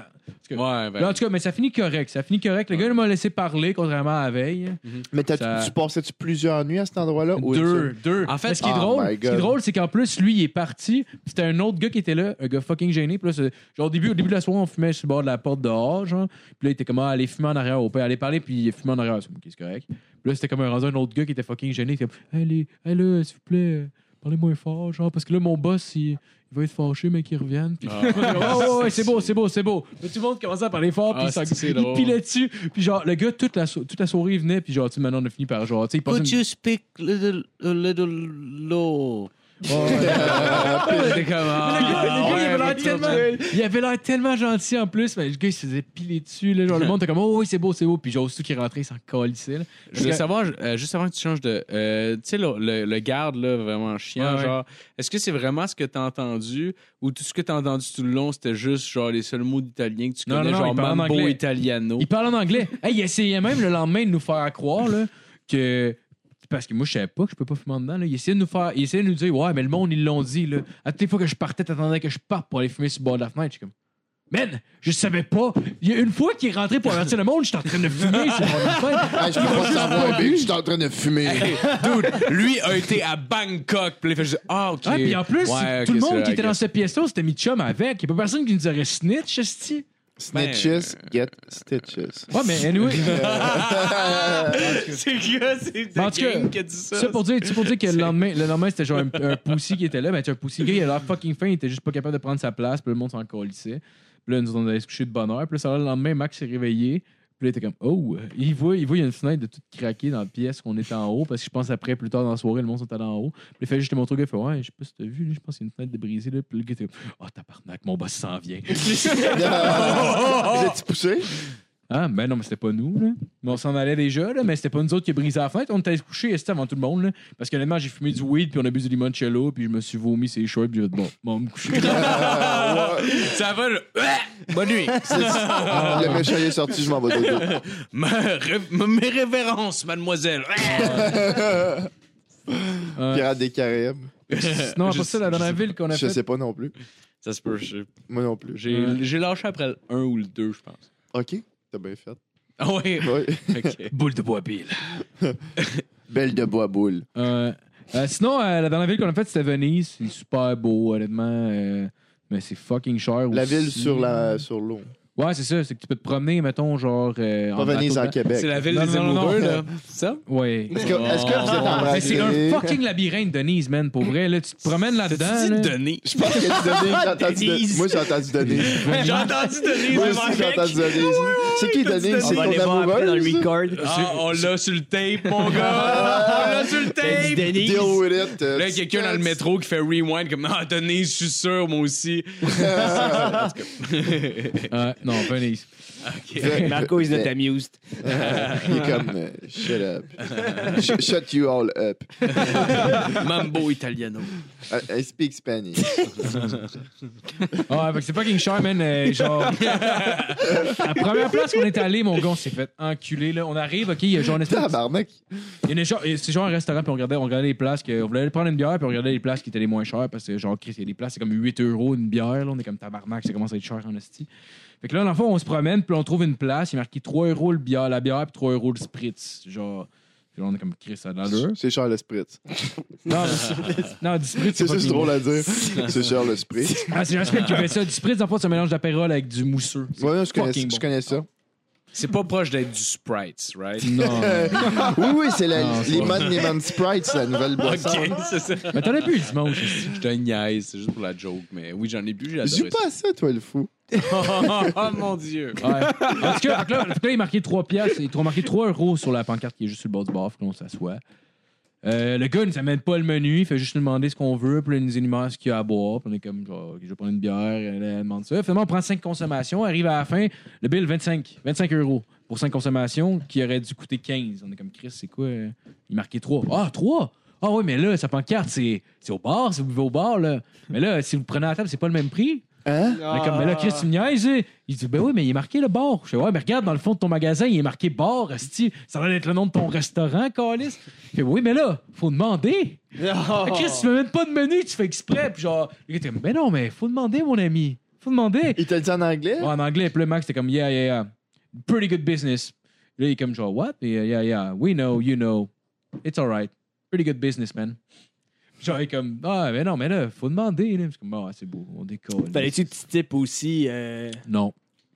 Ouais, ben, Là, en tout cas, mais ça finit correct. Ça finit correct. Le gars, il m'a laissé parler, contrairement à la veille. Mais t'as- Ça- tu passais-tu plusieurs nuits à cet endroit-là? ou Deux, deux. En fait, Mais ce qui est oh drôle, my ce qui est God. drôle, c'est qu'en plus, lui, il est parti. puis C'était un autre gars qui était là, un gars fucking gêné. Puis là, c'est- genre, au début, au début de la soirée, on fumait sur le bord de la porte dehors, genre. Puis là, il était comme, ah, allez fumer en arrière, au père, allez parler, puis fumer en arrière. C'est ok, c'est correct. Puis là, c'était comme un rendu un autre gars qui était fucking gêné. Il était comme, allez, allez, s'il vous plaît, euh, parlez moins fort, genre, parce que là, mon boss, il, il va être fâché, mais qu'il revienne. Puis Ah. oh, ouais, c'est beau, c'est beau, c'est beau. Puis tout le monde commençait à parler fort, puis Ah, ça- c'est- c'est il drôle. pilait dessus. Puis genre, le gars, toute la, so- toute la soirée, il venait, puis genre, tu sais, maintenant, on a fini par genre, tu sais, il passait une- Could you speak little, a little low? T'es comme, ah, Le gars, le gars, il ouais, avait l'air mais tu vas tellement- il avait l'air tellement gentil en plus, mais le gars, il se faisait piler dessus. Là, genre, le monde était comme, oh oui, c'est beau, c'est beau. Puis genre, surtout qu'il rentrait, il s'en calissait. là. Je voulais savoir, euh, juste avant que tu changes de. euh, tu sais, le, le- le garde, là, vraiment chiant, Ouais, ouais. genre, est-ce que c'est vraiment ce que t'as entendu ou tout ce que t'as entendu tout le long, c'était juste, genre, les seuls mots d'italien que tu Non, connais, non, non, genre, il parle en mambo anglais. italiano? Il parle en anglais. Hey, il essayait même le lendemain de nous faire croire là, que. Parce que moi, je savais pas que je peux pas fumer en dedans. Là. Il essayait de nous faire. Il essayait de nous dire Ouais, mais le monde, ils l'ont dit. Là. À toutes les fois que je partais, t'attendais que je parte pour aller fumer sur le bord de la fenêtre. J'étais comme Man, je savais pas. Il y a une fois qu'il est rentré pour avertir le monde, j'étais en train de fumer sur le bord de la fenêtre. Ah, je peux pas savoir, Big. Je suis en train de fumer. Hey, dude, lui a été à Bangkok. Puis là, il fait juste, ah, OK. Ah, puis en plus, Ouais, tout ok, le c'est monde vrai, qui était ok. dans cette pièce-là s'était mis chum avec. Il n'y a pas personne qui nous aurait snitch, esti. Snitches get stitches. Ouais, mais anyway. C'est gars, c'est Mais en tout cas, King qui a dit ça. Ça pour dire, c'est pour dire que le lendemain, le lendemain c'était genre un, un pussy qui était là, mais un pussy gars, il a l'air fucking fin, il était juste pas capable de prendre sa place, puis le monde s'en colissait. Puis là, nous on allait se coucher de bonne heure, puis là, ça va, le lendemain, Max s'est réveillé, puis là, il était comme, oh, il voit, il voit, il y a une fenêtre de toute craquée dans la pièce qu'on était en haut, parce que je pense après, plus tard dans la soirée, le monde sont allés en haut. Puis il fait juste mon truc, il fait, ouais, je sais pas si t'as vu, là, je pense qu'il y a une fenêtre de brisée, là, puis le gars était comme, oh, tabarnak, mon boss s'en vient. Vous êtes poussé? Ah, ben non, mais c'était pas nous, là. Mais on s'en allait déjà, là, mais c'était pas nous autres qui a brisé la fenêtre. On était allés se coucher, c'était avant tout le monde, là. Parce qu'honnêtement, j'ai fumé du weed, puis on a bu du limoncello, puis je me suis vomi ses shorts, puis j'ai dit, bon, bon, on va me coucher. Ça va, le... Bonne nuit. C'est- Le méchant est sorti, je m'en vais dodo. Ma- ré- Mes révérences, mademoiselle. Pirates des Caraïbes. Non, pas ça, la dernière ville qu'on a Je faite. sais pas non plus. Ça se peut. je- Moi non plus. J'ai Ouais. j'ai lâché après le 1 ou le 2, je pense. OK. T'as bien fait. Ah ouais. Ouais. OK. Boule de bois pile. Belle de bois boule. Euh, euh, sinon, euh, la dernière ville qu'on a faite, c'était Venise. C'est super beau, honnêtement. euh, mais c'est fucking cher La aussi. ville sur la sur l'eau. Ouais, c'est ça. C'est que tu peux te promener, mettons, genre. euh, Pas Venise hein. en bateau. Québec. C'est la ville Non, des non, non, amoureux, non. là. C'est ça? Ouais. Est-ce que, est-ce que vous êtes Mais embrassé? c'est un fucking labyrinthe de Nice, man, pour vrai. Là, tu te promènes là-dedans. là. Denis. Je pense que tu donnes- j'ai entendu Denise. Moi, j'ai entendu Denise. J'ai entendu Denis. Moi le aussi, mec. j'ai entendu Denise. C'est qui Denise? On C'est va aller ton voir après dans le amoureuse? record. Ah. Ah, on l'a sur le tape, Ah. mon gars! on l'a sur le tape! Denise. Deal with it. Là, quelqu'un dans le métro qui fait rewind comme Ah, Denise, je suis sûr, moi aussi. Ouais, non, Venise. Marco is not Mais- amused. Il est comme, euh, shut up. Sh- Shut you all up. Mambo italiano. I, I speak Spanish. Ah, fait que c'est fucking cher, man. euh, genre. la première place qu'on est allé, mon gars, on s'est fait enculer, là. On arrive, OK, il y a genre une espèce de Tabarnak. Il y en a genre- C'est genre un restaurant, puis on regardait, on regardait les places. Que, on voulait aller prendre une bière, puis on regardait les places qui étaient les moins chères. Parce que, genre, Chris, il y a des places, c'est comme 8 euros une bière. Là, on est comme tabarnak, ça commence à être cher en esti. Fait que là, dans le fond, on se promène, puis on trouve une place. Il est marqué 3 euros le bière, la bière, puis 3 euros le spritz. Genre. Puis là, on est comme Chris à l'allure. C'est Charles Spritz. Non, mais- non, du spritz, C'est pas juste qui- drôle à dire. C'est Charles Spritz. Ah, c'est Jasmine qui fait ça. Du spritz, en fait, c'est un mélange d'apérole avec du mousseux. C'est Moi, non, je connais, fucking je bon. connais ça. C'est pas proche d'être du Sprite, right? Non. Oui, oui, c'est la Non, c'est Lemon Lemon Sprite, c'est la nouvelle boisson. Ok, c'est ça. mais t'en as plus le dimanche. esti. Je te niaise, c'est juste pour la joke, mais oui, j'en ai bu, j'ai Joue adoré pas à ça, toi, le fou. ça. Oh, mon dieu! Ouais. En tout cas, fait que là, fait que là, il est marqué 3 piastres. Il est marqué 3 euros sur la pancarte qui est juste sur le bord du bar. Fait qu'on s'assoit. Euh, le gars, il nous amène pas le menu. Il fait juste nous demander ce qu'on veut. Puis là, il nous énumère ce qu'il y a à boire. Puis on est comme, genre, OK, je vais prendre une bière. Elle, elle demande ça. Finalement, on prend 5 consommations. Arrive à la fin, le bill 25. 25 euros pour 5 consommations qui aurait dû coûter 15. On est comme, Chris, c'est quoi? euh? Il marquait 3. Ah, 3! Ah oui, mais là, sa pancarte, c'est c'est au bar, si vous buvez au bar, là. Mais là, si vous le prenez à la table, c'est pas le même prix. Hein? Mais comme, mais là, Chris, tu me niaises, hein? Il dit, ben oui, mais il est marqué le bar. Je fais, ouais, mais regarde, dans le fond de ton magasin, il est marqué bar, esti. Ça va être le nom de ton restaurant, Calis. Je fais, oui, mais là, faut demander. Ah, Chris, tu me mets pas de menu, tu fais exprès. Puis genre, le gars, était comme, ben non, mais faut demander, mon ami. Faut demander. Il te le dit en anglais? Ouais, en anglais, puis là, Max, c'était comme, yeah, yeah, yeah. Pretty good business. Là, il est comme, genre, what? Yeah, yeah, yeah. We know, you know. It's alright. Pretty good business, man. Genre, il est comme, ah, mais non, mais là, faut demander. Là. Je suis comme, ah, c'est beau, on décolle. Fallait-tu que tu types aussi? euh, Non.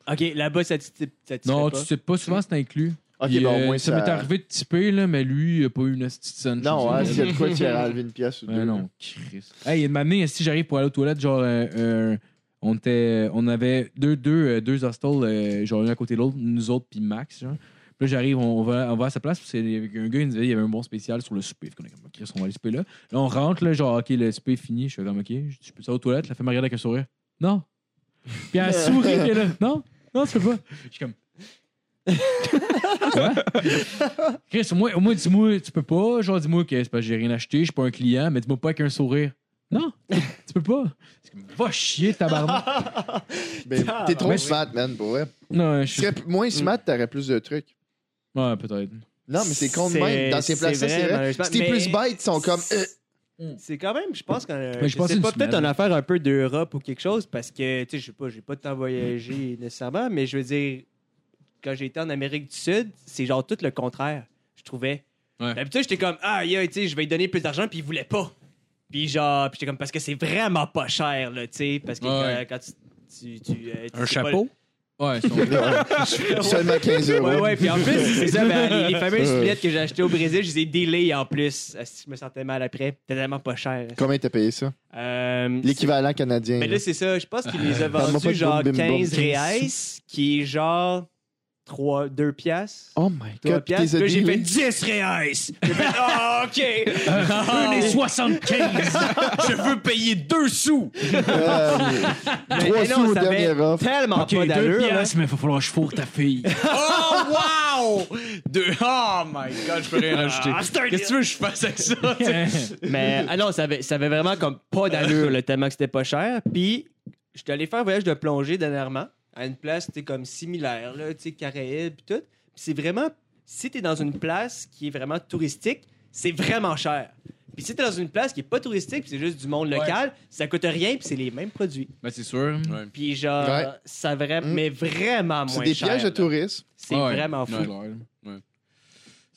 Ok, là-bas, ça te type. ça te Non, fait tu sais pas souvent c'est inclus. Ok, Puis, bon, euh, au moins ça m'est arrivé de typer, là, mais lui, il a pas eu une astuce. Non, hein, s'il y a de quoi, tu as enlevé une pièce ou deux. Ben non, Christ. Hey, il y a une année, si j'arrive pour aller aux toilettes, genre, euh, euh, on, était, on avait deux, deux, euh, deux hostels, euh, genre l'un à côté de l'autre, nous autres, puis Max. Genre. Puis là, j'arrive, on va, on va à sa place, parce qu'il y avait un gars, il nous disait il y avait un bon spécial sur le souper. Fait qu'on est comme, Chris, on va aller souper là. Là, on rentre, là, genre, OK, le souper est fini. Je suis comme, OK, je dis, je peux ça aux toilettes. La femme me regarde avec un sourire. Non. Puis elle sourit, puis elle est là, non, non, tu peux pas. Je suis comme, Chris, au moins, au moins, dis-moi, tu peux pas. Genre, dis-moi que c'est parce que j'ai rien acheté, je suis pas un client, mais dis-moi pas avec un sourire. Non, tu peux pas. C'est comme, va chier, tabarnak. Ben, t'es trop Mais- smart, man, pour vrai. non, je Tu suis. serais p- moins smart, t'aurais plus de trucs. Ouais, peut-être. Non, mais c'est con de même. Dans ces c'est places-là, c'est vrai. malheureusement. Si t'es Mais plus bête, ils sont comme. euh, C'est quand même, je pense, quand, Mais je je pense que c'est c'est pas une peut-être semaine. une affaire un peu d'Europe ou quelque chose, parce que, tu sais, je sais pas, j'ai pas tant voyagé Mm-hmm. nécessairement, mais je veux dire, quand j'étais en Amérique du Sud, c'est genre tout le contraire, je trouvais. Ouais. D'habitude, j'étais comme, ah, yeah, tu sais, je vais lui donner plus d'argent, puis il voulait pas. Puis genre, puis j'étais comme, parce que c'est vraiment pas cher, là, tu sais, parce que Ouais, quand- ouais. quand, tu. tu, tu, euh, tu Un sais pas- chapeau? Ouais, ils sont- Seulement 15 euros. Ouais, ouais, puis en plus, c'est ça, ben, les, les fameuses billets que j'ai achetées au Brésil, je les ai délais en plus. Ah, si, Je me sentais mal après. C'était tellement pas cher. Combien t'as payé ça? Euh, L'équivalent canadien. Mais là. là, c'est ça. Je pense qu'il les a Parle-moi pas vendus de genre boum, bim, boum. 15 reais, qui est genre 3, 2 piastres. Oh my 3 god, puis piastres. t'es Là, j'ai fait obligé. 10 reais. J'ai fait, ah, OK. Ah, Je veux les 75! sous- Je veux payer 2 sous. Euh, Mais, Trois mais sous non, au ça avait dernier offre. tellement Ok, pas deux d'allure. hein. là. piastres, mais il va falloir que je fourre ta fille. Oh, wow! De... Oh my god, je peux rien rajouter. Ah, c'est un Qu'est-ce que tu veux que je fasse avec ça? Mais ah non, ça avait, ça avait vraiment comme pas d'allure, là, tellement que c'était pas cher. Puis, j'étais allé faire un voyage de plongée dernièrement à une place tu sais, comme similaire, là, tu sais, Caraïbes puis tout. Puis c'est vraiment, si t'es dans une place qui est vraiment touristique, c'est vraiment cher. Puis si t'es dans une place qui est pas touristique, puis c'est juste du monde local, ça coûte rien, puis c'est les mêmes produits. Ben, c'est sûr. Mm. Puis genre, Ouais. ça vraiment, Mm. mais vraiment C'est moins des cher, pièges de là. touristes. C'est Ouais, ouais. vraiment fou. Ouais. Ouais.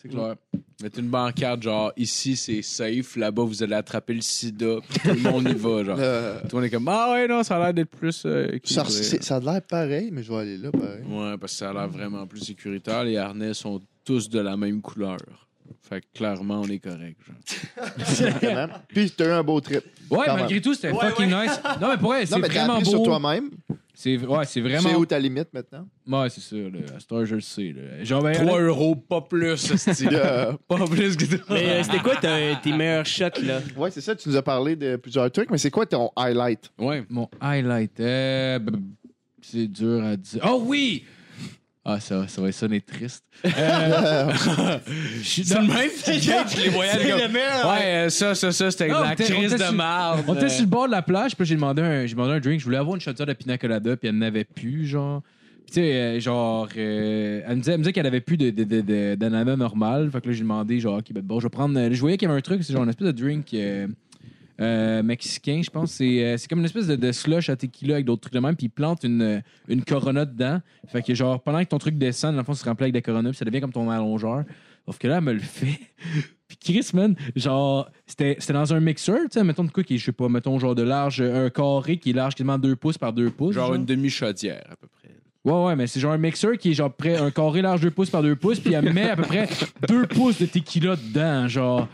C'est clair. Mettre une bancarde, genre, ici c'est safe, là-bas vous allez attraper le sida, puis tout le monde y va, genre. Le- Tout le monde est comme, ah ouais, non, ça a l'air d'être plus. euh, Ça, équilibré. c'est- ça a l'air pareil, mais je vais aller là pareil. Ouais, parce que ça a l'air vraiment plus sécuritaire. Les harnais sont tous de la même couleur. Fait que clairement, on est correct. Genre. Exactement. Puis t'as eu un beau trip. Ouais, Quand malgré tout, c'était Ouais, fucking nice. Non, mais pour vrai, Non, c'est mais t'as vraiment appris sur beau. toi-même. C'est ouais, c'est Tu sais vraiment. où ta limite maintenant. Ouais, c'est ça. là. À cette heure, je le sais. là. Genre, ben, 3 euros, pas plus, Puis, style. euh, pas plus que ça. Mais euh, c'était quoi ta- tes meilleurs shots, là? ouais, c'est ça, tu nous as parlé de plusieurs trucs, mais c'est quoi ton highlight? Ouais. Mon highlight, euh, b- b- c'est dur à dire. Oh oui! Ah, ça, ça va sonner triste. Euh, C'est le même qui gage les voyages. comme, Ouais, euh, ça, ça, ça, c'était de Non, on la était- on crise était de sur- marde. On était sur le bord de la plage, puis j'ai demandé, un- j'ai demandé un drink. Je voulais avoir une shot de pina colada, puis elle n'avait plus, genre. Puis tu sais, euh, genre, euh, elle me disait, elle me disait qu'elle avait plus de, de, de, de- d'ananas normal. Fait que là, j'ai demandé, genre, OK, ben, bon, je vais prendre. euh, Je voyais qu'il y avait un truc, c'est genre une espèce de drink. euh, euh, mexicain, je pense. C'est euh, c'est comme une espèce de, de slush à tequila avec d'autres trucs de même, puis ils plantent une, euh, une corona dedans. Fait que, genre, pendant que ton truc descend, dans le fond, tu te remplis avec de la corona, puis ça devient comme ton allongeur. Sauf que là, elle me le fait. puis Chris, man, genre, c'était c'était dans un mixeur, tu sais, mettons de quoi qui est, je sais pas, mettons, genre de large, euh, un carré qui est large quasiment 2 pouces par 2 pouces. Genre genre. une demi-chaudière, à peu près. Ouais, ouais, mais c'est genre un mixeur qui est genre près un carré large 2 pouces par 2 pouces, puis elle met à peu près 2 pouces de tequila dedans, genre.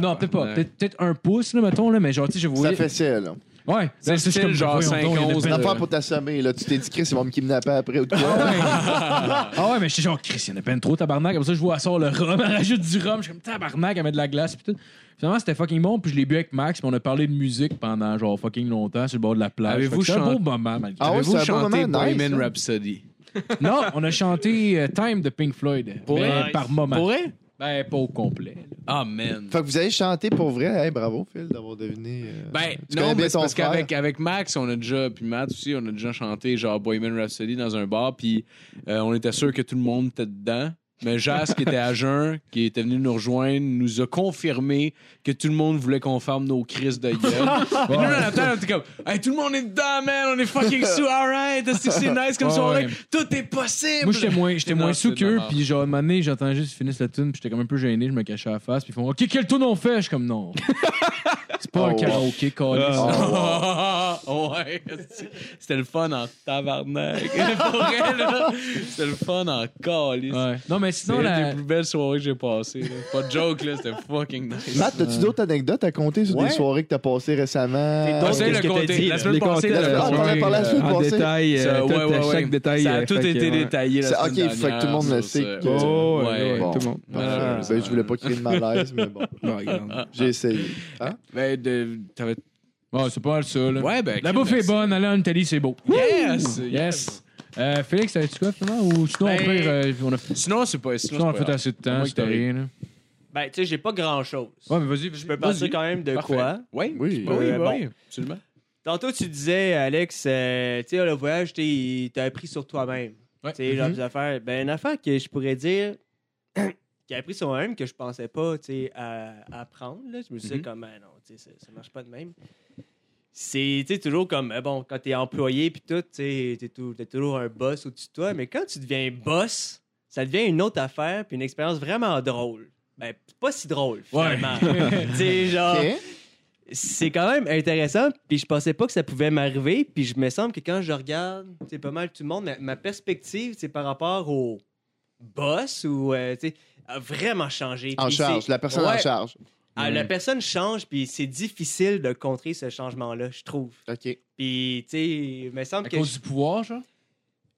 Non, peut-être pas. Peut-être peut-être un pouce, là, mettons, là, mais genre, tu sais, je Ça voyais. fait ça, là. Ouais, C'est Non, style je suis genre voyons donc, 5, il y a Ah 11, de Une belles- affaire pour t'assommer, là. Tu t'es dit, Chris, ils vont me kidnapper après ou de quoi? Ah ouais, mais j'étais genre, Chris, il y en a peine trop, tabarnak. Comme ça, je vois, elle sort le rhum, elle rajoute du rhum. Je suis comme, tabarnak, elle met de la glace, pis tout. Finalement, c'était fucking bon, puis je l'ai bu avec Max, puis on a parlé de musique pendant genre fucking longtemps sur le bord de la plage. Avez-vous Fait que c'était un chanté- beau moment, malgré Ah ouais, Avez-vous c'est un bon chanté moment, nice, hein? Bohemian ça. Rhapsody? tout. Non, on a chanté euh, Time de Pink Floyd. Pour ben, vrai? par moment. Pour vrai? Ben, pas au complet. là. Ah, man. Fait que vous avez chanté pour vrai. Hey, bravo, Phil, d'avoir deviné. euh, Ben, tu connais non, bien mais c'est ton parce frère. qu'avec avec Max, on a déjà, puis Matt aussi, on a déjà chanté genre Bohemian Rhapsody dans un bar, puis euh, on était sûr que tout le monde était dedans. Mais Jas, qui était à jeun, qui était venu nous rejoindre, nous a confirmé que tout le monde voulait qu'on ferme nos crises de gueule. Puis nous, dans la tête, on était comme « Hey, tout le monde est dedans, man! On est fucking sous! Alright! Est-ce que c'est nice comme Ouais, soirée? ouais. Tout est possible! » Moi, j'étais moins, j'étais Non, moins c'est sous qu'eux, dommage. puis genre, à un moment donné, j'entendais juste qu'ils finissent la tune, puis j'étais comme un peu gêné, je me cachais à la face, puis ils font OK, quel tune on fait Je suis comme non. c'est pas un Oh. karaoké, câlisse. Oh, Ah. wow. ouais, c'est- c'était le fun en tabarnak. Pour elle, là, c'était le fun en calice. Ouais. Non, mais C'est sinon, une la... des plus belles soirées que j'ai passées. là. Pas de joke, là, c'était fucking nice. Matt, as-tu d'autres anecdotes à compter sur Ouais. des soirées que t'as passées récemment? donc- Essaye le qu'est-ce que t'as compter. dit, La là? semaine Les passée, compter, la là, semaine on en a passée, parlé la semaine En passée. détail, euh, ça, tout, ouais, ouais, chaque ouais. détail. Ça euh, a tout fait que, été ouais. détaillé. la C'est- semaine ok, fait que dernière, tout le monde ça, le sait ça. que- Oh, ouais, Ouais. ouais, tout le monde. Ben, je voulais pas créer de malaise, mais bon, Non, regarde. j'ai essayé. Ben, de- t'avais- Ouais, Ah, c'est pas mal ça, là. Ouais, ben, La ok, bouffe est merci. bonne, aller en Italie, c'est beau. Yes! Yes! Euh, Félix, savais-tu quoi finalement? Ou sinon, Ben, au pire, euh, on a, Sinon, c'est pas. sinon, on Sinon, a c'est pas fait grave. assez de Moi, temps, c'était j'étais- rien. là. Ben, tu sais, j'ai pas grand-chose. Ouais, mais vas-y, Je peux passer quand même de Parfait. quoi. Ouais, Oui. bah oui, Euh, bah bon. oui, absolument. Tantôt, tu disais, Alex, euh, tu sais, le voyage, tu sais, t'as appris sur toi-même. Ouais. Tu sais, genre Mhm. des affaires. Ben, une affaire que je pourrais dire, qui a appris sur moi-même, que je pensais pas, tu sais, à, à apprendre, là. Je me suis dit, Mhm. comme, Ah non, tu sais, ça, ça marche pas de même. C'est, tu sais, toujours comme, euh, bon, quand t'es employé puis tout, tu sais, t'es tou- t'as toujours un boss au-dessus de toi, mais quand tu deviens boss, ça devient une autre affaire puis une expérience vraiment drôle. Ben, pas si drôle, Ouais. finalement. tu sais, genre Ok. c'est quand même intéressant, puis je pensais pas que ça pouvait m'arriver, puis je me semble que quand je regarde, c'est pas mal tout le monde, ma, ma perspective, c'est par rapport au boss ou euh, tu sais, a vraiment changé. En Puis charge, c'est- la personne en Ouais. charge. Ah, Mm. La personne change, puis c'est difficile de contrer ce changement-là, je trouve. OK. Puis tu sais, il me semble À que cause je- du pouvoir, genre?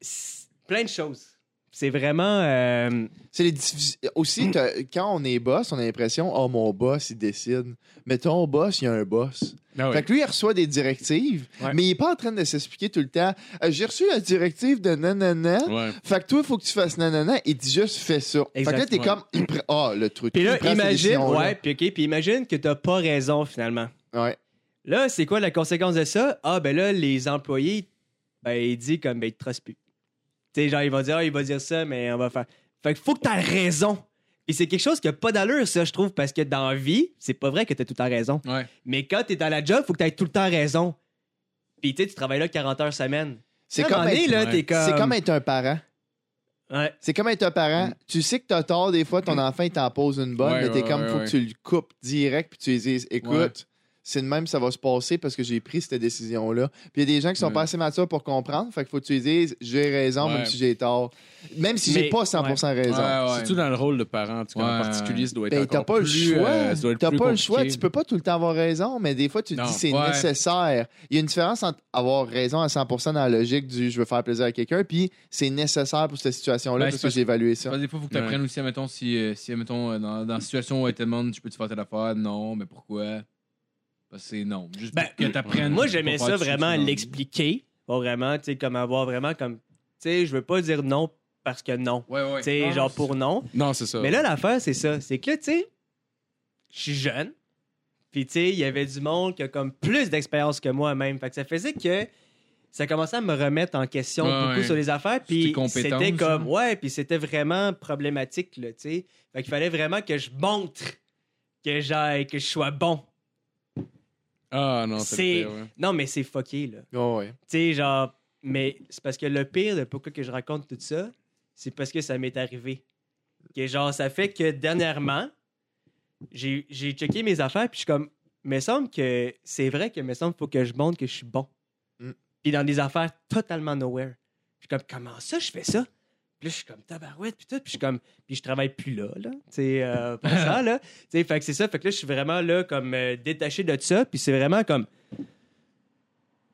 c'est plein de choses. C'est vraiment euh, C'est les diffi- aussi t'as- quand on est boss, on a l'impression oh mon boss il décide. Mais ton boss, il y a un boss. Ah Fait que lui il reçoit des directives, Ouais. mais il est pas en train de s'expliquer tout le temps. Euh, J'ai reçu la directive de nanana. Ouais. Fait que toi, il faut que tu fasses nanana. Il dit juste fais ça. Fait que là, t'es Exactement. comme il pre- ah le truc. Puis Il là, prend ces imagine, décisions-là. ouais, puis ok, puis imagine que t'as pas raison finalement. Ouais. Là, c'est quoi la conséquence de ça? Ah, ben là, les employés, ben, ils disent comme, ben, ils te trustent plus. Tu sais, genre, ils vont dire, ah, il va dire ça, mais on va faire. Fait que faut que t'aies raison. Et c'est quelque chose qui a pas d'allure, ça, je trouve, parce que dans la vie, c'est pas vrai que t'as tout le temps raison. Ouais. Mais quand t'es dans la job, faut que t'aies tout le temps raison. Puis tu sais, tu travailles là 40 heures semaine. C'est À un comme, moment donné, être- là, ouais. t'es comme... c'est comme être un parent. Ouais. C'est comme être un parent. Tu sais que t'as tort, des fois, ton enfant, il t'en pose une bonne, Ouais, mais t'es ouais, comme, ouais, faut ouais. que tu le coupes direct, puis tu lui dises, écoute, Ouais. c'est de même, ça va se passer parce que j'ai pris cette décision-là. Puis il y a des gens qui sont Ouais. pas assez matures pour comprendre, fait qu'il faut que tu lui dises, j'ai raison, Ouais. même si j'ai tort. Même si j'ai Mais- pas 100% raison. Ouais, ouais. Surtout dans le rôle de parent, en tout cas, en Ah Ouais. particulier, ça doit être Ben, encore t'as pas le plus, choix. euh, ça doit être t'as plus pas le choix. compliqué. Tu peux pas tout le temps avoir raison, mais des fois, tu te Non. dis c'est Ouais. nécessaire. Il y a une différence entre avoir raison à 100% dans la logique du je veux faire plaisir à quelqu'un, puis c'est nécessaire pour cette situation-là Ben, parce c'est que j'ai évalué ça. Parce que des fois, il faut que tu apprennes aussi, admettons, si, euh, si admettons, euh, dans, dans la situation où elle te demande, tu peux-tu faire telle affaire? Non, mais pourquoi? Parce que c'est non. Juste Ben, pour que tu apprennes. Moi, j'aimais ça vraiment l'expliquer. l'expliquer. Pas vraiment, tu sais, comme avoir vraiment comme. Tu sais, je veux pas dire non parce que non. Ouais, ouais. Tu sais, Non, genre c'est- pour non. Non, c'est ça. Mais là, l'affaire, c'est ça. C'est que là, tu sais, je suis jeune. Puis, tu sais, il y avait du monde qui a comme plus d'expérience que moi même. Fait que ça faisait que ça commençait à me remettre en question Ouais, beaucoup ouais. sur les affaires. tes Puis, compétences, c'était comme, hein. ouais, puis c'était vraiment problématique, là, tu sais. Fait qu'il fallait vraiment que je montre que j'aille, que je sois bon. Ah, non, C'est- c'est le pire, ouais. Non, mais c'est fucké, là. Ouais, ouais. Tu sais, genre, mais c'est parce que le pire de pourquoi que je raconte tout ça, c'est parce que ça m'est arrivé. Que genre, ça fait que dernièrement, j'ai j'ai checké mes affaires, puis je suis comme, me semble que c'est vrai que me semble faut que je montre que je suis bon. Mm. Puis dans des affaires totalement nowhere. Je suis comme, comment ça, je fais ça? Puis là, je suis comme tabarouette, puis tout. Puis je suis comme, puis je travaille plus là, là. Tu sais, euh, pour ça, là. Tu sais, fait que c'est ça. Fait que là, je suis vraiment là, comme euh, détaché de ça. Puis c'est vraiment comme.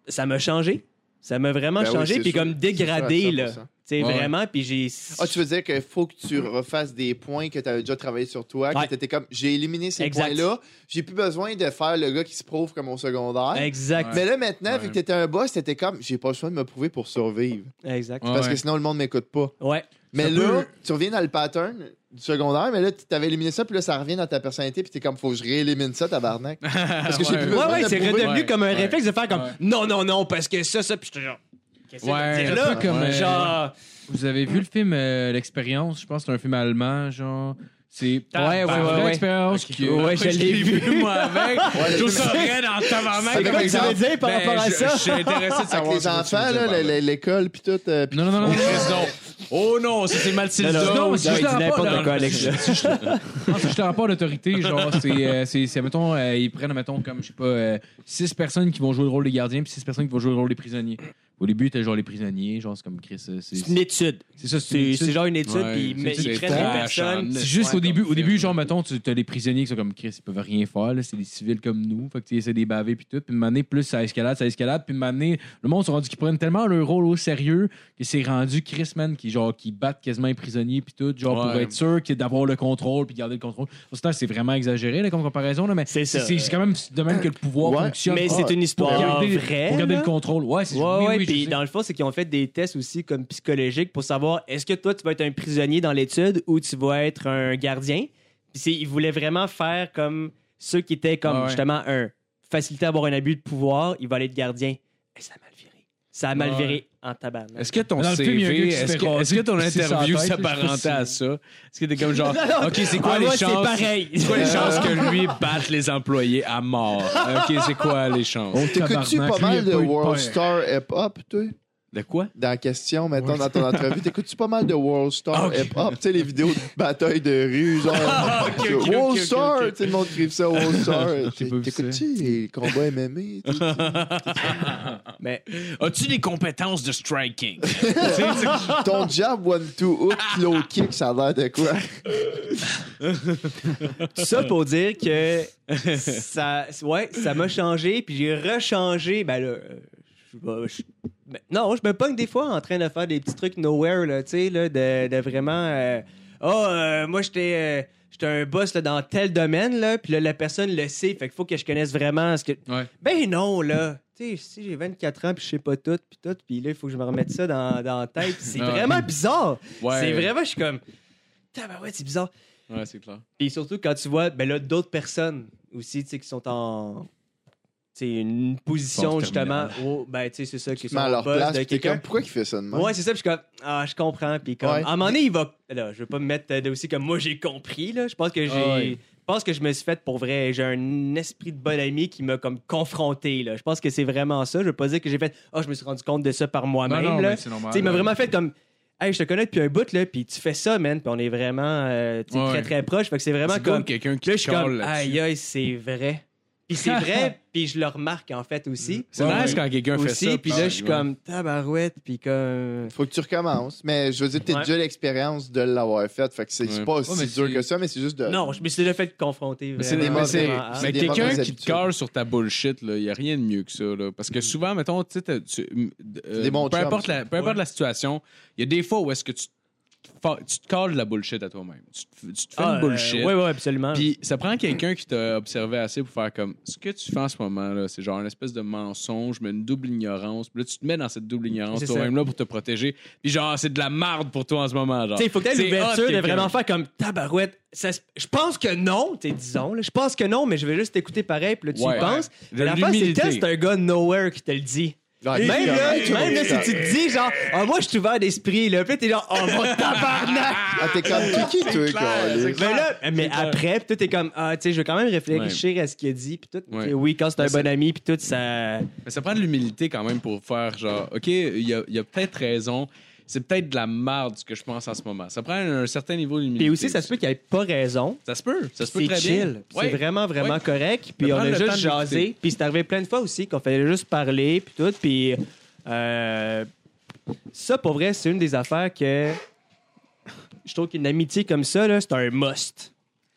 Ça m'a changé. Ça m'a vraiment Ben oui, changé. c'est puis sûr. comme C'est sûr à dégradé, là. Tu 100%. sais, Ouais. vraiment. Puis j'ai. Ah, tu veux dire qu'il faut que tu refasses des points que tu avais déjà travaillé sur toi, Ouais. que tu étais comme j'ai éliminé ces Exact. points-là, j'ai plus besoin de faire le gars qui se prouve comme au secondaire. Exact. Mais là, maintenant, Ouais. vu que tu étais un boss, t'étais comme j'ai pas le choix de me prouver pour survivre. Exact. Ouais. Parce que sinon, le monde m'écoute pas. Ouais. Mais Ça là, peut- tu reviens dans le pattern du secondaire, mais là, tu t'avais éliminé ça, puis là, ça revient dans ta personnalité, puis t'es comme, faut que je réélimine ça, tabarnak. Parce que j'ai Ouais. plus Ouais, besoin ouais, de c'est prouver. redevenu Ouais. comme un Ouais. réflexe de faire comme Ouais. non, non, non, parce que ça, ça, puis je te genre. Qu'est-ce que Ouais, tu un veux dire, peu comme, là? euh, Genre. Vous avez vu le film euh, L'expérience? Je pense que c'est un film allemand, genre. C'est. Ah, Ouais, ouais, bah, ouais. ouais. L'expérience. qui- Ouais, je l'ai vu, moi, avec. Ouais, Je le trouve film- ça vrai dans le tabarnak. C'est quoi que tu veux dire par rapport à Ben, je, ça? Je suis intéressé de Avec savoir les ce que tu veux enfants, dire là, par le- le- l'école, puis tout. euh, puis- Non, non, non, non. Oh, non. Chris, non. Oh non, ça c'est mal Non, non, non, non, c'est il juste dit un rapport, n'importe là. quoi, Alex. là. Non, c'est juste un rapport d'autorité, genre, c'est, euh, c'est, c'est, mettons, euh, ils prennent, mettons, comme, je sais pas, euh, six personnes qui vont jouer le rôle des gardiens, puis six personnes qui vont jouer le rôle des prisonniers. Au début, t'as genre les prisonniers, genre, c'est comme Chris. euh, C'est, C'est une c'est, étude. ça, c'est, une C'est étude. c'est genre une étude, Ouais, puis ils c'est- ils c'est prennent une trash, personne. hein. C'est juste Ouais, au début, comme au début, film. genre, mettons, tu as les prisonniers qui sont comme Chris, ils peuvent rien faire, là, c'est des civils comme nous. Fait que tu essaies de les baver, puis tout. Puis une année, plus ça escalade, ça escalade. Puis une année, le monde s'est rendu qu'ils prennent tellement leur rôle au sérieux que c'est rendu Chris, man, qui, genre, qui battent quasiment les prisonniers, puis tout, genre, pour Ouais. être sûr que d'avoir le contrôle, puis garder le contrôle. Pour ce temps, c'est vraiment exagéré, là, comme comparaison, là, mais C'est ça. c'est c'est quand même de même que le pouvoir Ouais. fonctionne. Ah, Mais c'est une pour histoire garder, vraie. pour garder là. le contrôle. Ouais, c'est Ouais, oui, ouais, oui, je puis sais. dans le fond, c'est qu'ils ont fait des tests aussi comme psychologiques pour savoir est-ce que toi, tu vas être un prisonnier dans l'étude ou tu vas être un gardien. Puis c'est- ils voulaient vraiment faire comme ceux qui étaient comme Ouais, ouais. justement un facilité à avoir un abus de pouvoir, il va aller être gardien. Et ça a mal viré. Ça a mal Ouais. viré en tabarnak. Est-ce que ton Dans le film, il y a un gars CV, qui se est-ce fait que, raser, est-ce que ton puis c'est sa interview tête, je sais pas s'apparentait à si- ça? Est-ce que t'es comme genre, OK, c'est quoi Ah, les moi, chances? c'est pareil. C'est quoi les chances que lui batte les employés à mort? OK, c'est quoi les chances? T'écoutes-tu Tabarnak, pas lui, il a mal de pas eu de World peur. Star Hip Hop, toi? De quoi? Dans la question, mettons, dans ton entrevue, t'écoutes-tu pas mal de World Star Ok. Hip Hop? Tu sais, les vidéos de bataille de rue, genre. ok, World ok, ok, Star! ok. Tu sais, le monde crie ça, World Star. J'ai pas vu ça. T'écoutes-tu les combats MMA? tu sais? Mais As-tu des compétences de striking? Ton jab one two hook low kick ça a l'air de quoi tout ça pour dire que ça ouais, ça m'a changé, puis j'ai rechangé. Ben là, euh, je vais- je- ben, non, je me pogne des fois en train de faire des petits trucs nowhere, là, tu sais, là, de, de vraiment. euh, oh, euh, moi, j'étais. euh, J'étais un boss là, dans tel domaine, là, puis là, la personne le sait, fait qu'il faut que je connaisse vraiment ce que. Ouais. Ben non, là! Tu sais, si j'ai 24 ans, puis je sais pas tout, puis tout, puis là, il faut que je me remette ça dans, dans la tête, puis c'est Ouais. vraiment bizarre! Ouais. C'est vraiment, je suis comme. ouais, c'est bizarre. Ouais, c'est clair. Puis surtout quand tu vois ben là, d'autres personnes aussi tu sais, qui sont en. tu sais, tu sais, une position Pense justement où, ben, tu sais, c'est ça, qui Tu te mets à leur place, puis t'es comme, pourquoi il fait ça de même? Ouais, c'est ça, puis je suis comme, ah, je comprends. Puis comme, Ouais. à un moment donné, il va. Là, je veux pas me mettre euh, aussi comme moi, j'ai compris, là. Je pense que j'ai. Ouais. Je pense que je me suis fait pour vrai. J'ai un esprit de bon ami qui m'a comme confronté, là. Je pense que c'est vraiment ça. Je veux pas dire que j'ai fait, ah, je me suis rendu compte de ça par Non, Ah, moi-même, non, là. mais Tu c'est normal. sais, il m'a vraiment fait comme. Hey, je te connais depuis un bout, là, puis tu fais ça, man, puis on est vraiment euh, tu sais, Ouais. très, très proches. Fait que c'est vraiment C'est comme. comme quelqu'un Puis là, qui je suis comme, chiale là-dessus. aïe, aïe, c'est vrai. Puis c'est vrai, puis je le remarque, en fait, aussi. C'est Ouais, nice ouais. quand quelqu'un fait ça. ben, Aussi, puis là, je suis ouais. comme, tabarouette, puis Euh, comme. Faut que tu recommences. Mais je veux dire, t'as Ouais. déjà l'expérience de l'avoir faite. Fait que c'est c'est Ouais. pas aussi mais dur c'est- que ça, mais c'est juste de. Non, je me suis déjà fait confronter. Mais c'est des- vraiment, mais c'est- vraiment, hein. Mais des quelqu'un mauvaises qui te habitudes. carre sur ta bullshit, il n'y a rien de mieux que ça. là. Parce que souvent, mettons, tu sais, t'as- tu- m- d- euh, des bons peu chums, importe, ça. la, peu importe la situation, il y a des fois où est-ce que tu, te fa- tu te calles de la bullshit à toi-même. Tu, te- tu te fais Ah, une euh, bullshit. ouais, ouais, absolument. Puis ça prend quelqu'un qui t'a observé assez pour faire comme ce que tu fais en ce moment là, c'est genre une espèce de mensonge, mais une double ignorance. Puis là tu te mets dans cette double ignorance C'est toi-même là pour te protéger. Puis genre c'est de la marde pour toi en ce moment genre. Tu sais, il faut que tu C'est hot, l'ouverture de quelqu'un. vraiment faire comme tabarouette. ça se- je pense que non, tu sais, disons. là. Je pense que non, mais je vais juste t'écouter pareil, puis là, tu Ouais. y penses. De Mais l'affaire, c'est l'humilité. que c'est un gars nowhere qui te le dit. Ouais, Même c'est là, correct. même là, si tu te dis genre, ah, moi, je suis ouvert d'esprit, là, puis là, t'es genre, oh, va tabarnak! Ah, t'es comme t'es qui, toi, câlisse? Mais là, mais après, pis tout est comme, ah, tu sais, je vais quand même réfléchir à ce qu'il a dit, puis tout. Ouais. Puis Oui, quand c'est un Mais bon ami, puis tout, ça. Mais ça prend de l'humilité quand même pour faire genre, OK, il y a, il y a peut-être raison. C'est peut-être de la marde ce que je pense en ce moment. Ça prend un, certain niveau d'humilité. Puis aussi, ça se peut qu'il ait pas raison. Ça se peut. Ça se peut C'est très chill. bien. C'est Ouais. vraiment, vraiment Ouais. correct. Puis De on a prendre le juste temps de l'écouter. jasé. Puis c'est arrivé plein de fois aussi qu'on fallait juste parler, puis tout. Puis euh, ça, pour vrai, c'est une des affaires que je trouve qu'une amitié comme ça, là, c'est un must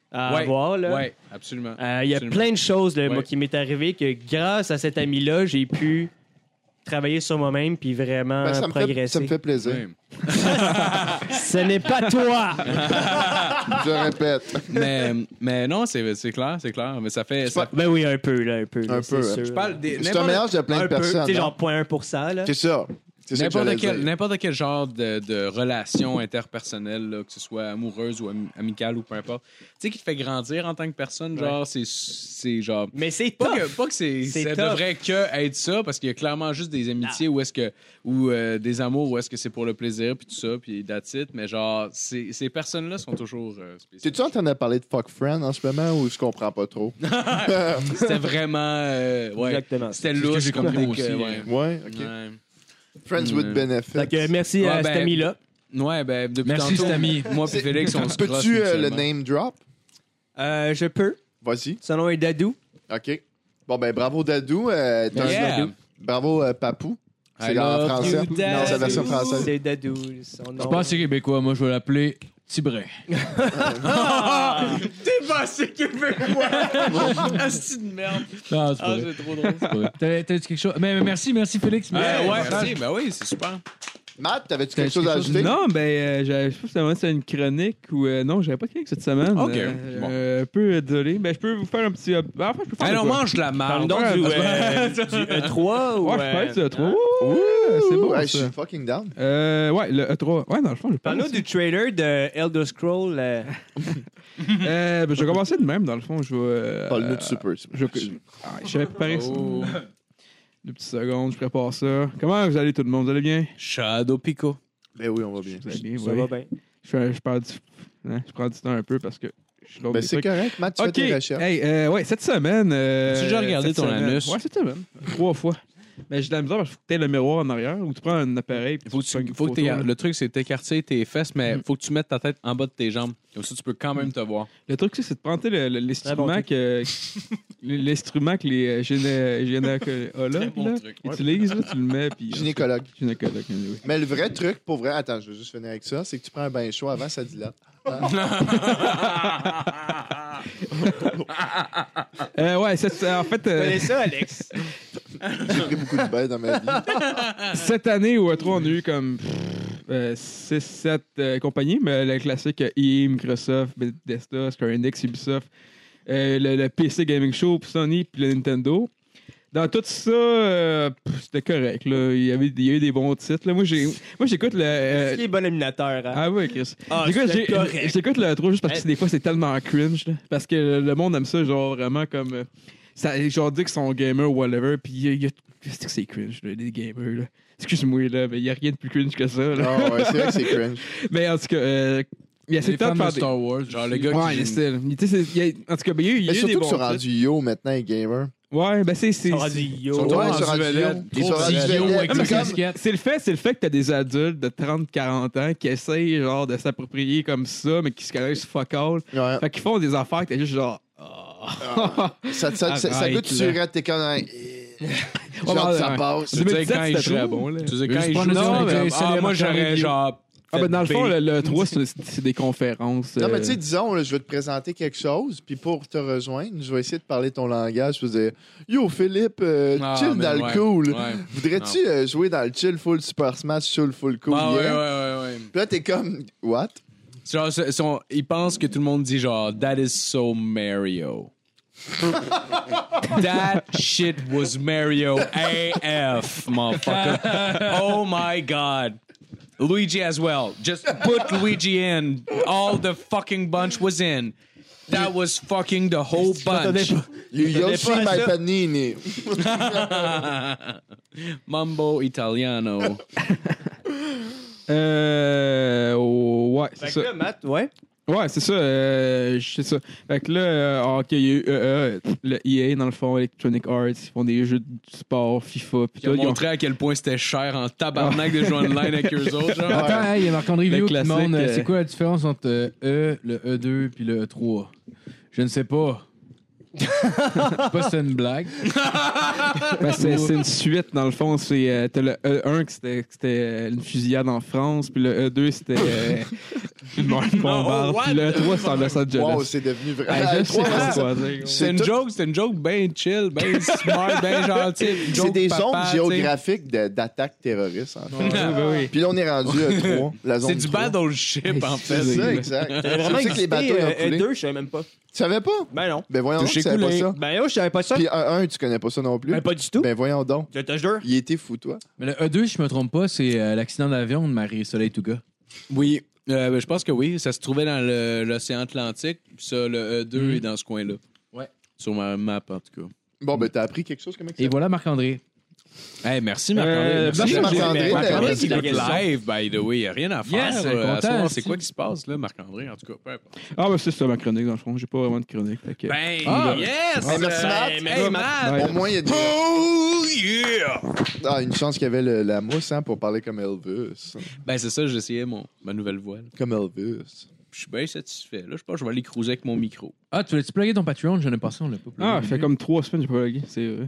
à Ouais. avoir. là. Ouais, absolument. Euh, Il y a Absolument. plein de choses là, Ouais. moi, qui m'est arrivé que grâce à cet ami-là, j'ai pu travailler sur moi-même puis vraiment Ben, ça, me fait, ça progresser. me fait plaisir. Ouais. Ce n'est pas toi! Je répète. mais, mais non, c'est c'est clair, c'est clair. Mais ça fait. Ça... ben oui, un peu, là, un peu. Un peu, hein. Je parle des. C'est un n'importe- mélange de plein de un peu, personnes. tu sais, hein. genre 0.1%, là. C'est ça. C'est ça que N'importe j'allais quel, dire. n'importe quel genre de, de relation interpersonnelle, là, que ce soit amoureuse ou ami- amicale ou peu importe, tu sais, qui te fait grandir en tant que personne, genre, c'est- c'est genre. Mais c'est Pas tough. que, pas que c'est, C'est ça tough. devrait que être ça, parce qu'il y a clairement juste des amitiés où est-ce que, ou euh, des amours où est-ce que c'est pour le plaisir, puis tout ça, puis that's it. Mais genre, ces ces personnes-là sont toujours euh, spéciales. T'es-tu en train de parler de fuck friend en ce moment ou je comprends pas trop? C'était vraiment. euh, ouais. Exactement. C'était C'est ce que louche j'ai comme compris dès aussi, que- ouais. euh, Ouais, ok. Ouais. Friends Mm. with benefits. Fait que merci Ouais, à cet ben, ami-là. Ouais, ben, depuis Merci, tantôt, cet ami. Moi et Félix, on se crosse Peux-tu euh, le mutuellement. name drop? Euh, je peux. Vas-y. Son nom est Dadou. OK. Bon, ben, bravo, Dadou. Euh, t'as un- Yeah. Bravo, euh, Papou. C'est I en love français. you, Non, Euh, c'est la version Dadou. française. C'est Dadou. Son Je nom. pense que c'est québécois. Moi, je vais l'appeler Tibrin. Ah, T'es passé québécois! Asti de merde! Non, c'est Ah, pas vrai. c'est trop drôle. C'est pas vrai. T'as- T'as dit quelque chose? Mais mais merci, merci, Félix. Ah, Ouais, Merci. ouais, merci. Ben oui, c'est super. Matt, t'avais-tu T'as quelque chose à quelque chose- ajouter? Non, ben, euh, j'avais- je sais pas si vraiment c'est une chronique ou. euh, non, j'avais pas de chronique cette semaine. Ok, Euh, bon. euh, un peu euh, désolé. Ben, je peux vous faire un petit. euh, ah, enfin, je peux faire. Hey, de on quoi. mange de la Parle merde. donc du, Ouais. euh, du E3 ou. Ouais, euh, je peux être hein. 3. Ouh, c'est bon, ouais, je ça. suis fucking down. Euh, ouais, le E3. Ouais, dans le fond, je parle. Parle-nous du trailer de Elder Scroll. euh, Euh, ben, je vais commencer de même, dans le fond. Je vais. euh, Parle-nous de Super. Je, ah, je savais préparer ça. Oh. Deux petites secondes, je prépare ça. Comment vous allez, tout le monde? Vous allez bien? Shadow Pico. Ben oui, on va bien. Vous allez bien, Ça oui. va bien. Je, je, perds du, hein, je prends du temps un peu parce que je suis l'autre Ben des c'est trucs. correct, Matt, tu Ok, fais tes recherches. hey, euh, ouais, cette semaine. euh, As-tu déjà regardé cette ton semaine- anus? Ouais, cette semaine. Trois fois. Mais j'ai de la misère parce qu'il faut que tu le miroir en arrière ou tu prends un appareil. puis Faut que tu prends tu- une faut que photo, t'égar- hein. le truc, c'est t'écarter tes fesses, mais Mm. faut que tu mettes ta tête en bas de tes jambes. Comme ça, tu peux quand même te voir. Le truc, c'est c'est de prendre tu sais, le- le- bon l'instrument truc. que l'instrument que les euh, gyné- gynécologues bon là, truc, ouais. utilisent, là, tu le mets. Puis, euh, Gynécologue. Gynécologue, oui. Mais le vrai truc, pour vrai, attends, je veux juste finir avec ça, c'est que tu prends un bain chaud avant, ça dilate. Euh, ouais, cette- en fait, Tu euh, connais ça, Alex? J'ai pris beaucoup de bains dans ma vie. cette année au E3, on a eu comme euh, 6-7 compagnies, mais le classique euh, EA, Microsoft, Bethesda, Square Enix, Ubisoft, euh, le, le PC Gaming Show, puis Sony, puis le Nintendo. Dans tout ça, euh, pff, c'était correct. là. Il, y avait, il y a eu des bons titres. là. Moi, j'ai- moi, j'écoute le. euh, C'est qui est bon éliminateur. hein? ah oui, Chris. Ah, J'écoute- c'était j'ai- correct. J'écoute le 3 juste parce que Hey. des fois c'est tellement cringe. là. parce que le monde aime ça, genre vraiment comme. euh, ça, genre dire qu'ils sont gamers ou whatever, puis il y a- il y a- c'est que c'est cringe, là, les gamers, là. Excuse-moi, là, mais il n'y a rien de plus cringe que ça, là. Non, ouais, c'est vrai que c'est cringe. Mais en tout cas, euh, il y a Les cette temps fans de de faire des... Star Wars. Genre le gars Ouais, qui. les styles. Il- tu sais, c'est- il y a- En tout cas, ben, il y a, il y a Mais eu des surtout que bons sur titres. rendu yo maintenant, les gamers. Ouais, ben c'est... c'est- Ils sont rendus yo. Ils sont Ouais, rendus sur rendu vedettes. yo. Ils Trop sont rendus petits yo vedettes. avec Ah, mais des Comme- casquettes. C'est le fait, c'est le fait que t'as des adultes de 30-40 ans qui essayent genre de s'approprier comme ça, mais qui se connaissent fuck all. Ouais. Fait qu'ils font des affaires que t'es juste genre. ah. Ça, ça, ça, ça Arrête, goûte là. sur t'es comme dans- Genre, ouais, ça ouais. passe. Tu sais, 2017, quand il c'était joue, très bon, là. Tu sais, Mais quand c'est il pas joue, nécessairement non, des mais- séries ah, moi amateurs j'aurais vidéo. genre. Ah, ben dans le fond, fait le, le 3, c'est c'est des conférences. Non, euh, mais tu sais, disons, là, je vais te présenter quelque chose, puis pour te rejoindre, je vais essayer de parler ton langage. Je vais dire Yo, Philippe, euh, Ah, chill mais dans le ouais, cool. ouais. Voudrais-tu euh, jouer dans le chill full Super Smash, chill full cool Ah, ouais, ouais, yeah? ouais, ouais. Puis là, t'es comme What Genre, ce- son- ils pensent que tout le monde dit genre, That is so Mario. That shit was Mario AF, motherfucker. Oh my god. Luigi as well. Just put Luigi in. All the fucking bunch was in. That was fucking the whole bunch. You Yoshi pas à my ça. panini. Mambo Italiano. euh, ouais, c'est Fait que ça. là, Matt, ouais. Ouais, c'est ça. euh, je- c'est ça. Fait que là, euh, ah, ok, il y a eu euh, euh, le EA, dans le fond, Electronic Arts, ils font des jeux de sport, FIFA, pis Qui tout. a Ils ont- montré à quel point c'était cher en tabarnak de jouer online avec eux autres. genre. Attends, hey, il y a Marc-André Le Vio qui classique, demande euh, euh, c'est quoi la différence entre euh, E, le E2 puis le E3 Je ne sais pas. Je sais pas si c'est une blague. Ben, c'est c'est une suite, dans le fond. C'est, euh, t'as le E1 qui c'était, qui c'était euh, une fusillade en France, puis le E2 c'était euh, une Oh, bombarde, puis le E3 c'est en Los Angeles. Wow, c'est devenu vrai. Ah, Ah, je sais trois, pas ouais, c'est- quoi dire. C'est une tout- joke, c'est une joke bien chill, bien smart, bien gentille. C'est des zones géographiques de- d'attaque terroriste, en fait. Ben oui. Puis là, on est rendu à 3. La zone C'est du trois. battleship, en fait. C'est ça, exact. T'avais C'est pour vraiment ça que les existé, bateaux ils ont euh, coulé. deux, je savais même pas. Tu savais pas? Ben non. Ben voyons, Touché tu savais pas coulé. ça. Ben non, je savais pas ça. Puis un 1, tu connais pas ça non plus. Ben pas du tout. Ben voyons donc. Je te jure. Il était fou, toi. Mais le E2, si je me trompe pas, c'est euh, l'accident d'avion de Marie-Soleil Touga. Oui, euh, je pense que oui. Ça se trouvait dans le- l'océan Atlantique. puis Ça, le E2 est dans ce coin-là. Ouais. Sur ma map, en tout cas. Bon, ben t'as appris quelque chose comme ça. Et voilà Marc-André. Hey, merci, Euh, Marc-André. merci, Merci, Marc-André. Marc-André, ben, Marc-André, euh, Marc-André merci qui de la écoute question. live, by the way. Il n'y a rien à faire. Yes, euh, content, à savoir, si. c'est quoi qui se passe, là, Marc-André, en tout cas, peu importe. Ah, ben c'est ça ma chronique, dans le fond. J'ai pas vraiment de chronique. fait que- Ben, Ah. yes! Ah, merci, Ben, euh, Matt. Hey, Matt! Ouais. Au moins, il y a des- Oh, yeah! Ah, une chance qu'il y avait le- la mousse hein, pour parler comme Elvis. Ben, c'est ça, j'essayais mon, ma nouvelle voile. Comme Elvis. Je suis bien satisfait. Là, je pense que je vais aller cruiser avec mon micro. Ah, tu voulais-tu plugger ton Patreon Je n'ai pas ça, on l'a pas plugué. Ah, ça fait mm-hmm. comme trois semaines que j'ai pas logué, c'est vrai.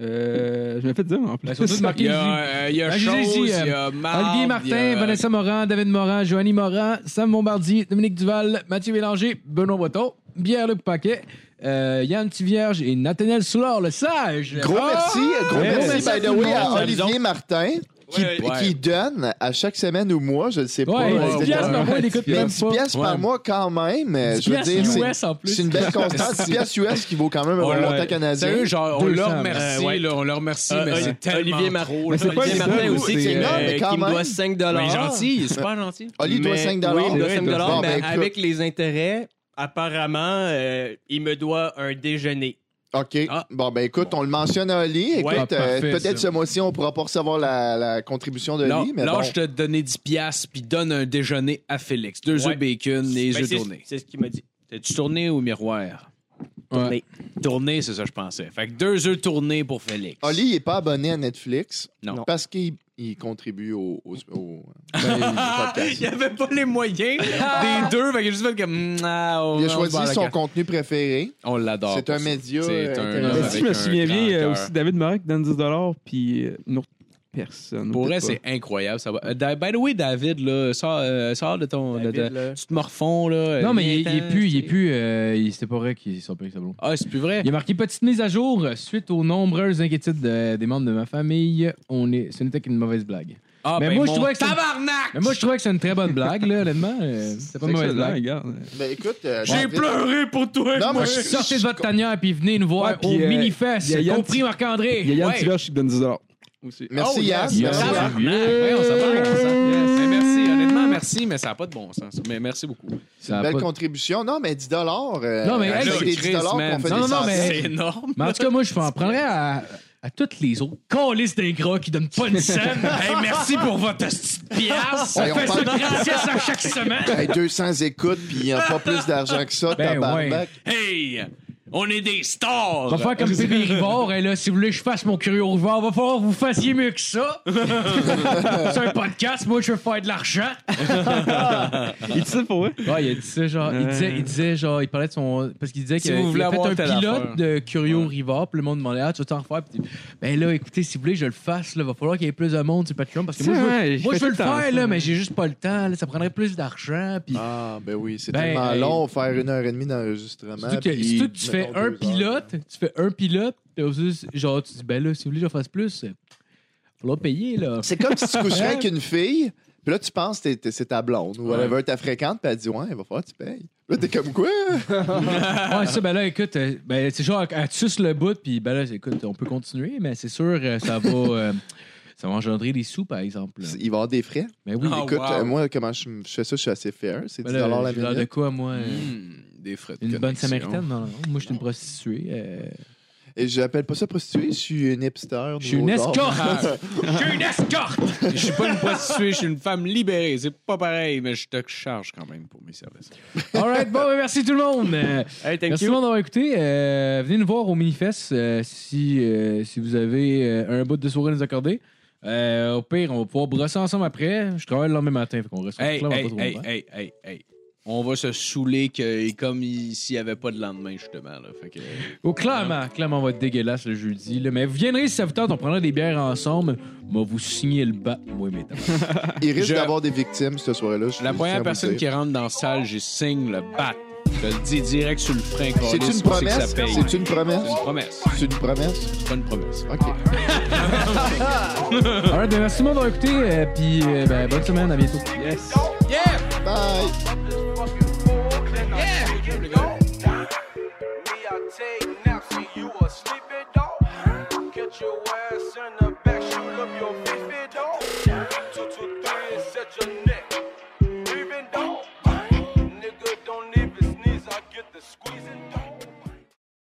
Euh, je me fais dire en plus. Ben, surtout de Il marquer y J. a, euh, il y a Ah, j'ai Chose, dit, il y euh, a Marc, Olivier il y Martin, a- Vanessa Morin, David Morin, Joanny Morin, Sam Bombardier, Dominique Duval, Mathieu Bélanger, Benoît Boiteau, Pierre-Luc Paquet, euh, Yann Tivierge et Nathaniel Soulard, le sage. Ah! Gros merci, gros Ouais, merci, merci à by the tout le way, à monde. Olivier Martin qui, Ouais, ouais. qui donne à chaque semaine ou mois, je ne sais pas. Ouais, euh, ouais, 10 piastres exactement. par mois, il écoute Mais même 10 pas. piastres par Ouais. mois quand même, euh, 10 je veux dire, piastres c'est- US en plus. c'est une belle constance. 10 piastres US qui vaut quand même un Ouais. montant canadien. Sérieux, genre, on 200, leur remercie, euh, ouais. là, on leur remercie, Euh, mais euh, c'est tellement Olivier Mar- trop, Mais là. c'est pas Olivier une Martin bonne aussi, idée. qui, Non, euh, mais quand qui me même. doit 5 Mais gentil, il est super gentil. Oli doit Mais- 5 Oui, il me doit Ouais, 5 Bon, mais ben, avec les intérêts, apparemment, euh, il me doit un déjeuner. OK. Ah. Bon, ben écoute, on le mentionne à Oli. Écoute, Ouais, euh, parfait, peut-être ça. ce mois-ci, on pourra pas recevoir la, la contribution de Là, Oli, mais là, bon. je te donnais 10 piastres, puis donne un déjeuner à Félix. Deux Ouais. œufs bacon et Ben, œufs c'est- tournés. C'est ce qu'il m'a dit. T'as-tu tourné au miroir? Ouais. Tourné, c'est ça, je pensais. Fait que deux œufs tournés pour Félix. Oli, il n'est pas abonné à Netflix. Non. Parce qu'il il contribue au, au, au- Ah, il n'y avait pas les moyens des deux. Fait que j'ai juste fait comme. mm, ah, on- Il Ah! on se a bat choisi la son carte. contenu préféré. On l'adore. C'est un pour ça. média, C'est euh, un intéressant. homme Mais si je me avec un souviens bien, grand il y a cœur. aussi David Marek donne 10$, puis euh, une autre personne. Pour peut-être vrai, pas. c'est incroyable. Ça va. Euh, da- By the way, David, là, sors, euh, sors de ton. de- de- Tu te morfonds, là. Non, mais il, il Viens-t'en, est plus, il est tu sais. plus, euh, il- c'était pas vrai qu'il sortait avec sa blonde. Ah, c'est plus vrai. Il a marqué petite mise à jour suite aux nombreuses inquiétudes de- des membres de ma famille. On est, ce n'était qu'une mauvaise blague. Ah, Mais moi, je mon trouvais que c'est- Tabarnak! Mais moi, je trouvais que c'est une très bonne blague, là, honnêtement. euh, C'était pas une C'est mauvaise excellent, blague. regarde. Ben écoute, euh, J'ai David- pleuré pour toi. Non, Ah, moi, Fait que je- Ah, Sortez de votre tanière puis venez nous voir Ouais, puis, au euh, mini-fest. y a Yann compris Ti- Marc-André. Il y a Yann Ouais. Tiberge qui donne 10$ aussi. Merci Oh, Yann. yes, Merci, yes. Yann. Tabarnak. Ouais, on s'en va, on s'en va. Mais Eh, Merci, honnêtement, merci. Mais ça n'a pas de bon sens. Mais merci beaucoup. Ça a Belle pas- contribution. Non, mais 10 euh, Non, mais, hey, avec c'est les Chris, 10 qu'on man. fait Non, des non, non, mais- centaines. C'est énorme. Mais en tout cas, moi, je m'en prendrais à, à toutes les autres calices d'ingrats qui donnent pas une scène. hey, merci pour votre petite pièce. Hey, on on fait ça parle- gracias à chaque semaine. Hey, 200 écoutes, puis il n'y a pas plus d'argent que ça, Ben tabarnak. Hey, on est des stars. On va faire comme Pépé Rivard. Et là, si vous voulez que je fasse mon curieux Rivard, va falloir que vous fassiez mieux que ça. C'est un podcast. Moi, je veux faire de l'argent. Il dit ça pour eux. Ouais, il a dit ça, genre, il, disait, il disait, genre, il parlait de son. Parce qu'il disait Si qu'il vous voulez a fait avoir un telle pilote affaire. de Curio Rivard, puis le monde demandait, ah, tu veux t'en refaire? Puis, il dit, ben là, écoutez, si vous voulez, je le fasse, là, va falloir qu'il y ait plus de monde sur Patreon, parce que C'est moi, je veux, vrai, je moi, fais je veux le tout le temps faire, ça. là, mais j'ai juste pas le temps, là, ça prendrait plus d'argent, puis. Ah, ben oui, c'est Ben, tellement hey. long, faire une heure et demie d'enregistrement. Surtout que, puis, surtout que tu fais Ah, mettons, un deux heures. pilote, tu fais un pilote, t'as juste- genre, tu dis, ben là, si vous voulez que j'en fasse plus, il falloir payer, là. C'est comme si tu coucherais Hein? avec une fille, puis là, tu penses que t'es- t'es- c'est ta blonde ou whatever, ta fréquente, puis elle dit Ouais, il va falloir que tu payes. Puis là, t'es comme quoi Ouais, ça, ben là, écoute, euh, ben, c'est genre, elle te suce le bout, puis ben là, c'est- écoute, on peut continuer, mais c'est sûr, euh, ça va. euh, ça va engendrer des sous, par exemple. là. Il va y avoir des frais. Mais oui, Ah, Écoute, wow. euh, moi, comment je, je fais ça, je suis assez fair. C'est 10 ben là, la j'ai l'air de minute. quoi, moi euh, des frais de Une bonne Hmm. connexion. samaritaine? Non, non. Moi, je suis une prostituée. euh, Et j'appelle pas ça prostituée, je suis une hipster. Je suis une nouveau genre. escorte! Je suis une escorte! Je suis pas une prostituée, je suis une femme libérée. C'est pas pareil, mais je te charge quand même pour mes services. All right, bon, ben, merci tout le monde! Euh, Hey, thank Merci you. tout le monde d'avoir écouté. Euh, venez nous voir au Minifest euh, si, euh, si vous avez euh, un bout de sourire à nous accorder. Euh, au pire, on va pouvoir brosser ensemble après. Je travaille le lendemain matin, fait qu'on reste Hey, clairement hey, pas trop hey, hein? longtemps. hey, hey, hey. On va se saouler que, comme il- s'il n'y avait pas de lendemain, justement. Là. Fait que, Oh, clairement, clairement, on va être dégueulasse le jeudi. là. Mais vous viendrez si ça vous tente, on prendra des bières ensemble. Moi, vous signer le bat, moi, mes temps. Il risque Je- d'avoir des victimes ce soir-là. je la tiens à première vous personne dire. qui rentre dans la salle, j'y signe le bat. Je le dis direct sur le frein. C'est câlisse, une pour que ça promesse. paye. C'est une C'est promesse. une promesse. C'est une promesse. C'est pas une promesse. OK. All right, ben, merci tout le monde d'avoir écouté. euh, Puis, euh, ben, bonne semaine, à bientôt. Yes. Bye. We are taking naps and you are sleeping, dog. Catch your ass in the back, shoot up your fifi, dog. Two, two, three, set your nigga.